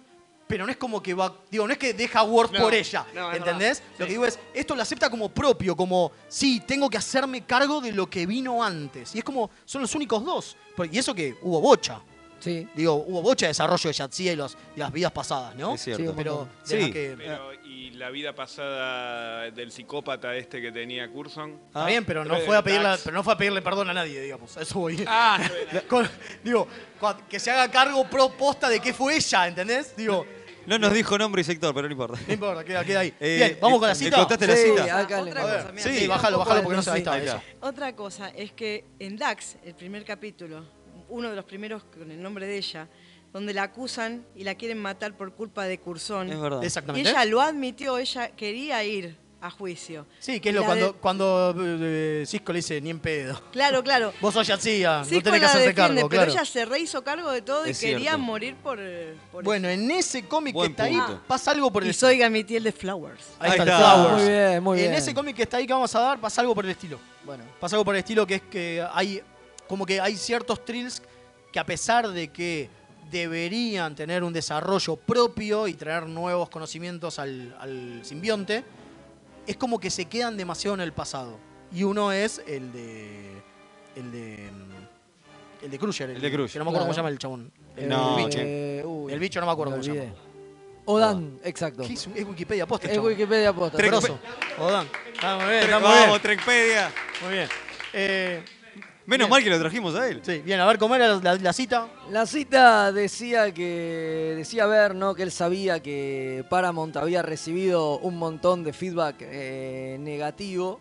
Speaker 3: pero no es como que va. Digo, no es que deja a Worf
Speaker 7: No,
Speaker 3: por ella.
Speaker 7: no, es
Speaker 3: ¿Entendés?
Speaker 7: verdad.
Speaker 3: Lo que
Speaker 7: Sí.
Speaker 3: digo es, esto lo acepta como propio, como, sí, tengo que hacerme cargo de lo que vino antes. Y es como, son los únicos dos. Por- Y eso que hubo bocha.
Speaker 2: Sí.
Speaker 3: Digo, hubo bocha de desarrollo de Yatsia y, los- y las vidas pasadas, ¿no?
Speaker 1: Es cierto. Sí, un
Speaker 3: pero
Speaker 1: montón.
Speaker 3: deja
Speaker 1: Sí.
Speaker 3: que-
Speaker 18: Pero, y la vida pasada del psicópata este que tenía Curson.
Speaker 7: Ah.
Speaker 3: Está bien, pero no, fue a pedirle, pero no fue a pedirle perdón a nadie, digamos. A Eso voy.
Speaker 18: Ah,
Speaker 3: Con- digo, cua- que se haga cargo pro posta de que fue ella, ¿entendés? Digo,
Speaker 1: No nos dijo nombre y sector, pero no importa.
Speaker 3: no importa, queda, queda ahí.
Speaker 1: Eh,
Speaker 3: bien, vamos con la
Speaker 1: ¿le
Speaker 3: cita.
Speaker 1: contaste la Sí, cita?
Speaker 4: acá le-
Speaker 3: A ver,
Speaker 4: Otra cosa,
Speaker 3: sí,
Speaker 4: mira.
Speaker 3: bájalo, bájalo porque no se ahí está.
Speaker 1: Ahí está.
Speaker 3: eso.
Speaker 4: Otra cosa es que en Dax, el primer capítulo, uno de los primeros con el nombre de ella, donde la acusan y la quieren matar por culpa de Curzón.
Speaker 3: Es verdad. Exactamente.
Speaker 4: Y ella lo admitió, ella quería ir a juicio.
Speaker 3: Sí, que es
Speaker 4: Y
Speaker 3: lo
Speaker 4: la
Speaker 3: cuando,
Speaker 4: de-
Speaker 3: cuando eh, Cisco le dice ni en pedo.
Speaker 4: Claro, claro.
Speaker 3: Vos sos Yatsia,
Speaker 4: Sí,
Speaker 3: no tenés que
Speaker 4: la
Speaker 3: hacerse
Speaker 4: defiende,
Speaker 3: cargo,
Speaker 4: pero
Speaker 3: claro.
Speaker 4: ella se rehizo cargo de todo
Speaker 3: Es
Speaker 4: y quería
Speaker 3: cierto.
Speaker 4: morir por, eh, por
Speaker 3: Bueno, en ese cómic que
Speaker 4: Buen
Speaker 3: está ahí
Speaker 4: punto.
Speaker 3: pasa algo por el
Speaker 4: Y soy Gamitiel de Flowers.
Speaker 3: Ahí, está,
Speaker 2: está.
Speaker 3: el Flowers.
Speaker 2: Muy bien, muy
Speaker 3: En
Speaker 2: bien.
Speaker 3: ese cómic que está ahí que vamos a dar pasa algo por el estilo.
Speaker 2: Bueno.
Speaker 3: Pasa algo por el estilo que es que hay como que hay ciertos thrills que a pesar de que deberían tener un desarrollo propio y traer nuevos conocimientos al, al simbionte, es como que se quedan demasiado en el pasado. Y uno es el de. el de. mm, el de Crusher.
Speaker 1: El de Crusher.
Speaker 3: que no me acuerdo cómo se
Speaker 1: Claro.
Speaker 3: llama el chabón. El,
Speaker 1: No,
Speaker 3: el bicho.
Speaker 1: ¿quién?
Speaker 2: uy,
Speaker 3: el bicho no me acuerdo
Speaker 2: me
Speaker 3: cómo se
Speaker 2: olvidé.
Speaker 3: llama.
Speaker 2: Odan, exacto.
Speaker 3: ¿Qué es, es Wikipedia posta,
Speaker 2: Es
Speaker 3: chabón.
Speaker 2: Wikipedia posta.
Speaker 3: Trek- Odan. Está muy bien, está muy
Speaker 1: Vamos,
Speaker 3: bien.
Speaker 1: Trekpedia.
Speaker 3: Muy bien. Eh,
Speaker 1: Menos mal que lo trajimos a él.
Speaker 3: Sí, bien, a ver cómo era la, la cita.
Speaker 2: La cita decía que decía ver, ¿no? Que él sabía que Paramount había recibido un montón de feedback eh, negativo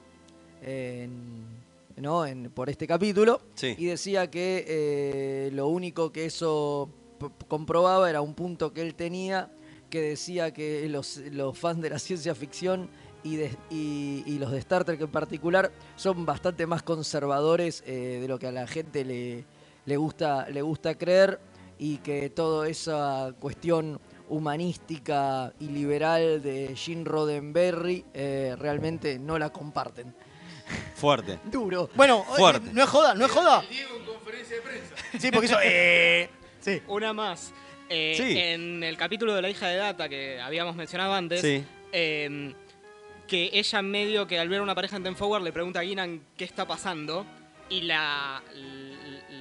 Speaker 2: en- ¿no? en- por este capítulo.
Speaker 1: Sí.
Speaker 2: Y decía que eh, lo único que eso p- comprobaba era un punto que él tenía que decía que los, los fans de la ciencia ficción y, de- y- y los de Star Trek en particular son bastante más conservadores eh, de lo que a la gente le, le gusta, le gusta creer y que toda esa cuestión humanística y liberal de Gene Roddenberry eh, realmente no la comparten.
Speaker 1: Fuerte.
Speaker 2: Duro.
Speaker 3: Bueno,
Speaker 1: Fuerte.
Speaker 3: no es joda, no es joda.
Speaker 7: Conferencia de prensa.
Speaker 3: Sí, porque hizo, eh, sí.
Speaker 7: Una más. Eh,
Speaker 3: Sí.
Speaker 7: En el capítulo de la hija de Data que habíamos mencionado antes,
Speaker 1: Sí.
Speaker 7: eh, que ella medio que al ver una pareja en Ten Forward le pregunta a Guinan qué está pasando y la,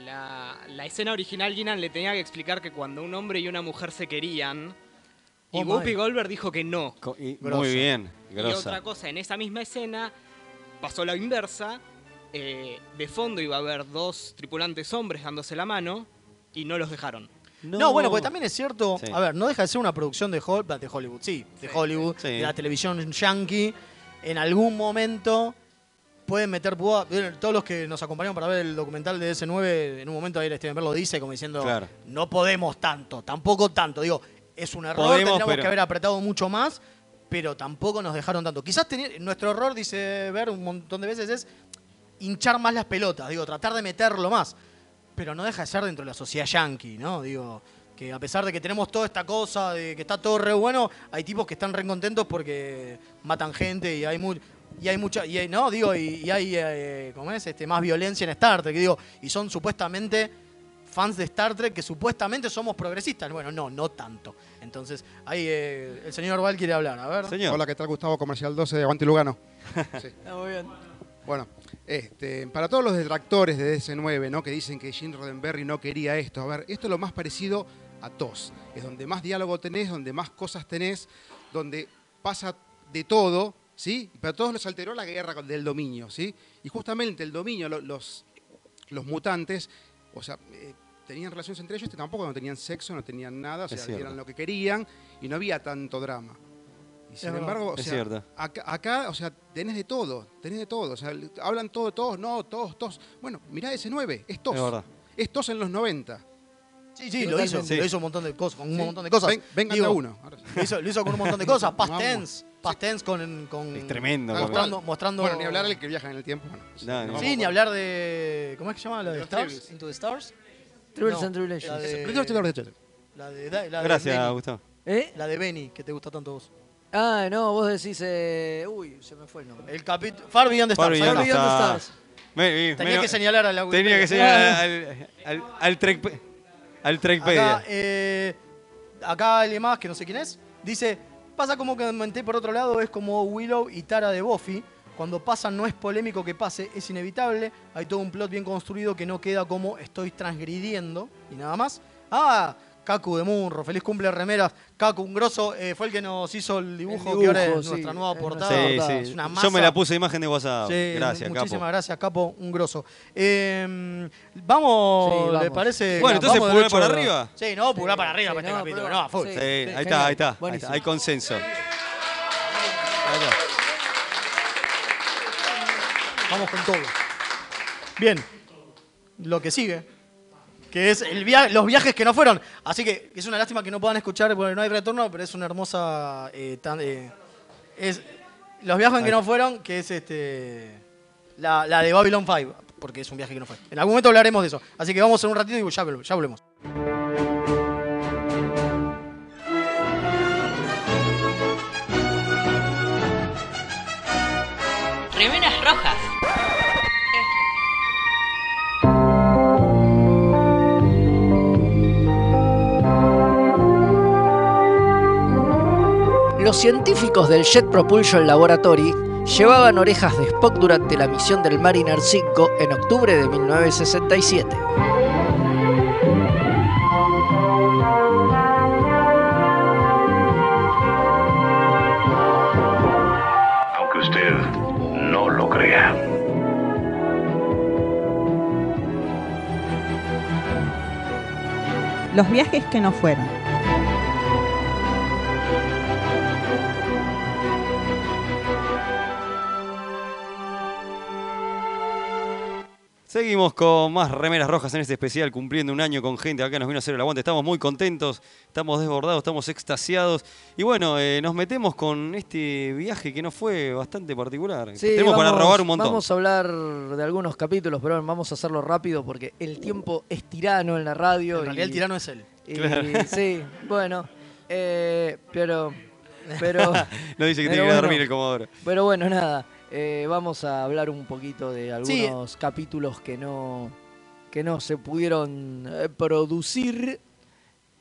Speaker 7: la, la escena original Guinan le tenía que explicar que cuando un hombre y una mujer se querían y
Speaker 1: Oh,
Speaker 7: Whoopi
Speaker 1: my.
Speaker 7: Goldberg dijo que no.
Speaker 1: Co- y-
Speaker 7: Grosa.
Speaker 1: muy bien,
Speaker 7: Y otra
Speaker 1: grosa.
Speaker 7: cosa, en esa misma escena pasó la inversa. eh, de fondo iba a haber dos tripulantes hombres dándose la mano y no los dejaron.
Speaker 3: No. bueno, porque también es cierto,
Speaker 7: Sí.
Speaker 3: a ver, no deja de ser una producción de, Hol- de Hollywood, sí, de Hollywood, de la televisión yankee. En algún momento pueden meter púa- bueno, Todos los que nos acompañaron para ver el documental de S9, en un momento ahí Steven Berg lo dice, como diciendo,
Speaker 1: Claro.
Speaker 3: no podemos tanto, tampoco tanto. Digo, es un error,
Speaker 1: Podemos,
Speaker 3: tendríamos
Speaker 1: pero-
Speaker 3: que haber apretado mucho más, pero tampoco nos dejaron tanto. Quizás tener, nuestro error, dice Ver un montón de veces, es hinchar más las pelotas, digo, tratar de meterlo más. Pero no deja de ser dentro de la sociedad yankee, ¿no? Digo, que a pesar de que tenemos toda esta cosa, de que está todo re bueno, hay tipos que están re contentos porque matan gente y hay mu- Y hay mucha, y hay- no, digo, y, y hay, eh, ¿cómo es? Este, más violencia en Star Trek, digo, y son supuestamente fans de Star Trek que supuestamente somos progresistas. Bueno, no, no tanto. Entonces, ahí eh, el señor Val quiere hablar, a ver.
Speaker 19: Hola, ¿qué tal? Gustavo, Comercial 12 de Aguante Lugano. Sí.
Speaker 3: Está muy bien.
Speaker 19: Bueno, este, para todos los detractores de DC9, ¿no? Que dicen que Gene Roddenberry no quería esto. A ver, esto es lo más parecido a TOS. Es donde más diálogo tenés, donde más cosas tenés, donde pasa de todo, ¿sí? Pero a todos les alteró la guerra con- del dominio, ¿sí? Y justamente el dominio, lo- los, los mutantes, o sea, eh, tenían relaciones entre ellos, que tampoco no tenían sexo, no tenían nada, o
Speaker 1: Es
Speaker 19: sea,
Speaker 1: cierto.
Speaker 19: eran lo que querían y no había tanto drama. Y sin
Speaker 1: Es verdad.
Speaker 19: embargo, o
Speaker 1: Es
Speaker 19: sea,
Speaker 1: cierto.
Speaker 19: Acá, acá, o sea, tenés de todo, tenés de todo. O sea, le- hablan todo, todos, no, todos, todos. Bueno, mirá ese 9, es tos.
Speaker 1: Es verdad.
Speaker 19: Es tos en los 90.
Speaker 3: Sí, sí, lo hizo,
Speaker 19: Totalmente.
Speaker 3: lo hizo un montón de cosas, con un
Speaker 19: Sí.
Speaker 3: montón de cosas.
Speaker 19: Ven- vengan de
Speaker 3: Digo,
Speaker 19: a uno. Ahora sí.
Speaker 3: Lo hizo, lo hizo con un montón de cosas, past
Speaker 19: Vamos.
Speaker 3: tense, past tense con, con-
Speaker 19: Es
Speaker 1: tremendo,
Speaker 3: Mostrando,
Speaker 19: Bueno,
Speaker 3: mostrando-
Speaker 19: Bueno, ni hablar el que viaja en el tiempo. Bueno,
Speaker 1: No, no.
Speaker 3: Sí, ni hablar de. ¿Cómo es que se llama? ¿La de
Speaker 19: Los
Speaker 3: Stars?
Speaker 19: Tribbles.
Speaker 3: ¿Into the Stars?
Speaker 2: Tribbles
Speaker 3: No,
Speaker 2: and Tribulations.
Speaker 3: La de,
Speaker 19: Tribbles and Tribulations.
Speaker 3: La de, la de- la de
Speaker 1: Gracias,
Speaker 3: Benny.
Speaker 1: Gustavo.
Speaker 2: ¿Eh?
Speaker 3: La de Benny, que te gusta tanto a vos.
Speaker 2: Ah, no, vos decís. eh, Uy, se me fue el nombre.
Speaker 3: El capítulo. Far Beyond the
Speaker 2: Far
Speaker 3: Stars.
Speaker 2: Beyond
Speaker 3: ahí
Speaker 2: the
Speaker 3: va.
Speaker 2: Stars.
Speaker 1: Me-
Speaker 3: Tenía
Speaker 1: me-
Speaker 3: que señalar a la
Speaker 1: Tenía que
Speaker 3: Wikipedia.
Speaker 1: señalar al, al, al Trek- al Trekpedia.
Speaker 3: Acá, eh, acá alguien más que no sé quién es dice: Pasa como que comenté por otro lado, es como Willow y Tara de Buffy. Cuando pasa, no es polémico que pase, es inevitable. Hay todo un plot bien construido que no queda como estoy transgrediendo y nada más. Ah, Kaku de Munro, feliz cumple remeras. Kaku, un grosso, eh, fue el que nos hizo el dibujo,
Speaker 2: El dibujo,
Speaker 3: que ahora es
Speaker 2: sí,
Speaker 3: nuestra nueva
Speaker 2: es
Speaker 3: portada.
Speaker 1: Sí,
Speaker 3: Es
Speaker 1: sí.
Speaker 3: una
Speaker 1: Yo me
Speaker 3: masa.
Speaker 1: la puse imagen de WhatsApp.
Speaker 3: Sí,
Speaker 1: Gracias,
Speaker 3: muchísimas
Speaker 1: capo.
Speaker 3: gracias, Capo, un grosso. Eh, vamos,
Speaker 1: Sí, vamos.
Speaker 3: ¿le parece?
Speaker 1: Bueno, entonces,
Speaker 3: Vamos
Speaker 1: pulgar
Speaker 3: derecho-
Speaker 1: para arriba.
Speaker 3: Sí, no, pulgar para arriba
Speaker 2: sí,
Speaker 3: para este
Speaker 2: no,
Speaker 3: capítulo,
Speaker 2: pulgar-
Speaker 3: no, a full.
Speaker 1: Sí, ahí, está, ahí está, ahí está. Hay consenso. Ahí está.
Speaker 3: Vamos con todo. Bien, lo que sigue, que es el via- los viajes que no fueron. Así que es una lástima que no puedan escuchar porque no hay retorno, pero es una hermosa... eh, tan- eh, es Los viajes que no fueron, que es este la, la de Babylon 5, porque es un viaje que no fue. En algún momento hablaremos de eso. Así que vamos en un ratito y ya, vol- ya volvemos.
Speaker 20: Remeras rojas.
Speaker 2: Los científicos del Jet Propulsion Laboratory llevaban orejas de Spock durante la misión del Mariner 5 en octubre de 1967.
Speaker 21: aunque usted no lo crea.
Speaker 6: Los viajes que no fueron.
Speaker 1: Seguimos con más remeras rojas en este especial, cumpliendo un año con gente. Acá nos vino a hacer el aguante. Estamos muy contentos, estamos desbordados, estamos extasiados. Y bueno, eh, nos metemos con este viaje que no fue bastante particular.
Speaker 2: Sí,
Speaker 1: Tenemos para
Speaker 2: vamos-
Speaker 1: robar un montón.
Speaker 2: Vamos a hablar de algunos capítulos, pero vamos a hacerlo rápido porque el tiempo es tirano en la radio.
Speaker 3: En realidad el tirano es él.
Speaker 2: y-
Speaker 1: Claro.
Speaker 2: Sí, bueno, eh, pero... pero
Speaker 1: Nos
Speaker 2: pero
Speaker 1: dice que tiene que
Speaker 2: bueno.
Speaker 1: dormir el comodoro.
Speaker 2: Pero bueno, nada, eh, vamos a hablar un poquito de algunos capítulos que no, que no se pudieron eh, producir.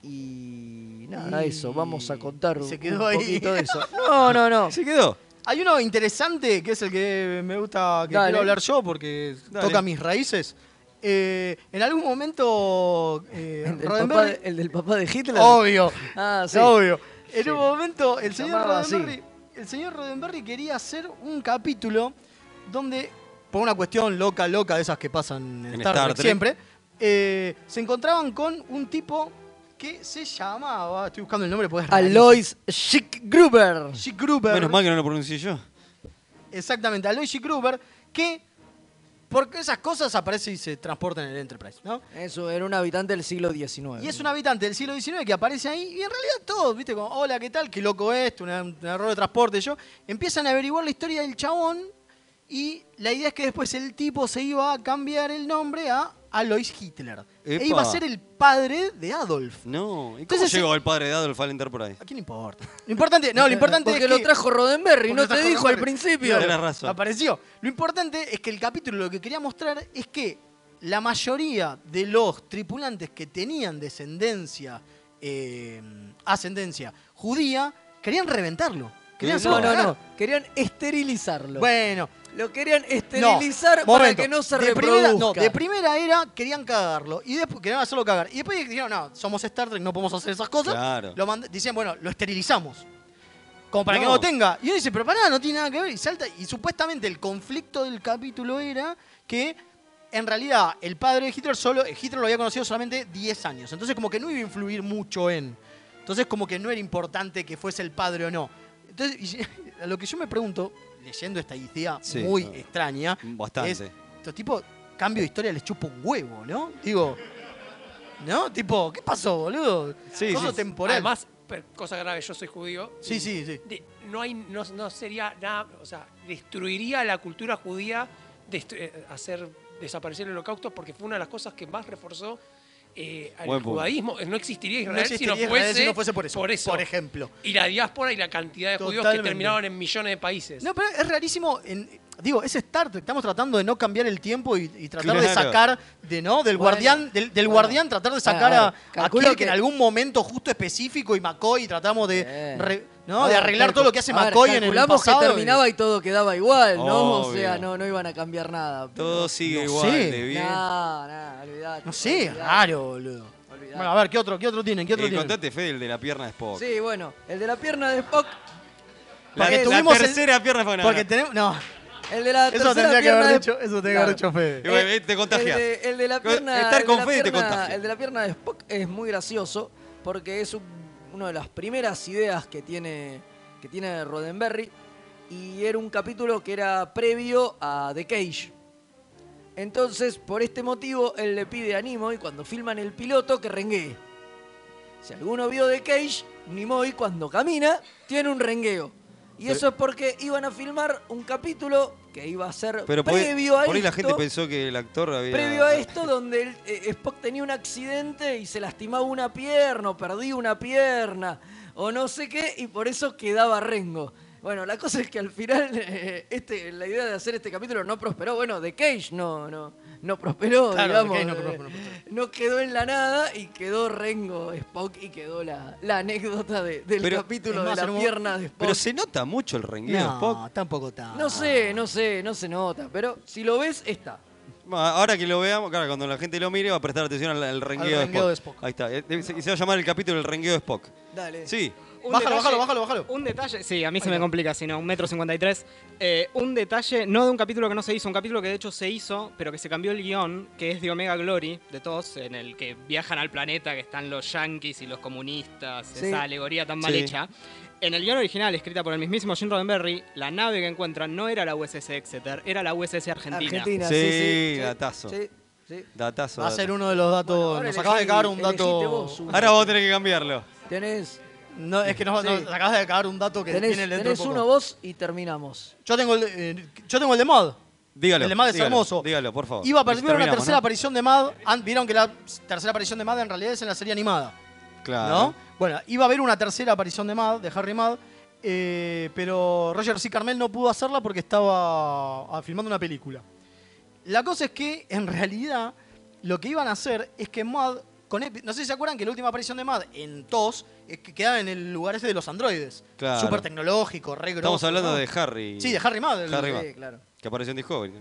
Speaker 2: Y nada, eso, vamos a contar
Speaker 3: se
Speaker 2: un
Speaker 3: quedó ahí.
Speaker 2: poquito de eso. No, no, no.
Speaker 1: ¿Se quedó?
Speaker 3: Hay uno interesante que es el que me gusta que
Speaker 2: Dale.
Speaker 3: quiero hablar yo porque
Speaker 2: Dale.
Speaker 3: toca mis raíces. Eh, en algún momento eh,
Speaker 2: El, del papá, de-
Speaker 3: Roddenberry-
Speaker 2: el del papá de Hitler.
Speaker 3: Obvio.
Speaker 2: Ah, sí.
Speaker 3: Obvio. En
Speaker 2: Sí.
Speaker 3: un momento, el señor,
Speaker 2: Llamaba así.
Speaker 3: Roddenberry, el señor Roddenberry quería hacer un capítulo donde, por una cuestión loca, loca, de esas que pasan en,
Speaker 1: En
Speaker 3: Star,
Speaker 1: Star
Speaker 3: Trek
Speaker 1: Trek.
Speaker 3: siempre, eh, se encontraban con un tipo que se llamaba, estoy buscando el nombre, pues
Speaker 2: Alois Schick Gruber.
Speaker 3: Schick Gruber.
Speaker 1: Menos mal que no lo pronuncié yo.
Speaker 3: Exactamente, a Luigi Kruber, que porque esas cosas aparece y se transporta en el Enterprise, ¿no?
Speaker 2: Eso, era un habitante del siglo XIX.
Speaker 3: Y es un habitante del siglo XIX que aparece ahí y en realidad todos, ¿viste? Como, hola, ¿qué tal? Qué loco esto, una- un error de transporte, yo. Empiezan a averiguar la historia del chabón Y la idea es que después el tipo se iba a cambiar el nombre a Alois Hitler.
Speaker 1: Epa.
Speaker 3: E iba a ser el padre de Adolf.
Speaker 1: No, ¿y cómo
Speaker 3: Entonces,
Speaker 1: llegó el padre de Adolf al Enterprise?
Speaker 3: ¿A quién le importa? Lo importante, no, lo importante
Speaker 2: Porque
Speaker 3: es
Speaker 2: lo
Speaker 3: que-
Speaker 2: trajo Roddenberry,
Speaker 3: Porque
Speaker 2: no
Speaker 3: lo
Speaker 2: te
Speaker 3: trajo
Speaker 2: dijo al
Speaker 3: Roddenberry.
Speaker 2: principio.
Speaker 1: Tenés razón.
Speaker 3: Apareció. Lo importante es que el capítulo lo que quería mostrar es que la mayoría de los tripulantes que tenían descendencia, eh, ascendencia judía, querían reventarlo. Querían
Speaker 2: No, no,
Speaker 3: hacerlo
Speaker 2: no.
Speaker 3: cagar.
Speaker 2: Querían esterilizarlo.
Speaker 3: Bueno,
Speaker 2: Lo querían esterilizar para
Speaker 3: momento.
Speaker 2: que no se
Speaker 3: de
Speaker 2: reproduzca.
Speaker 3: primera, no, de primera era querían cagarlo y después querían hacerlo cagar. Y después dijeron, no, somos Star Trek, no podemos hacer esas cosas.
Speaker 1: Claro.
Speaker 3: Lo mand- decían, bueno, lo esterilizamos. Como para que
Speaker 1: No.
Speaker 3: no lo tenga. Y uno dice, pero pará, no tiene nada que ver. Y salta. Y supuestamente el conflicto del capítulo era que en realidad el padre de Hitler solo, Hitler lo había conocido solamente 10 años. Entonces como que no iba a influir mucho en. Entonces como que no era importante que fuese el padre o no. Entonces, y- a lo que yo me pregunto, leyendo esta idea
Speaker 1: Sí,
Speaker 3: muy
Speaker 1: claro.
Speaker 3: extraña,
Speaker 1: Bastante.
Speaker 3: es, estos tipos, cambio de historia les chupa un huevo, ¿no? Digo, ¿no? Tipo, ¿qué pasó, boludo?
Speaker 1: Sí,
Speaker 3: Cosa
Speaker 1: sí.
Speaker 3: temporal.
Speaker 5: Además, per- cosa grave, yo soy judío.
Speaker 3: Sí, sí, sí.
Speaker 5: De- no, hay, no, no sería nada, o sea, destruiría la cultura judía destru- eh, hacer desaparecer el holocausto porque fue una de las cosas que más reforzó eh, al
Speaker 1: Buen punto.
Speaker 5: judaísimo. Eh, No existiría Israel,
Speaker 3: no existiría
Speaker 5: si, no
Speaker 3: Israel
Speaker 5: fuese,
Speaker 3: si no fuese por eso, por ejemplo.
Speaker 5: Y la diáspora y la cantidad de judíos que
Speaker 3: Totalmente.
Speaker 5: terminaron en millones de países.
Speaker 3: No, pero es rarísimo. en- digo, es Star Trek. Estamos tratando de no cambiar el tiempo y, y tratar de
Speaker 1: Claro.
Speaker 3: sacar de no del
Speaker 2: Bueno,
Speaker 3: guardián, del, del
Speaker 2: bueno.
Speaker 3: guardián, tratar de sacar
Speaker 2: Ah,
Speaker 3: a,
Speaker 2: a ver,
Speaker 3: a
Speaker 2: calculo
Speaker 3: Kirk
Speaker 2: que-
Speaker 3: en algún momento justo específico y McCoy y tratamos de, re- ¿no?
Speaker 2: A
Speaker 3: de
Speaker 2: ver,
Speaker 3: arreglar
Speaker 2: calcu-
Speaker 3: todo lo que hace
Speaker 2: a ver,
Speaker 3: McCoy en el
Speaker 2: calculamos
Speaker 3: pasado.
Speaker 2: que
Speaker 3: y-
Speaker 2: terminaba y todo quedaba igual, ¿no? O
Speaker 1: Obvio.
Speaker 2: sea, no, no iban a cambiar nada. Ah, pero-
Speaker 1: Todo
Speaker 3: no
Speaker 1: sigue igual
Speaker 3: sé.
Speaker 1: de bien.
Speaker 2: No, no, olvidate.
Speaker 3: No sé,
Speaker 2: olvidate.
Speaker 3: raro, boludo.
Speaker 2: Olvidate.
Speaker 3: Bueno, a ver, ¿qué otro, qué otro tienen? ¿Qué otro
Speaker 1: Eh,
Speaker 3: tienen?
Speaker 1: contate, Fede, el de la pierna de Spock.
Speaker 2: Sí, bueno, el de la pierna de Spock.
Speaker 1: La,
Speaker 3: Porque
Speaker 1: la
Speaker 3: tuvimos el-
Speaker 1: tercera pierna de Spock. No,
Speaker 3: Porque
Speaker 1: no.
Speaker 3: tenemos. No,
Speaker 2: El de la
Speaker 3: eso
Speaker 2: tercera
Speaker 3: tendría que
Speaker 2: pierna
Speaker 3: haber
Speaker 2: de-
Speaker 3: hecho, eso
Speaker 2: Claro.
Speaker 3: tendría que haber hecho Fede.
Speaker 1: Y bueno, eh, te contagias.
Speaker 2: El de, el de la pierna.
Speaker 1: Estar
Speaker 2: el
Speaker 1: con
Speaker 2: de la
Speaker 1: Fede te
Speaker 2: pierna-
Speaker 1: contagia.
Speaker 2: El de la pierna de Spock es muy gracioso porque es una de las primeras ideas que tiene, que tiene Roddenberry y era un capítulo que era previo a The Cage. Entonces, por este motivo, él le pide a Nimoy cuando filman el piloto que renguee. Si alguno vio The Cage, Nimoy cuando camina tiene un rengueo. Y eso es porque iban a filmar un capítulo que iba a ser
Speaker 1: Pero por, ahí-
Speaker 2: previo a
Speaker 1: por ahí la gente
Speaker 2: esto.
Speaker 1: pensó que el actor había.
Speaker 2: Previo a esto, donde el- eh, Spock tenía un accidente y se lastimaba una pierna, o perdía una pierna, o no sé qué, y por eso quedaba Rengo. Bueno, la cosa es que al final eh, este, la idea de hacer este capítulo no prosperó. Bueno, The Cage no, no, no prosperó,
Speaker 3: Claro,
Speaker 2: digamos.
Speaker 3: ok, no,
Speaker 2: eh,
Speaker 3: pero- pero- pero-
Speaker 2: no quedó en la nada y quedó Rengo Spock y quedó la, la anécdota de- del
Speaker 1: Pero-
Speaker 2: capítulo
Speaker 3: es más,
Speaker 2: de
Speaker 3: en
Speaker 2: la
Speaker 3: un-
Speaker 2: pierna de Spock.
Speaker 1: Pero se nota mucho el rengueo de
Speaker 3: No,
Speaker 1: Spock.
Speaker 3: tampoco está.
Speaker 2: No sé, no sé, no se nota, pero si lo ves, está.
Speaker 1: Bueno, Ahora que lo veamos, claro, cuando la gente lo mire va a prestar atención al, al rengueo,
Speaker 3: rengueo
Speaker 1: de,
Speaker 3: de
Speaker 1: Spock.
Speaker 3: Spock.
Speaker 1: Ahí está. Eh, eh, se- Y se va a llamar el capítulo El rengueo de Spock.
Speaker 2: Dale.
Speaker 1: Sí.
Speaker 7: Un
Speaker 3: Bájalo,
Speaker 7: detalle-
Speaker 3: bájalo, bájalo, bájalo.
Speaker 7: Un detalle, sí, a mí se me complica, sino un metro cincuenta y tres. Eh, un detalle, no de un capítulo que no se hizo, un capítulo que de hecho se hizo, pero que se cambió el guión, que es de Omega Glory, de todos, en el que viajan al planeta, que están los yanquis y los comunistas,
Speaker 2: Sí.
Speaker 7: esa alegoría tan mal
Speaker 1: Sí.
Speaker 7: hecha. En el guión original, escrita por el mismísimo Jim Roddenberry, la nave que encuentran no era la USS Exeter, era la USS Argentina.
Speaker 2: Argentina,
Speaker 1: Sí,
Speaker 2: sí, sí.
Speaker 1: datazo.
Speaker 2: Sí, sí.
Speaker 1: Datazo.
Speaker 3: Va a ser
Speaker 1: datazo.
Speaker 3: uno de los datos.
Speaker 2: Bueno, ahora
Speaker 3: nos acabas de
Speaker 2: elegí-
Speaker 3: cagar un
Speaker 2: elegiste
Speaker 3: dato. Ah,
Speaker 2: vos uno.
Speaker 1: Ahora vos tenés que cambiarlo.
Speaker 2: Tenés,
Speaker 3: No, es que nos,
Speaker 2: Sí.
Speaker 3: nos acabas de cagar un dato que
Speaker 2: tenés,
Speaker 3: tiene el dentro.
Speaker 2: tenés
Speaker 3: de poco.
Speaker 2: uno vos y terminamos.
Speaker 3: Yo tengo el, de- eh, yo tengo el de Mod.
Speaker 1: Dígalo.
Speaker 3: El de Mad es
Speaker 1: dígalo,
Speaker 3: hermoso.
Speaker 1: Dígalo, por favor.
Speaker 3: Iba a participar en una
Speaker 1: Terminamos,
Speaker 3: tercera
Speaker 1: ¿no?
Speaker 3: aparición de Mad. An- Vieron que la tercera aparición de Mad en realidad es en la serie animada.
Speaker 1: Claro.
Speaker 3: ¿No? Bueno, iba a haber una tercera aparición de Mad, de Harry Mad. eh, pero Roger C. Carmel no pudo hacerla porque estaba ah, filmando una película. La cosa es que, en realidad, lo que iban a hacer es que Mad. Con Epi- no sé si se acuerdan que la última aparición de Mad en TOS es que quedaba en el lugar ese de los androides.
Speaker 1: Claro.
Speaker 3: Súper tecnológico, re grosso,
Speaker 1: Estamos hablando
Speaker 3: ¿no?
Speaker 1: de Harry.
Speaker 3: Sí, de Harry Mad. el-
Speaker 1: Harry
Speaker 3: eh,
Speaker 1: Mad.
Speaker 2: Sí, claro.
Speaker 1: Que apareció en Discovery.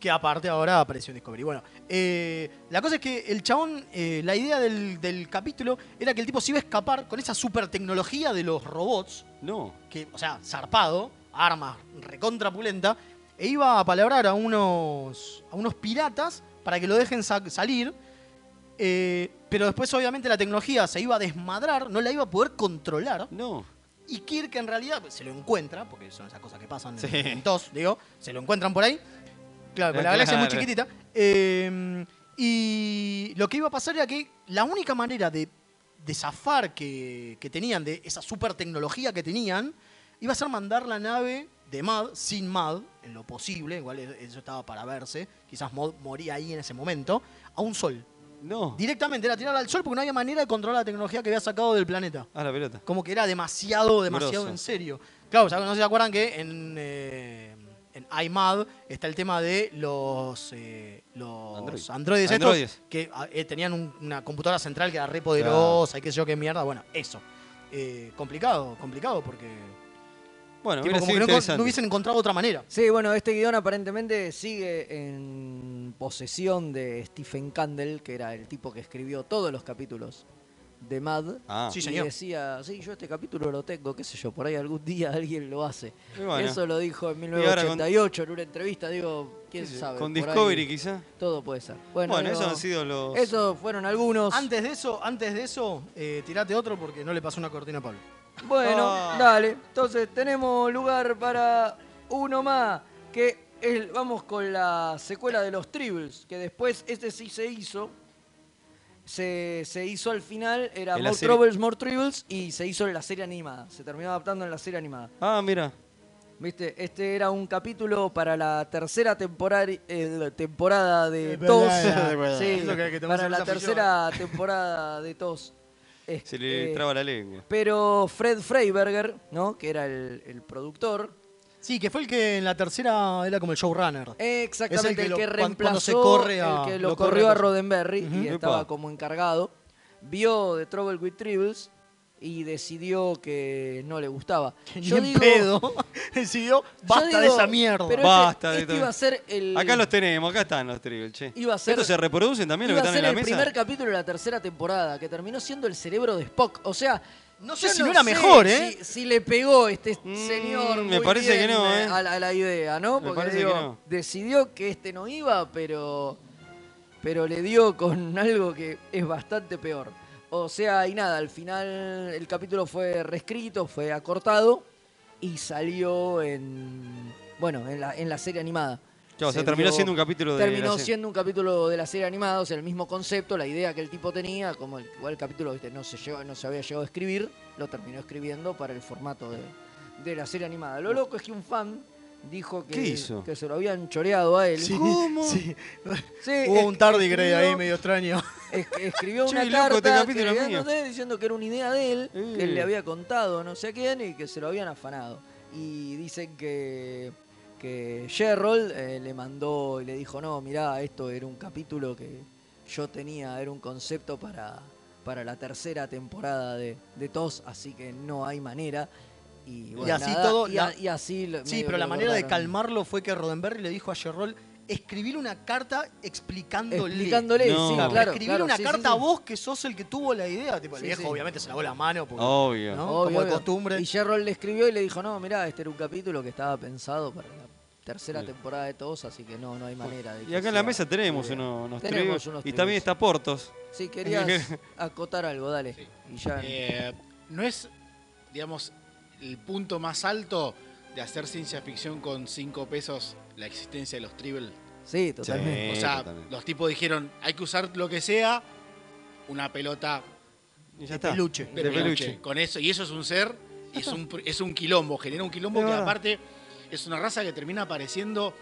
Speaker 3: que aparte ahora apareció en Discovery. Bueno, eh, la cosa es que el chabón, eh, la idea del, del capítulo era que el tipo se iba a escapar con esa super tecnología de los robots,
Speaker 1: No.
Speaker 3: que, o sea, zarpado, armas recontra pulenta, e iba a palabrar a unos, a unos piratas para que lo dejen sa- salir. eh, pero después, obviamente, la tecnología se iba a desmadrar, no la iba a poder controlar.
Speaker 1: No.
Speaker 3: Y Kirk en realidad pues, se lo encuentra, porque son esas cosas que pasan en-
Speaker 1: Sí.
Speaker 3: en TOS, digo, se lo encuentran por ahí. Claro, pero la
Speaker 1: Claro.
Speaker 3: galaxia es muy chiquitita. Eh, y lo que iba a pasar era que la única manera de, de zafar que, que tenían, de esa super tecnología que tenían, iba a ser mandar la nave de Mad, sin Mad, en lo posible, igual e-, eso estaba para verse, quizás Mod moría ahí en ese momento, a un sol.
Speaker 1: No.
Speaker 3: Directamente, era tirarla al sol porque no había manera de controlar la tecnología que había sacado del planeta.
Speaker 1: Ah, la pelota.
Speaker 3: Como que era demasiado, demasiado
Speaker 1: Grosso.
Speaker 3: en serio. Claro, ¿saben? no se acuerdan que en, eh, en iMad está el tema de los, eh, los
Speaker 1: Android.
Speaker 3: androides estos
Speaker 1: Androides.
Speaker 3: que ah, eh, tenían un- una computadora central que era re poderosa y qué sé yo qué mierda. Bueno, eso. Eh, complicado, complicado porque
Speaker 1: Bueno,
Speaker 3: tipo,
Speaker 1: hubiera
Speaker 3: como
Speaker 1: sido
Speaker 3: que no, encon-
Speaker 1: interesante.
Speaker 3: no hubiesen encontrado otra manera.
Speaker 2: Sí, bueno, este guión aparentemente sigue en posesión de Stephen Candle, que era el tipo que escribió todos los capítulos de Mad.
Speaker 1: Ah. Sí, señor.
Speaker 2: Y decía, sí, yo este capítulo lo tengo, qué sé yo, por ahí algún día alguien lo hace.
Speaker 1: Y bueno.
Speaker 2: Eso lo dijo en
Speaker 1: Y ahora con-
Speaker 2: 1988 en una entrevista, digo, quién
Speaker 1: Sí, sí.
Speaker 2: sabe.
Speaker 1: Con
Speaker 2: por ahí
Speaker 1: Discovery, quizá.
Speaker 2: Todo puede ser. Bueno,
Speaker 1: Bueno,
Speaker 2: digo,
Speaker 1: esos han sido los.
Speaker 2: Esos fueron algunos.
Speaker 3: Antes de eso, antes de eso, eh, tirate otro porque no le pasó una cortina a Pablo.
Speaker 2: Bueno,
Speaker 3: Ah.
Speaker 2: dale. Entonces tenemos lugar para uno más, que es- vamos con la secuela de los Tribbles, que después este sí se hizo. Se, se hizo al final, era
Speaker 1: En la
Speaker 2: More
Speaker 1: serie-
Speaker 2: Troubles, More Tribbles, y se hizo en la serie animada. Se terminó adaptando en la serie animada.
Speaker 1: Ah, mira.
Speaker 2: ¿Viste? Este era un capítulo para la tercera temporada, temporada de
Speaker 3: Es verdad,
Speaker 2: Tos.
Speaker 3: es verdad.
Speaker 2: Sí,
Speaker 3: Es lo que- que te vas a
Speaker 2: para la
Speaker 3: hacer esa
Speaker 2: tercera temporada de Tos. Es-
Speaker 1: Se le
Speaker 2: eh,
Speaker 1: traba la lengua.
Speaker 2: pero Fred Freiberger, ¿no? Que era el, el productor.
Speaker 3: Sí, que fue el que en la tercera era como el showrunner.
Speaker 2: eh, Exactamente,
Speaker 3: Es el que
Speaker 2: el
Speaker 3: lo-
Speaker 2: que,
Speaker 3: cuan-
Speaker 2: reemplazó.
Speaker 3: cuando se corre a-
Speaker 2: el que lo,
Speaker 3: lo corre
Speaker 2: corrió
Speaker 3: a
Speaker 2: a
Speaker 3: cosa.
Speaker 2: Roddenberry
Speaker 3: Ujú.
Speaker 2: y
Speaker 3: Epa.
Speaker 2: estaba como encargado. Vio The Trouble with Tribbles y decidió que no le gustaba.
Speaker 3: Ni en pedo. Decidió, basta
Speaker 2: digo,
Speaker 3: de esa mierda.
Speaker 2: pero este-
Speaker 1: Basta de
Speaker 2: este
Speaker 1: todo.
Speaker 2: iba a ser el-
Speaker 1: Acá los tenemos, acá están los tribbles, che.
Speaker 2: Iba a ser-
Speaker 1: ¿Estos se reproducen también los
Speaker 2: Iba
Speaker 1: que
Speaker 2: a
Speaker 1: están en
Speaker 2: ser
Speaker 1: la
Speaker 2: el
Speaker 1: mesa?
Speaker 2: primer capítulo de la tercera temporada, que terminó siendo el cerebro de Spock. O sea, no
Speaker 3: sé si no era mejor, ¿eh?
Speaker 2: Si, si le pegó este señor
Speaker 1: Mm, me
Speaker 2: muy
Speaker 1: parece que
Speaker 2: bien,
Speaker 1: no, ¿eh?
Speaker 2: a, la, a la idea, ¿no?
Speaker 1: Me
Speaker 2: Porque
Speaker 1: parece
Speaker 2: digo,
Speaker 1: que no.
Speaker 2: decidió que este no iba, pero, pero le dio con algo que es bastante peor. O sea, y nada, al final el capítulo fue reescrito, fue acortado y salió en. Bueno, en la, en la serie animada.
Speaker 1: Claro, o sea,
Speaker 2: Se
Speaker 1: terminó
Speaker 2: vio-
Speaker 1: siendo un capítulo de la
Speaker 2: Terminó
Speaker 1: serie.
Speaker 2: siendo un capítulo de la serie animada, o sea, el mismo concepto, la idea que el tipo tenía, como el, igual el capítulo ¿viste? no se llegó- no se había llegado a escribir, lo terminó escribiendo para el formato de, de la serie animada. Lo loco es que un fan dijo que,
Speaker 1: ¿Qué hizo?
Speaker 2: que se lo habían choreado a él.
Speaker 3: Sí,
Speaker 2: ¿Cómo?
Speaker 3: sí.
Speaker 2: Sí,
Speaker 3: Hubo un
Speaker 2: es-
Speaker 3: tardigrade ahí
Speaker 2: escribió-
Speaker 3: medio extraño.
Speaker 2: es- escribió
Speaker 1: Che,
Speaker 2: una
Speaker 1: loco, este
Speaker 2: carta que
Speaker 1: capítulo
Speaker 2: le
Speaker 1: es
Speaker 2: habían-
Speaker 1: mío.
Speaker 2: no sé, diciendo que era una idea de él, que
Speaker 1: Eh.
Speaker 2: él le había contado no sé a quién y que se lo habían afanado. Y dicen que, que Gerald eh, le mandó y le dijo, no, mirá, esto era un capítulo que yo tenía, era un concepto para, para la tercera temporada de, de TOS, así que no hay manera. Y, bueno,
Speaker 3: así
Speaker 2: nada,
Speaker 3: todo,
Speaker 2: y, a-
Speaker 3: la-
Speaker 2: y así... lo-
Speaker 3: Sí,
Speaker 2: medio
Speaker 3: pero
Speaker 2: que
Speaker 3: la
Speaker 2: lo
Speaker 3: manera de
Speaker 2: acordaron.
Speaker 3: calmarlo fue que Roddenberry le dijo a Gerrol escribir una carta explicándole.
Speaker 2: Explicándole,
Speaker 1: No. sí, claro,
Speaker 3: Escribir
Speaker 2: claro,
Speaker 3: una
Speaker 2: sí, sí,
Speaker 3: carta
Speaker 2: sí.
Speaker 3: a vos que sos el que tuvo la idea. Tipo, el
Speaker 2: Sí,
Speaker 3: viejo
Speaker 2: sí.
Speaker 3: obviamente se lavó la mano. Porque,
Speaker 1: Obvio.
Speaker 3: ¿no?
Speaker 2: Obvio,
Speaker 3: Como de
Speaker 2: obvio.
Speaker 3: costumbre.
Speaker 2: Y Gerrold le escribió y le dijo, no, mirá, este era un capítulo que estaba pensado para la tercera
Speaker 1: Sí.
Speaker 2: temporada de todos, así que no, no hay manera de
Speaker 1: Y acá en la mesa tenemos uno- unos
Speaker 2: Tenemos
Speaker 1: tribbles.
Speaker 2: unos
Speaker 1: Y
Speaker 2: tribbles.
Speaker 1: también está Portos.
Speaker 2: Si querías acotar algo, dale. Y ya.
Speaker 10: Eh, no es, digamos, el punto más alto de hacer ciencia ficción con cinco pesos la existencia de los tribbles.
Speaker 2: Sí, totalmente.
Speaker 10: O sea,
Speaker 1: totalmente.
Speaker 10: los tipos dijeron, hay que usar lo que sea, una pelota
Speaker 1: Y ya está.
Speaker 3: peluche.
Speaker 10: de
Speaker 1: De
Speaker 10: peluche.
Speaker 1: peluche.
Speaker 10: Con eso, y eso es un ser, y es un, pr- es un quilombo, genera un quilombo
Speaker 1: Es
Speaker 10: que
Speaker 1: verdad.
Speaker 10: aparte es una raza que termina apareciendo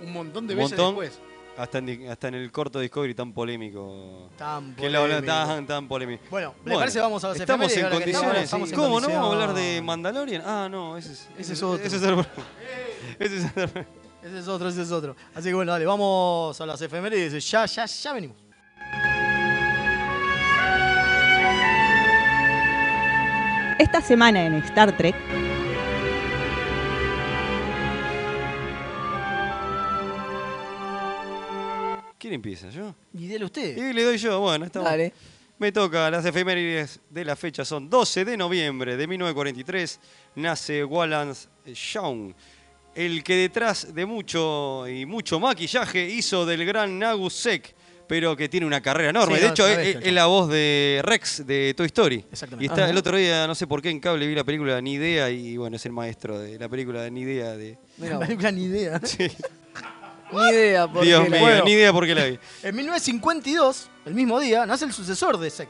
Speaker 10: un montón de
Speaker 1: Un
Speaker 10: veces
Speaker 1: montón.
Speaker 10: después.
Speaker 1: Hasta en, hasta en el corto Discovery tan polémico.
Speaker 3: Tan
Speaker 1: Que la habla
Speaker 3: polémico.
Speaker 1: tan, tan polémico.
Speaker 3: Bueno, ¿le parece que vamos a las
Speaker 1: Estamos
Speaker 3: efemérides
Speaker 1: en
Speaker 3: ahora que estamos? Estamos
Speaker 1: condiciones.
Speaker 3: en
Speaker 1: ¿Cómo no
Speaker 3: condición-
Speaker 1: vamos a hablar de Mandalorian? Ah, no, ese es,
Speaker 3: Ese es otro.
Speaker 1: Ese es otro. ese es otro.
Speaker 3: Ese es otro, ese es otro. Así que bueno, dale, vamos a las efemérides. Ya, ya, ya venimos.
Speaker 6: Esta semana en Star Trek,
Speaker 1: ¿Quién empieza? ¿Yo?
Speaker 3: Y dele usted.
Speaker 1: Y le doy yo, bueno, estamos.
Speaker 2: Dale.
Speaker 1: Me toca, las efemérides de la fecha son 12 de noviembre de 1943, nace Wallace Shawn, el que detrás de mucho y mucho maquillaje hizo del gran Nagus Sek, pero que tiene una carrera enorme.
Speaker 3: Sí,
Speaker 1: de
Speaker 3: no,
Speaker 1: hecho,
Speaker 3: no,
Speaker 1: es,
Speaker 3: es-
Speaker 1: es- es la voz de Rex de Toy Story.
Speaker 3: Exactamente.
Speaker 1: Y está
Speaker 3: Ajá.
Speaker 1: el otro día, no sé por qué, en cable vi la película Ni Idea y bueno, es el maestro de la película de Ni Idea de...
Speaker 2: Mirá
Speaker 3: No
Speaker 2: vos.
Speaker 3: tengo ni idea.
Speaker 2: Ni idea, porque
Speaker 1: Dios mío,
Speaker 3: Bueno.
Speaker 1: ni idea por qué la vi.
Speaker 3: En 1952, el mismo día, nace el sucesor de Sec.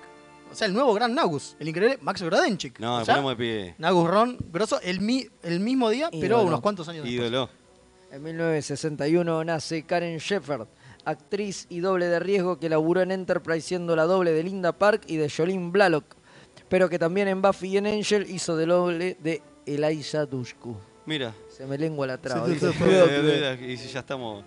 Speaker 3: O sea, el nuevo gran Nagus, el increíble Max Grodenchik.
Speaker 1: No,
Speaker 3: O
Speaker 1: lo
Speaker 3: sea,
Speaker 1: ponemos de pie.
Speaker 3: Nagus Ron, grosso, el, mi- el mismo día, pero
Speaker 2: Ídolo.
Speaker 3: unos cuantos años después.
Speaker 1: Ídolo.
Speaker 2: En 1961 nace Karen Shepard, actriz y doble de riesgo que laburó en Enterprise siendo la doble de Linda Park y de Jolene Blalock, pero que también en Buffy y en Angel hizo de doble de Eliza Dushku.
Speaker 1: Mira.
Speaker 2: Se me lengua la traba.
Speaker 1: Sí,
Speaker 2: dice.
Speaker 1: sí, sí, sí, sí, ya estamos,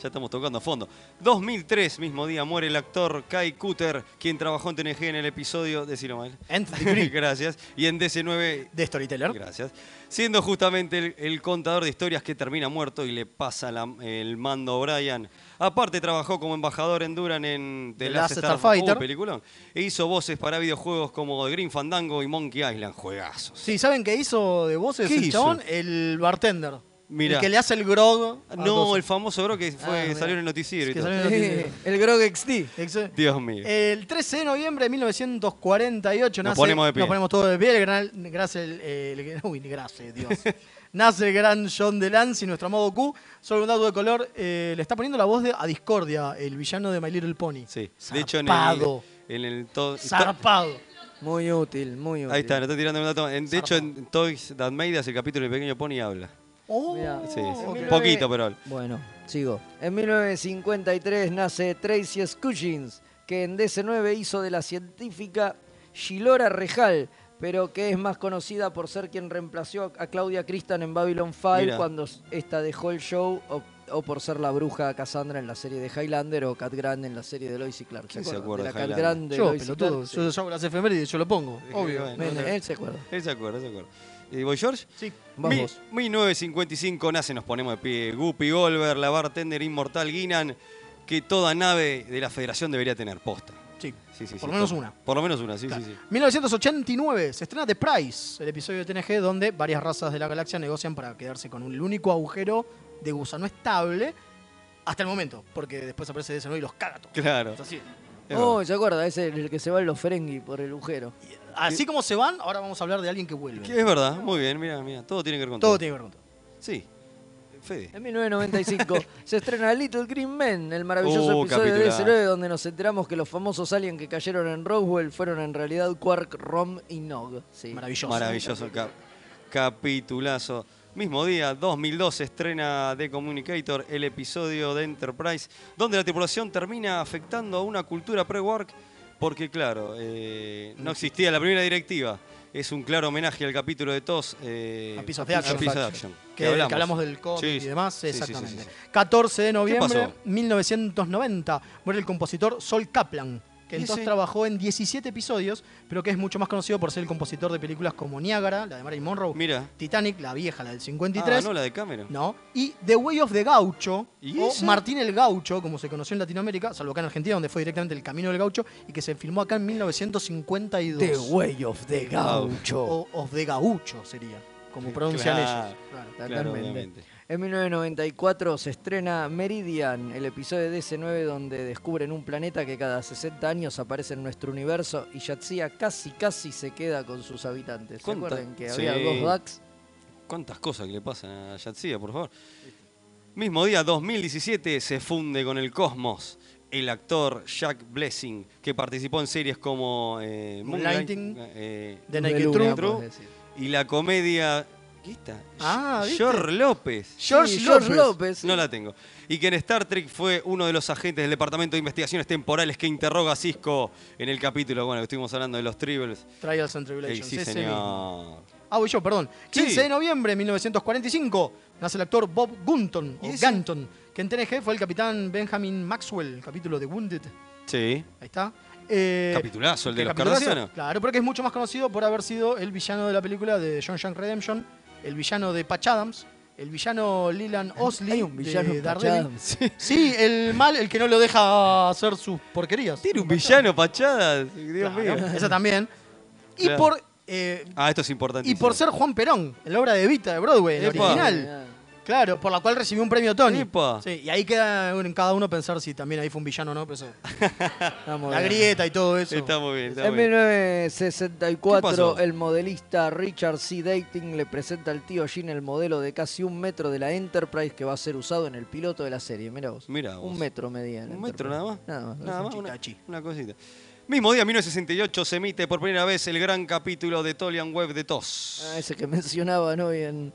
Speaker 1: ya estamos tocando a fondo. 2003, mismo día, muere el actor Kai Cutter, quien trabajó en TNG en el episodio de Silomail. Gracias. Y en DC9.
Speaker 3: De Storyteller.
Speaker 1: Gracias. Siendo justamente el, el contador de historias que termina muerto y le pasa la- el mando a O'Brien. Aparte, trabajó como embajador en Duran en The,
Speaker 3: The
Speaker 1: Last,
Speaker 3: Last
Speaker 1: Starfighter.
Speaker 3: Starfighter.
Speaker 1: Uh, peliculón. E hizo voces para videojuegos como Green Fandango y Monkey Island. Juegazos.
Speaker 3: Sí, ¿saben qué hizo de voces
Speaker 1: ¿Qué
Speaker 3: el
Speaker 1: hizo?
Speaker 3: chabón? El bartender.
Speaker 1: Mirá.
Speaker 3: El que le hace el grog. a
Speaker 1: No,
Speaker 3: cosas.
Speaker 1: el famoso bro que
Speaker 3: Ah,
Speaker 1: fue,
Speaker 3: mirá.
Speaker 1: salió en el noticiero. y
Speaker 3: Que
Speaker 1: todo.
Speaker 3: salió en el noticiero.
Speaker 2: El Grog XD.
Speaker 1: Dios mío.
Speaker 3: El 13 de noviembre de 1948
Speaker 1: Nos
Speaker 3: nace,
Speaker 1: ponemos de pie.
Speaker 3: Nos ponemos todos de pie. El gran, gracias, el, el- uy, gracias, Dios. nace el gran John DeLance y nuestro amado Q. Solo un dato de color. eh, le está poniendo la voz de, a Discordia, el villano de My Little Pony.
Speaker 1: Sí. De hecho, en el,
Speaker 3: Zarpado.
Speaker 1: en el to-
Speaker 3: Zarpado.
Speaker 2: Muy útil, muy útil.
Speaker 1: Ahí está, le está tirando un dato. En- de hecho, en Toys That Made Us, el capítulo de Pequeño Pony habla.
Speaker 3: Oh.
Speaker 1: Sí, sí. Poquito, pero.
Speaker 2: Bueno, sigo. En 1953 nace Tracy Scutchins, que en DC9 hizo de la científica Shilora Rejal, pero que es más conocida por ser quien reemplazó a Claudia Christan en Babylon 5
Speaker 1: Mira.
Speaker 2: cuando esta dejó el show o, o por ser la bruja Cassandra en la serie de Highlander o Cat Grant en la serie de Lois y Clark.
Speaker 1: ¿Quién
Speaker 2: ¿Se
Speaker 1: se
Speaker 2: acuerdan? de
Speaker 1: acuerda de
Speaker 2: la Cat
Speaker 1: Highlander?
Speaker 2: Grant de
Speaker 3: Yo,
Speaker 2: Lois y
Speaker 3: pelotudo.
Speaker 2: Clark?
Speaker 3: Yo, yo hago las efemérides, yo lo pongo. Obvio.
Speaker 1: Bueno,
Speaker 2: Bueno,
Speaker 1: no sé.
Speaker 2: él se acuerda.
Speaker 1: Él se acuerda, él se acuerda. ¿Y voy, George?
Speaker 3: Sí.
Speaker 2: Vas
Speaker 1: Mi-
Speaker 2: vos.
Speaker 1: 1955 nace, nos ponemos de pie. Guppy Golver, la bartender inmortal Guinan, que toda nave de la Federación debería tener posta.
Speaker 3: Sí.
Speaker 1: Sí, sí,
Speaker 3: Por lo menos
Speaker 1: to-
Speaker 3: una.
Speaker 1: Por lo menos una, sí, sí, sí.
Speaker 3: 1989 se estrena The Price, el episodio de TNG donde varias razas de la galaxia negocian para quedarse con un único agujero de gusano estable hasta el momento, porque después aparece ese y los caga a todos.
Speaker 1: Claro.
Speaker 3: Es así.
Speaker 2: Oh, ¿se acuerda? Es el, el que se va en los Ferengi por el agujero.
Speaker 3: Así como se van, ahora vamos a hablar de alguien que vuelve.
Speaker 1: Que Es verdad, muy bien, mira, mira. Todo tiene que ver con todo.
Speaker 3: Todo tiene que ver con todo.
Speaker 1: Sí. Fede.
Speaker 2: En 1995 se estrena Little Green Men, el maravilloso
Speaker 1: Uh,
Speaker 2: episodio de
Speaker 1: capitulazo.
Speaker 2: DC9 donde nos enteramos que los famosos aliens que cayeron en Roswell fueron en realidad Quark, Rom y Nog. Sí.
Speaker 1: Maravilloso cap- capitulazo. Mismo día, 2002, se estrena The Communicator, el episodio de Enterprise, donde la tripulación termina afectando a una cultura pre-work, porque claro, eh, no existía la primera directiva. Es un claro homenaje al capítulo de TOS. eh,
Speaker 3: A Piece of Action.
Speaker 1: A Piece of Action,
Speaker 3: Que, que hablamos. del cómic
Speaker 1: Sí,
Speaker 3: y demás,
Speaker 1: sí, sí, sí,
Speaker 3: exactamente.
Speaker 1: sí, sí.
Speaker 3: 14 de noviembre
Speaker 1: pasó?
Speaker 3: 1990 muere el compositor Sol Kaplan, que
Speaker 1: ¿Y
Speaker 3: entonces
Speaker 1: ese?
Speaker 3: trabajó en 17 episodios, pero que es mucho más conocido por ser el compositor de películas como Niágara, la de Marilyn Monroe,
Speaker 1: Mira.
Speaker 3: Titanic, la vieja, la del
Speaker 1: Ah,
Speaker 3: 53,
Speaker 1: no, la de Cameron.
Speaker 3: ¿no? Y The Way of the Gaucho,
Speaker 1: ¿Y
Speaker 3: o
Speaker 1: ese?
Speaker 3: Martín el Gaucho, como se conoció en Latinoamérica, salvo acá en Argentina, donde fue directamente el Camino del Gaucho, y que se filmó acá en 1952.
Speaker 2: The Way of the Gaucho.
Speaker 3: O of the Gaucho sería, como pronuncian
Speaker 2: Claro,
Speaker 3: ellos.
Speaker 2: claro, Totalmente. obviamente. En 1994 se estrena Meridian, el episodio de DC9 donde descubren un planeta que cada 60 años aparece en nuestro universo y Yatsia casi casi se queda con sus habitantes. ¿Se
Speaker 1: ¿Cuánta-
Speaker 2: acuerdan que
Speaker 1: Sí.
Speaker 2: había dos DAX?
Speaker 1: ¿Cuántas cosas que le pasan a Yatsia, por favor? Mismo día, 2017, se funde con el cosmos el actor Jack Blessing, que participó en series como eh,
Speaker 3: Moonlighting,
Speaker 1: eh,
Speaker 3: The Naked Truth.
Speaker 1: True, y la comedia... ¿Qué está?
Speaker 3: Ah, ¿viste?
Speaker 1: George López.
Speaker 3: George Sí, George López. López,
Speaker 1: No la tengo. Y que en Star Trek fue uno de los agentes del Departamento de Investigaciones Temporales que interroga a Cisco en el capítulo, bueno, que estuvimos hablando de los Tribbles.
Speaker 3: Trials and
Speaker 1: Eh,
Speaker 3: Tribulations.
Speaker 1: sí,
Speaker 3: ese mismo.
Speaker 1: señor.
Speaker 3: Ah, voy yo, perdón. 15
Speaker 1: Sí.
Speaker 3: de noviembre de 1945 nace el actor Bob Gunton, o Ganton, que en TNG fue el capitán Benjamin Maxwell, el capítulo de Wounded.
Speaker 1: Sí.
Speaker 3: Ahí está. Eh,
Speaker 1: Capitulazo, el de
Speaker 3: que
Speaker 1: los
Speaker 3: capitulazo,
Speaker 1: Cardassianos.
Speaker 3: Claro, porque es mucho más conocido por haber sido el villano de la película de John Shank Redemption, el villano de Patch Adams, el villano Leland Osley
Speaker 2: Hay un villano
Speaker 3: de
Speaker 2: en
Speaker 3: Daredevil.
Speaker 2: Patch Adams.
Speaker 3: Sí. el mal, el que no lo deja hacer sus porquerías.
Speaker 1: Tiene un villano, Pachada. Dios
Speaker 3: Claro,
Speaker 1: mío.
Speaker 3: Esa también. Y
Speaker 1: Claro.
Speaker 3: por eh,
Speaker 1: Ah, esto es importante.
Speaker 3: y por ser Juan Perón, en la obra de Evita de Broadway, el
Speaker 1: Epa.
Speaker 3: original. Claro, por la cual recibió un premio Tony. Sí, y ahí queda en cada uno pensar si también ahí fue un villano o no, pero eso- la
Speaker 2: bien.
Speaker 3: grieta y todo eso.
Speaker 1: Está muy bien, está
Speaker 2: En
Speaker 1: muy bien.
Speaker 2: 1964,
Speaker 1: ¿Qué pasó?
Speaker 2: el modelista Richard C. Dating le presenta al tío Jin el modelo de casi un metro de la Enterprise que va a ser usado en el piloto de la serie. Mira vos.
Speaker 1: Mirá vos.
Speaker 2: Un metro medía. la
Speaker 1: Un metro
Speaker 2: Enterprise.
Speaker 1: nada más.
Speaker 2: Nada más.
Speaker 1: Nada más, una, una cosita. Mismo día, 1968, se emite por primera vez el gran capítulo de Tolian Web de TOS.
Speaker 2: Ah, ese que mencionaban hoy en,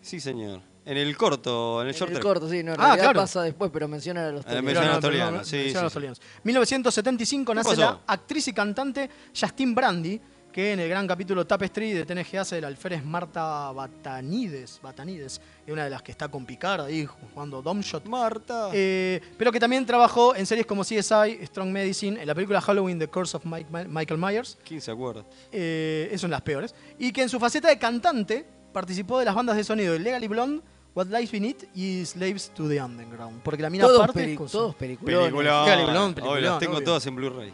Speaker 1: Sí, señor. En el corto, en el
Speaker 2: en
Speaker 1: short
Speaker 2: el
Speaker 1: track.
Speaker 2: corto. Sí, no, en
Speaker 3: Ah,
Speaker 2: realidad
Speaker 3: claro.
Speaker 2: pasa después, pero mencionan a los
Speaker 1: Ah,
Speaker 2: tolianos.
Speaker 1: mencionan a los
Speaker 3: Perdón,
Speaker 1: tolianos,
Speaker 3: perdón,
Speaker 1: sí,
Speaker 3: mencionan
Speaker 1: sí,
Speaker 3: a los
Speaker 1: sí.
Speaker 3: tolianos. 1975 nace
Speaker 1: pasó?
Speaker 3: la actriz y cantante Justine Brandy, que en el gran capítulo Tapestry de TNG hace del alférez Marta Batanides, Batanides, es una de las que está con Picard ahí jugando Domshot.
Speaker 1: Marta.
Speaker 3: pero que también trabajó en series como CSI, Strong Medicine, en la película Halloween, The Curse of Mike- Michael Myers,
Speaker 1: ¿Quién se acuerda?
Speaker 3: eh, es una de las peores. Y que en su faceta de cantante participó de las bandas de sonido Legally Blonde, What Lies Beneath y Slaves to the Underground. Porque la mina
Speaker 2: Todos
Speaker 3: aparte.
Speaker 2: peli-
Speaker 3: cosas.
Speaker 2: todos peliculones.
Speaker 1: Película.
Speaker 3: Legally Blonde,
Speaker 1: Hoy las
Speaker 3: peliculón,
Speaker 1: tengo
Speaker 3: obvio.
Speaker 1: todas en Blu-ray.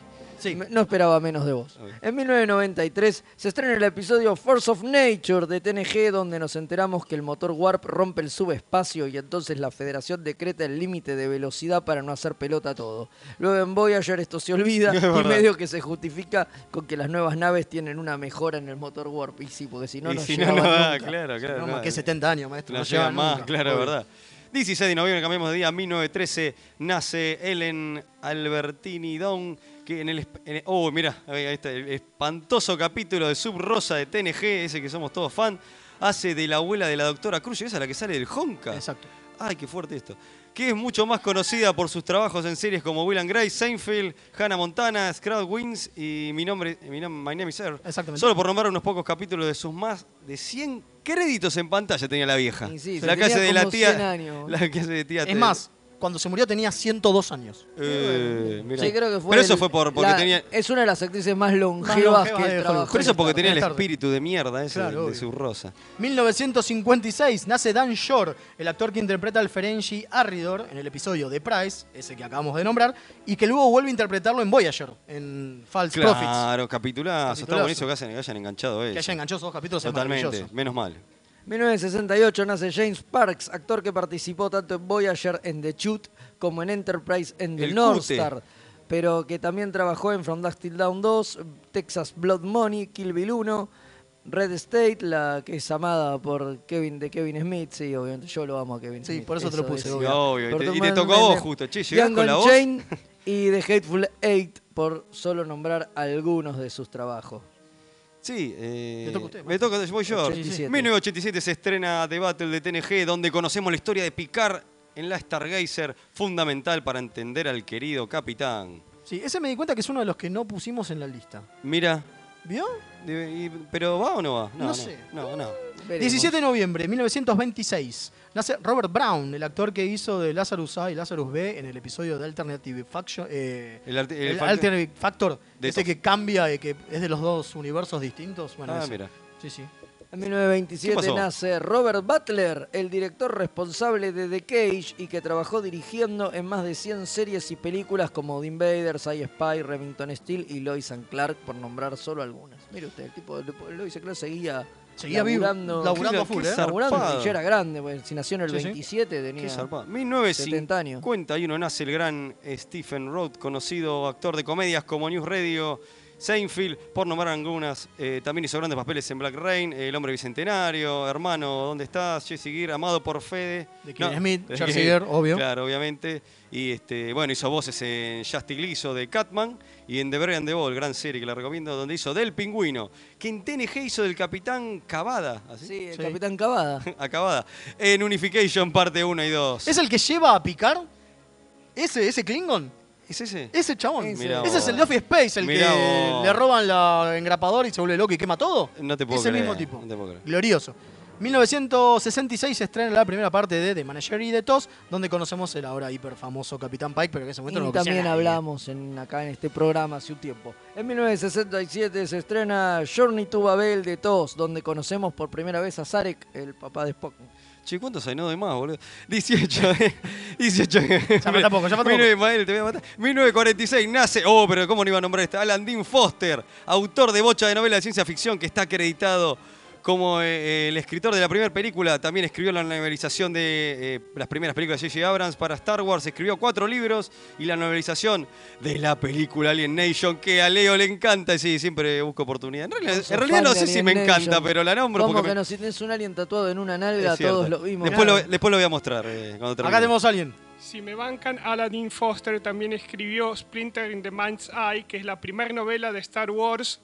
Speaker 2: Me- No esperaba menos de vos. En 1993 se estrena el episodio Force of Nature de TNG, donde nos enteramos que el motor Warp rompe el subespacio y entonces la Federación decreta el límite de velocidad para no hacer pelota a todo. Luego en Voyager esto se olvida
Speaker 1: Es
Speaker 2: y
Speaker 1: verdad.
Speaker 2: medio que se justifica con que las nuevas naves tienen una mejora en el motor Warp. Y sí, porque si no,
Speaker 1: Y
Speaker 2: no
Speaker 1: si no,
Speaker 2: llegaban
Speaker 1: no da,
Speaker 2: nunca.
Speaker 1: claro, claro.
Speaker 3: No,
Speaker 1: nada.
Speaker 3: más que 70 años, maestro.
Speaker 1: No,
Speaker 3: No,
Speaker 1: llega
Speaker 3: llegan
Speaker 1: más,
Speaker 3: nunca,
Speaker 1: claro,
Speaker 3: obvio.
Speaker 1: verdad. 16 de noviembre, cambiamos de día, 1913, nace Ellen Albertini Down, que en el... esp- en el- oh, mirá, ahí ahí está, el espantoso capítulo de Sub Rosa de TNG, ese que somos todos fan, hace de la abuela de la doctora Cruz, esa es la que sale del Honka.
Speaker 3: Exacto.
Speaker 1: Ay, qué fuerte esto. Que es mucho más conocida por sus trabajos en series como Will and Grace, Seinfeld, Hannah Montana, Scrub Wings y Mi Nombre, Mi Nom- My Name is Earl.
Speaker 3: Exactamente.
Speaker 1: Solo por nombrar unos pocos capítulos de sus más de 100 créditos en pantalla tenía la vieja.
Speaker 2: Y sí,
Speaker 1: la
Speaker 2: se
Speaker 1: que hace
Speaker 2: tenía
Speaker 1: de la
Speaker 2: como 100
Speaker 1: tía.
Speaker 2: años.
Speaker 1: La que hace de tía.
Speaker 3: Es más, cuando se murió tenía 102 años.
Speaker 1: Eh, mirá.
Speaker 2: Sí, creo que fue
Speaker 1: Pero eso
Speaker 2: el-
Speaker 1: fue por, porque
Speaker 2: la-
Speaker 1: tenía.
Speaker 2: Es una de las actrices más longevas,
Speaker 3: longeva de
Speaker 2: que
Speaker 3: Hollywood.
Speaker 2: trabajó.
Speaker 1: Pero eso porque tenía el
Speaker 3: tarde.
Speaker 1: espíritu de mierda ese
Speaker 3: Claro,
Speaker 1: de,
Speaker 3: obvio.
Speaker 1: su rosa.
Speaker 3: 1956 nace Dan Shore, el actor que interpreta al Ferengi Arridor en el episodio de Price, ese que acabamos de nombrar, y que luego vuelve a interpretarlo en Voyager, en False Prophets.
Speaker 1: Claro, capitulazo. Está
Speaker 3: Capitulazo.
Speaker 1: buenísimo que, hayan- que hayan enganchado eso.
Speaker 3: Que haya enganchado esos dos capítulos es
Speaker 1: Totalmente,
Speaker 3: maravilloso.
Speaker 1: menos mal.
Speaker 2: 1968 nace James Parks, actor que participó tanto en Voyager en The Chute como en Enterprise en The
Speaker 1: El
Speaker 2: North
Speaker 1: Cute.
Speaker 2: Star, pero que también trabajó en From Dusk Till Down 2, Texas Blood Money, Kill Bill 1, Red State, la que es amada por Kevin de Kevin Smith, sí, obviamente yo lo amo a Kevin
Speaker 3: Sí,
Speaker 2: Smith,
Speaker 3: por eso te lo puse,
Speaker 2: es.
Speaker 3: obvio.
Speaker 1: Obvio, y te- y te tocó a vos justo, che, llegás
Speaker 2: Young
Speaker 1: con la voz.
Speaker 2: Unchained y The Hateful Eight, por solo nombrar algunos de sus trabajos.
Speaker 1: Sí, eh,
Speaker 2: Le toca a usted,
Speaker 1: me toca, voy yo.
Speaker 2: 87.
Speaker 1: 1987 se estrena The Battle de TNG, donde conocemos la historia de Picard en la Stargazer, fundamental para entender al querido capitán.
Speaker 3: Sí, ese me di cuenta que es uno de los que no pusimos en la lista.
Speaker 1: Mira,
Speaker 3: ¿Vio?
Speaker 1: de- y- ¿pero va o no va?
Speaker 3: No sé.
Speaker 1: No, no.
Speaker 2: Veremos.
Speaker 3: 17 de noviembre de 1926 nace Robert Brown, el actor que hizo de Lazarus A y Lazarus B en el episodio de Alternative Faction. eh,
Speaker 1: El arte- el
Speaker 3: el
Speaker 1: fact-
Speaker 3: Alternative Factor,
Speaker 1: De
Speaker 3: ese
Speaker 1: todos.
Speaker 3: que cambia y que es de los dos universos distintos. Bueno,
Speaker 1: Ah,
Speaker 3: ese.
Speaker 1: mira.
Speaker 3: Sí, sí.
Speaker 2: En
Speaker 1: ¿Qué
Speaker 2: 1927
Speaker 1: pasó?
Speaker 2: nace Robert Butler, el director responsable de The Cage y que trabajó dirigiendo en más de 100 series y películas como The Invaders, I Spy, Remington Steel y Lois and Clark, por nombrar solo algunas. Mire usted, el tipo de Lois and Clark seguía,
Speaker 3: Seguía vivo,
Speaker 2: laburando,
Speaker 3: laburando a full,
Speaker 2: Qué
Speaker 3: ¿eh?
Speaker 2: Laburando,
Speaker 1: zarpado.
Speaker 2: y ya era grande, pues, si nació en el
Speaker 1: Sí, sí.
Speaker 2: 27 tenía
Speaker 1: Qué zarpado.
Speaker 2: 70 años.
Speaker 1: 1951 nace el gran Stephen Roth, conocido actor de comedias como News Radio, Seinfeld, por nombrar algunas. Eh, también hizo grandes papeles en Black Rain, El Hombre Bicentenario, Hermano, ¿Dónde estás? Jesse Gear, amado por Fede.
Speaker 3: De Kevin Smith, Charles Gear, obvio.
Speaker 1: Claro, obviamente. Y este, bueno, hizo voces en Justice League, hizo de Catman y en The Brian The Ball, gran serie que la recomiendo, donde hizo del Pingüino, que en TNG hizo del Capitán Cavada. ¿así?
Speaker 2: Sí, el Capitán Cavada.
Speaker 1: Acabada. En Unification, parte 1 y 2.
Speaker 3: ¿Es el que lleva a picar? ¿Ese, ese Klingon?
Speaker 1: ¿Es ese?
Speaker 3: Ese chabón.
Speaker 1: Ese. Mirá
Speaker 3: ese es el de
Speaker 1: vos.
Speaker 3: Office Space, el
Speaker 1: Mirá
Speaker 3: que
Speaker 1: vos.
Speaker 3: le roban la engrapadora y se vuelve loco y quema todo.
Speaker 1: No te puedo
Speaker 3: es
Speaker 1: creer.
Speaker 3: el mismo tipo.
Speaker 1: No te puedo creer.
Speaker 3: Glorioso. 1966 se estrena la primera parte de The Manager y de TOS, donde conocemos el ahora hiper famoso Capitán Pike, pero que en ese momento no
Speaker 2: Y
Speaker 3: lo conocía
Speaker 2: también
Speaker 3: nadie.
Speaker 2: hablamos en, acá en este programa hace un tiempo. En 1967 se estrena Journey to Babel de TOS, donde conocemos por primera vez a Zarek, el papá de Spock.
Speaker 1: Che, ¿cuántos hay? No de más, boludo. eh. 18 de... 18 de...
Speaker 3: Ya falta poco, ya falta poco.
Speaker 1: 19 Ismael, te voy a matar. 1946 nace... Oh, pero ¿cómo no iba a nombrar esta? Alan Dean Foster, autor de bocha de novela de ciencia ficción que está acreditado Como eh, eh, el escritor de la primera película, también escribió la novelización de eh, las primeras películas de J.J. Abrams para Star Wars, escribió cuatro libros y la novelización de la película Alien Nation, que a Leo le encanta y sí, siempre busco oportunidad. En realidad, en realidad no sé si me encanta, pero la nombro
Speaker 2: ¿Cómo
Speaker 1: porque
Speaker 2: que
Speaker 1: me-
Speaker 2: no? Si tenés un alien tatuado en una
Speaker 1: es
Speaker 2: nalga,
Speaker 1: cierto.
Speaker 2: todos lo vimos.
Speaker 1: Después, lo, después lo voy a mostrar eh, cuando termine.
Speaker 3: alguien.
Speaker 8: Si me bancan, Aladdin Foster también escribió Splinter in the Mind's Eye, que es la primera novela de Star Wars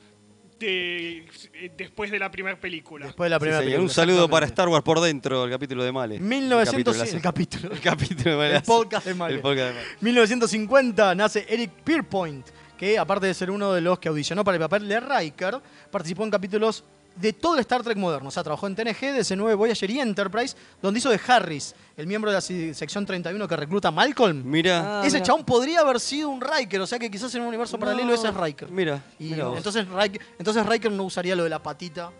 Speaker 8: de- eh, después de la primera película.
Speaker 3: Después de la
Speaker 1: Sí,
Speaker 3: primera
Speaker 1: señor.
Speaker 3: película,
Speaker 1: Un saludo para Star Wars por dentro, el capítulo de Male.
Speaker 3: 1900 el capítulo.
Speaker 1: El capítulo de Male.
Speaker 3: El podcast de Male.
Speaker 1: El podcast de Male.
Speaker 3: 1950 nace Eric Pierpoint, que aparte de ser uno de los que audicionó para el papel de Riker, participó en capítulos de todo el Star Trek moderno. O sea, trabajó en TNG, DC9, Voyager y Enterprise, donde hizo de Harris, el miembro de la si- sección 31 que recluta a Malcolm.
Speaker 1: Mira.
Speaker 3: Ese chabón podría haber sido un Riker, o sea que quizás en un universo paralelo ese es Riker.
Speaker 1: Mira,
Speaker 3: Y
Speaker 1: mira
Speaker 3: no,
Speaker 1: vos.
Speaker 3: entonces, Riker, entonces Riker no usaría lo de la patita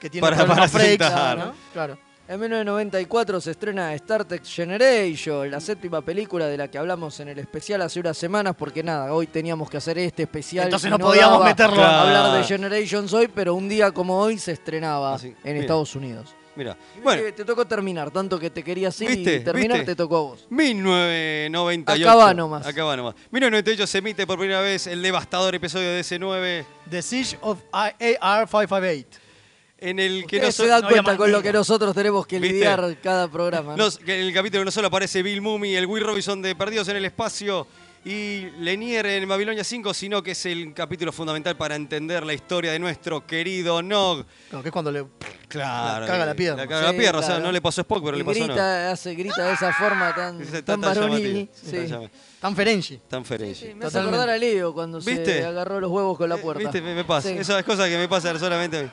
Speaker 3: que tiene
Speaker 1: Para-
Speaker 3: Colonel
Speaker 1: para
Speaker 3: Frakes,
Speaker 1: sentar.
Speaker 3: ¿no? Claro.
Speaker 2: En 1994 se estrena Star Trek Generation, la séptima película de la que hablamos en el especial hace unas semanas, porque nada, hoy teníamos que hacer este especial.
Speaker 3: Entonces
Speaker 2: y
Speaker 3: no podíamos
Speaker 2: daba
Speaker 3: meterlo.
Speaker 2: a Hablar de
Speaker 3: Claro.
Speaker 2: Generations hoy, pero un día como hoy se estrenaba en
Speaker 1: mira.
Speaker 2: Estados Unidos.
Speaker 1: Mira.
Speaker 2: Bueno. Te tocó terminar, tanto que te querías ir
Speaker 1: ¿Viste?
Speaker 2: y terminar
Speaker 1: ¿Viste?
Speaker 2: te tocó a vos.
Speaker 1: 1998.
Speaker 2: Acabá nomás.
Speaker 1: Acabá nomás. 1998 se emite por primera vez el devastador episodio de S9
Speaker 3: The Siege of AR558.
Speaker 1: en el que
Speaker 2: Que se
Speaker 1: no so-
Speaker 2: dan
Speaker 1: no había
Speaker 2: cuenta
Speaker 1: más
Speaker 2: con lo
Speaker 1: nada.
Speaker 2: que nosotros tenemos que
Speaker 1: ¿Viste?
Speaker 2: lidiar cada programa. ¿no?
Speaker 1: No, que en el capítulo no solo aparece Bill Mummy, el Will Robinson de Perdidos en el Espacio y Lenier en Babilonia 5, sino que es el capítulo fundamental para entender la historia de nuestro querido Nog.
Speaker 3: No, que es cuando le la
Speaker 1: Claro.
Speaker 3: caga la pierna.
Speaker 1: La caga la
Speaker 2: Sí,
Speaker 1: pierna, o sea,
Speaker 2: claro.
Speaker 1: no le pasó a Spock, pero
Speaker 2: Y
Speaker 1: le pasó a Nog.
Speaker 2: grita, hace grita de esa forma tan,
Speaker 1: Ese
Speaker 2: tan
Speaker 1: tan
Speaker 2: varonil.
Speaker 1: llamativo,
Speaker 2: sí.
Speaker 1: tan llamativo.
Speaker 3: Tan Ferengi.
Speaker 1: Tan Ferengi.
Speaker 2: Me hace acordar a Leo cuando
Speaker 1: ¿Viste? Eh,
Speaker 2: se agarró los huevos con la puerta.
Speaker 1: ¿Viste? Me, me pasa.
Speaker 2: Sí.
Speaker 1: Esas cosas que me pasan solamente a mí.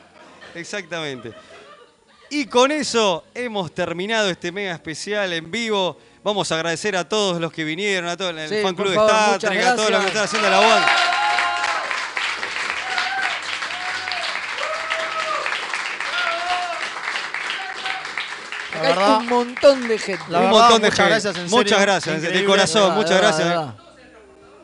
Speaker 1: Exactamente. Y con eso hemos terminado este mega especial en vivo. Vamos a agradecer a todos los que vinieron, a todo el
Speaker 2: Sí,
Speaker 1: fan
Speaker 2: por
Speaker 1: club de
Speaker 2: favor,
Speaker 1: Star
Speaker 2: muchas
Speaker 1: Trek, a todos los que
Speaker 2: gracias.
Speaker 1: están haciendo la banda.
Speaker 2: Acá hay un montón de gente.
Speaker 3: La
Speaker 1: un
Speaker 3: verdad,
Speaker 1: montón de
Speaker 3: muchas
Speaker 1: gente.
Speaker 3: gracias, en serio.
Speaker 1: Muchas gracias,
Speaker 3: Increíble.
Speaker 1: de corazón,
Speaker 3: Verdad,
Speaker 1: muchas
Speaker 3: Ah, verdad,
Speaker 1: gracias. eh.
Speaker 3: verdad.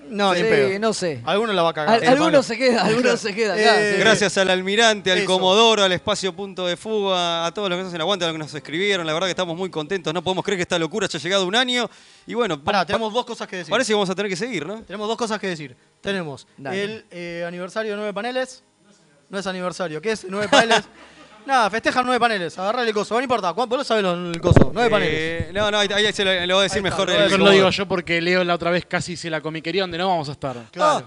Speaker 3: No,
Speaker 2: Sí,
Speaker 3: ni pedo.
Speaker 2: no sé.
Speaker 3: Alguno la va a
Speaker 2: Al-
Speaker 3: cagar.
Speaker 2: alguno se queda, alguno se queda. acá, sí.
Speaker 1: Eh, Gracias al almirante, al
Speaker 2: Eso.
Speaker 1: comodoro, al espacio punto de fuga, a todos los que nos hacen aguante, a los que nos escribieron. La verdad que estamos muy contentos. No podemos creer que esta locura haya llegado un año. Y bueno,
Speaker 3: Pará,
Speaker 1: pa-
Speaker 3: tenemos dos cosas que decir.
Speaker 1: parece que vamos a tener que seguir, ¿no?
Speaker 3: Tenemos dos cosas que decir. Tenemos
Speaker 1: Dale.
Speaker 3: el eh, aniversario de nueve paneles. No es aniversario, ¿qué es? Nueve paneles. Nada, festejan nueve paneles. Agarra el coso. No importa, Juan, vos lo sabés lo- el coso. Nueve
Speaker 1: Eh,
Speaker 3: paneles.
Speaker 1: No, no, ahí, ahí se lo, lo voy a decir mejor. el
Speaker 10: Eso lo
Speaker 1: comodoro.
Speaker 10: digo yo porque Leo la otra vez casi se la comiquería donde no vamos a
Speaker 1: Ah.
Speaker 10: estar.
Speaker 3: Claro.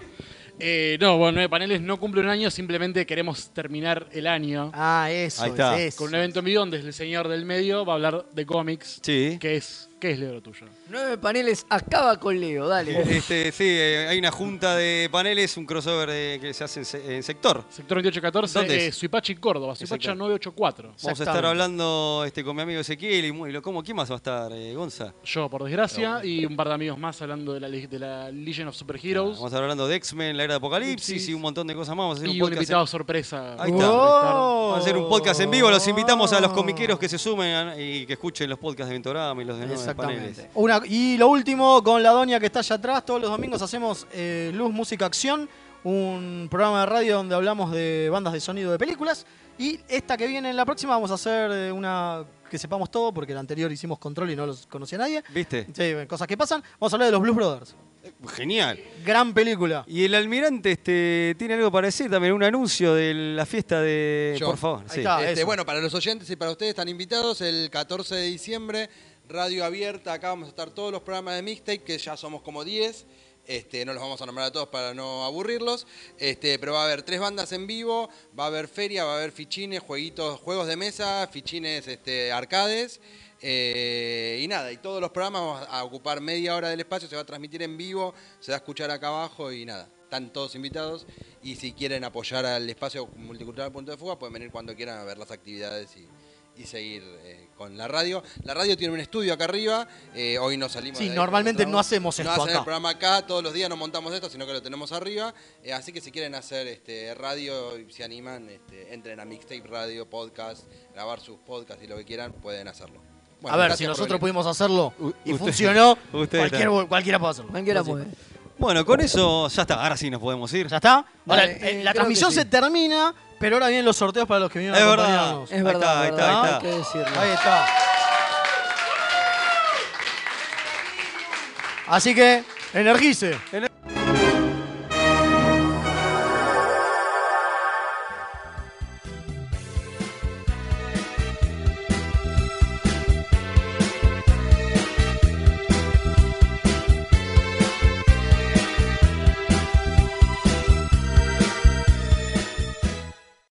Speaker 10: Eh, no, bueno, nueve paneles no cumple un año, simplemente queremos terminar el año.
Speaker 3: Ah, eso.
Speaker 1: Ahí está. es eso.
Speaker 10: Con un evento en vivo donde el señor del medio va a hablar de cómics.
Speaker 1: Sí.
Speaker 10: Que es, ¿Qué es Leo tuyo?
Speaker 2: Nueve paneles, acaba con Leo, dale.
Speaker 1: Este, sí, eh, hay una junta de paneles, un crossover eh, que se hace en, se- en sector.
Speaker 10: Sector 2814,
Speaker 1: ¿Dónde
Speaker 10: eh,
Speaker 1: es?
Speaker 10: Suipacha y Córdoba, Suipacha 984.
Speaker 1: Vamos a estar hablando este, con mi amigo Ezequiel y, muy- lo- ¿cómo, ¿quién más va a estar, eh, Gonza?
Speaker 10: Yo, por desgracia, y un par de amigos más hablando de la, leg- de la Legion of Superheroes.
Speaker 1: Vamos a estar hablando de X-Men, la era de Apocalipsis
Speaker 10: Apocalipsis.
Speaker 1: y un montón de cosas más. Vamos a hacer
Speaker 10: Y
Speaker 1: un
Speaker 10: un
Speaker 1: podcast. en-
Speaker 10: invitado sorpresa.
Speaker 1: Ahí está.
Speaker 10: Oh.
Speaker 1: Vamos a hacer un podcast en vivo. Los invitamos a los comiqueros que se sumen y que escuchen los podcasts de Ventorama y los de nueve paneles.
Speaker 3: Una- y lo último, con la doña que está allá atrás, todos los domingos hacemos eh, Luz, Música, Acción, un programa de radio donde hablamos de bandas de sonido de películas. Y esta que viene, la próxima, vamos a hacer eh, una que sepamos todo, porque la anterior hicimos control y no los conocía nadie.
Speaker 1: ¿Viste?
Speaker 3: Sí, cosas que pasan. Vamos a hablar de los Blues Brothers.
Speaker 1: Genial.
Speaker 3: Gran película.
Speaker 1: Y el almirante este, tiene algo para decir también, un anuncio de la fiesta de...
Speaker 17: Yo.
Speaker 1: Eh, Por favor, sí.
Speaker 17: Este, bueno, para los oyentes y para ustedes están invitados el 14 de diciembre, radio abierta, acá vamos a estar todos los programas de Mixtape, que ya somos como 10. Este, no los vamos a nombrar a todos para no aburrirlos. Este, pero va a haber tres bandas en vivo, va a haber feria, va a haber fichines, jueguitos, juegos de mesa, fichines este, arcades. eh, y nada, y todos los programas vamos a ocupar media hora del espacio, se va a transmitir en vivo, se va a escuchar acá abajo y nada. Están todos invitados y si quieren apoyar al espacio multicultural Punto de Fuga, pueden venir cuando quieran a ver las actividades y, y seguir eh, con la radio. La radio tiene un estudio acá arriba, eh, hoy no salimos
Speaker 3: Sí,
Speaker 17: de ahí,
Speaker 3: normalmente
Speaker 17: porque
Speaker 3: no hacemos
Speaker 17: no
Speaker 3: esto
Speaker 17: hacen
Speaker 3: acá.
Speaker 17: el programa acá, todos los días no montamos esto, sino que lo tenemos arriba. Eh, así que si quieren hacer este, radio, y se animan, este, entren a Mixtape Radio, podcast, grabar sus podcasts y lo que quieran, pueden hacerlo. Bueno,
Speaker 3: a ver,
Speaker 17: gracias
Speaker 3: si
Speaker 17: por
Speaker 3: nosotros
Speaker 17: venir.
Speaker 3: pudimos hacerlo y
Speaker 1: usted-
Speaker 3: funcionó,
Speaker 1: usted
Speaker 3: cualquier-
Speaker 1: está.
Speaker 3: cualquiera puede hacerlo.
Speaker 2: Cualquiera
Speaker 3: Así.
Speaker 2: puede.
Speaker 1: Bueno, con eso ya está. Ahora sí nos podemos ir. ¿Ya
Speaker 3: está? Ahora,
Speaker 2: Dale,
Speaker 3: eh,
Speaker 2: eh,
Speaker 3: la
Speaker 2: creo
Speaker 3: transmisión
Speaker 2: que sí.
Speaker 3: se termina, Pero ahora vienen los sorteos para los que vinieron
Speaker 1: Es
Speaker 3: a
Speaker 1: verdad,
Speaker 3: acompañarnos.
Speaker 1: es Ahí verdad, Ah,
Speaker 3: ¿No?
Speaker 1: está, ahí está, ahí está.
Speaker 2: Hay que decirlo.
Speaker 3: Ahí está. Así que, energice.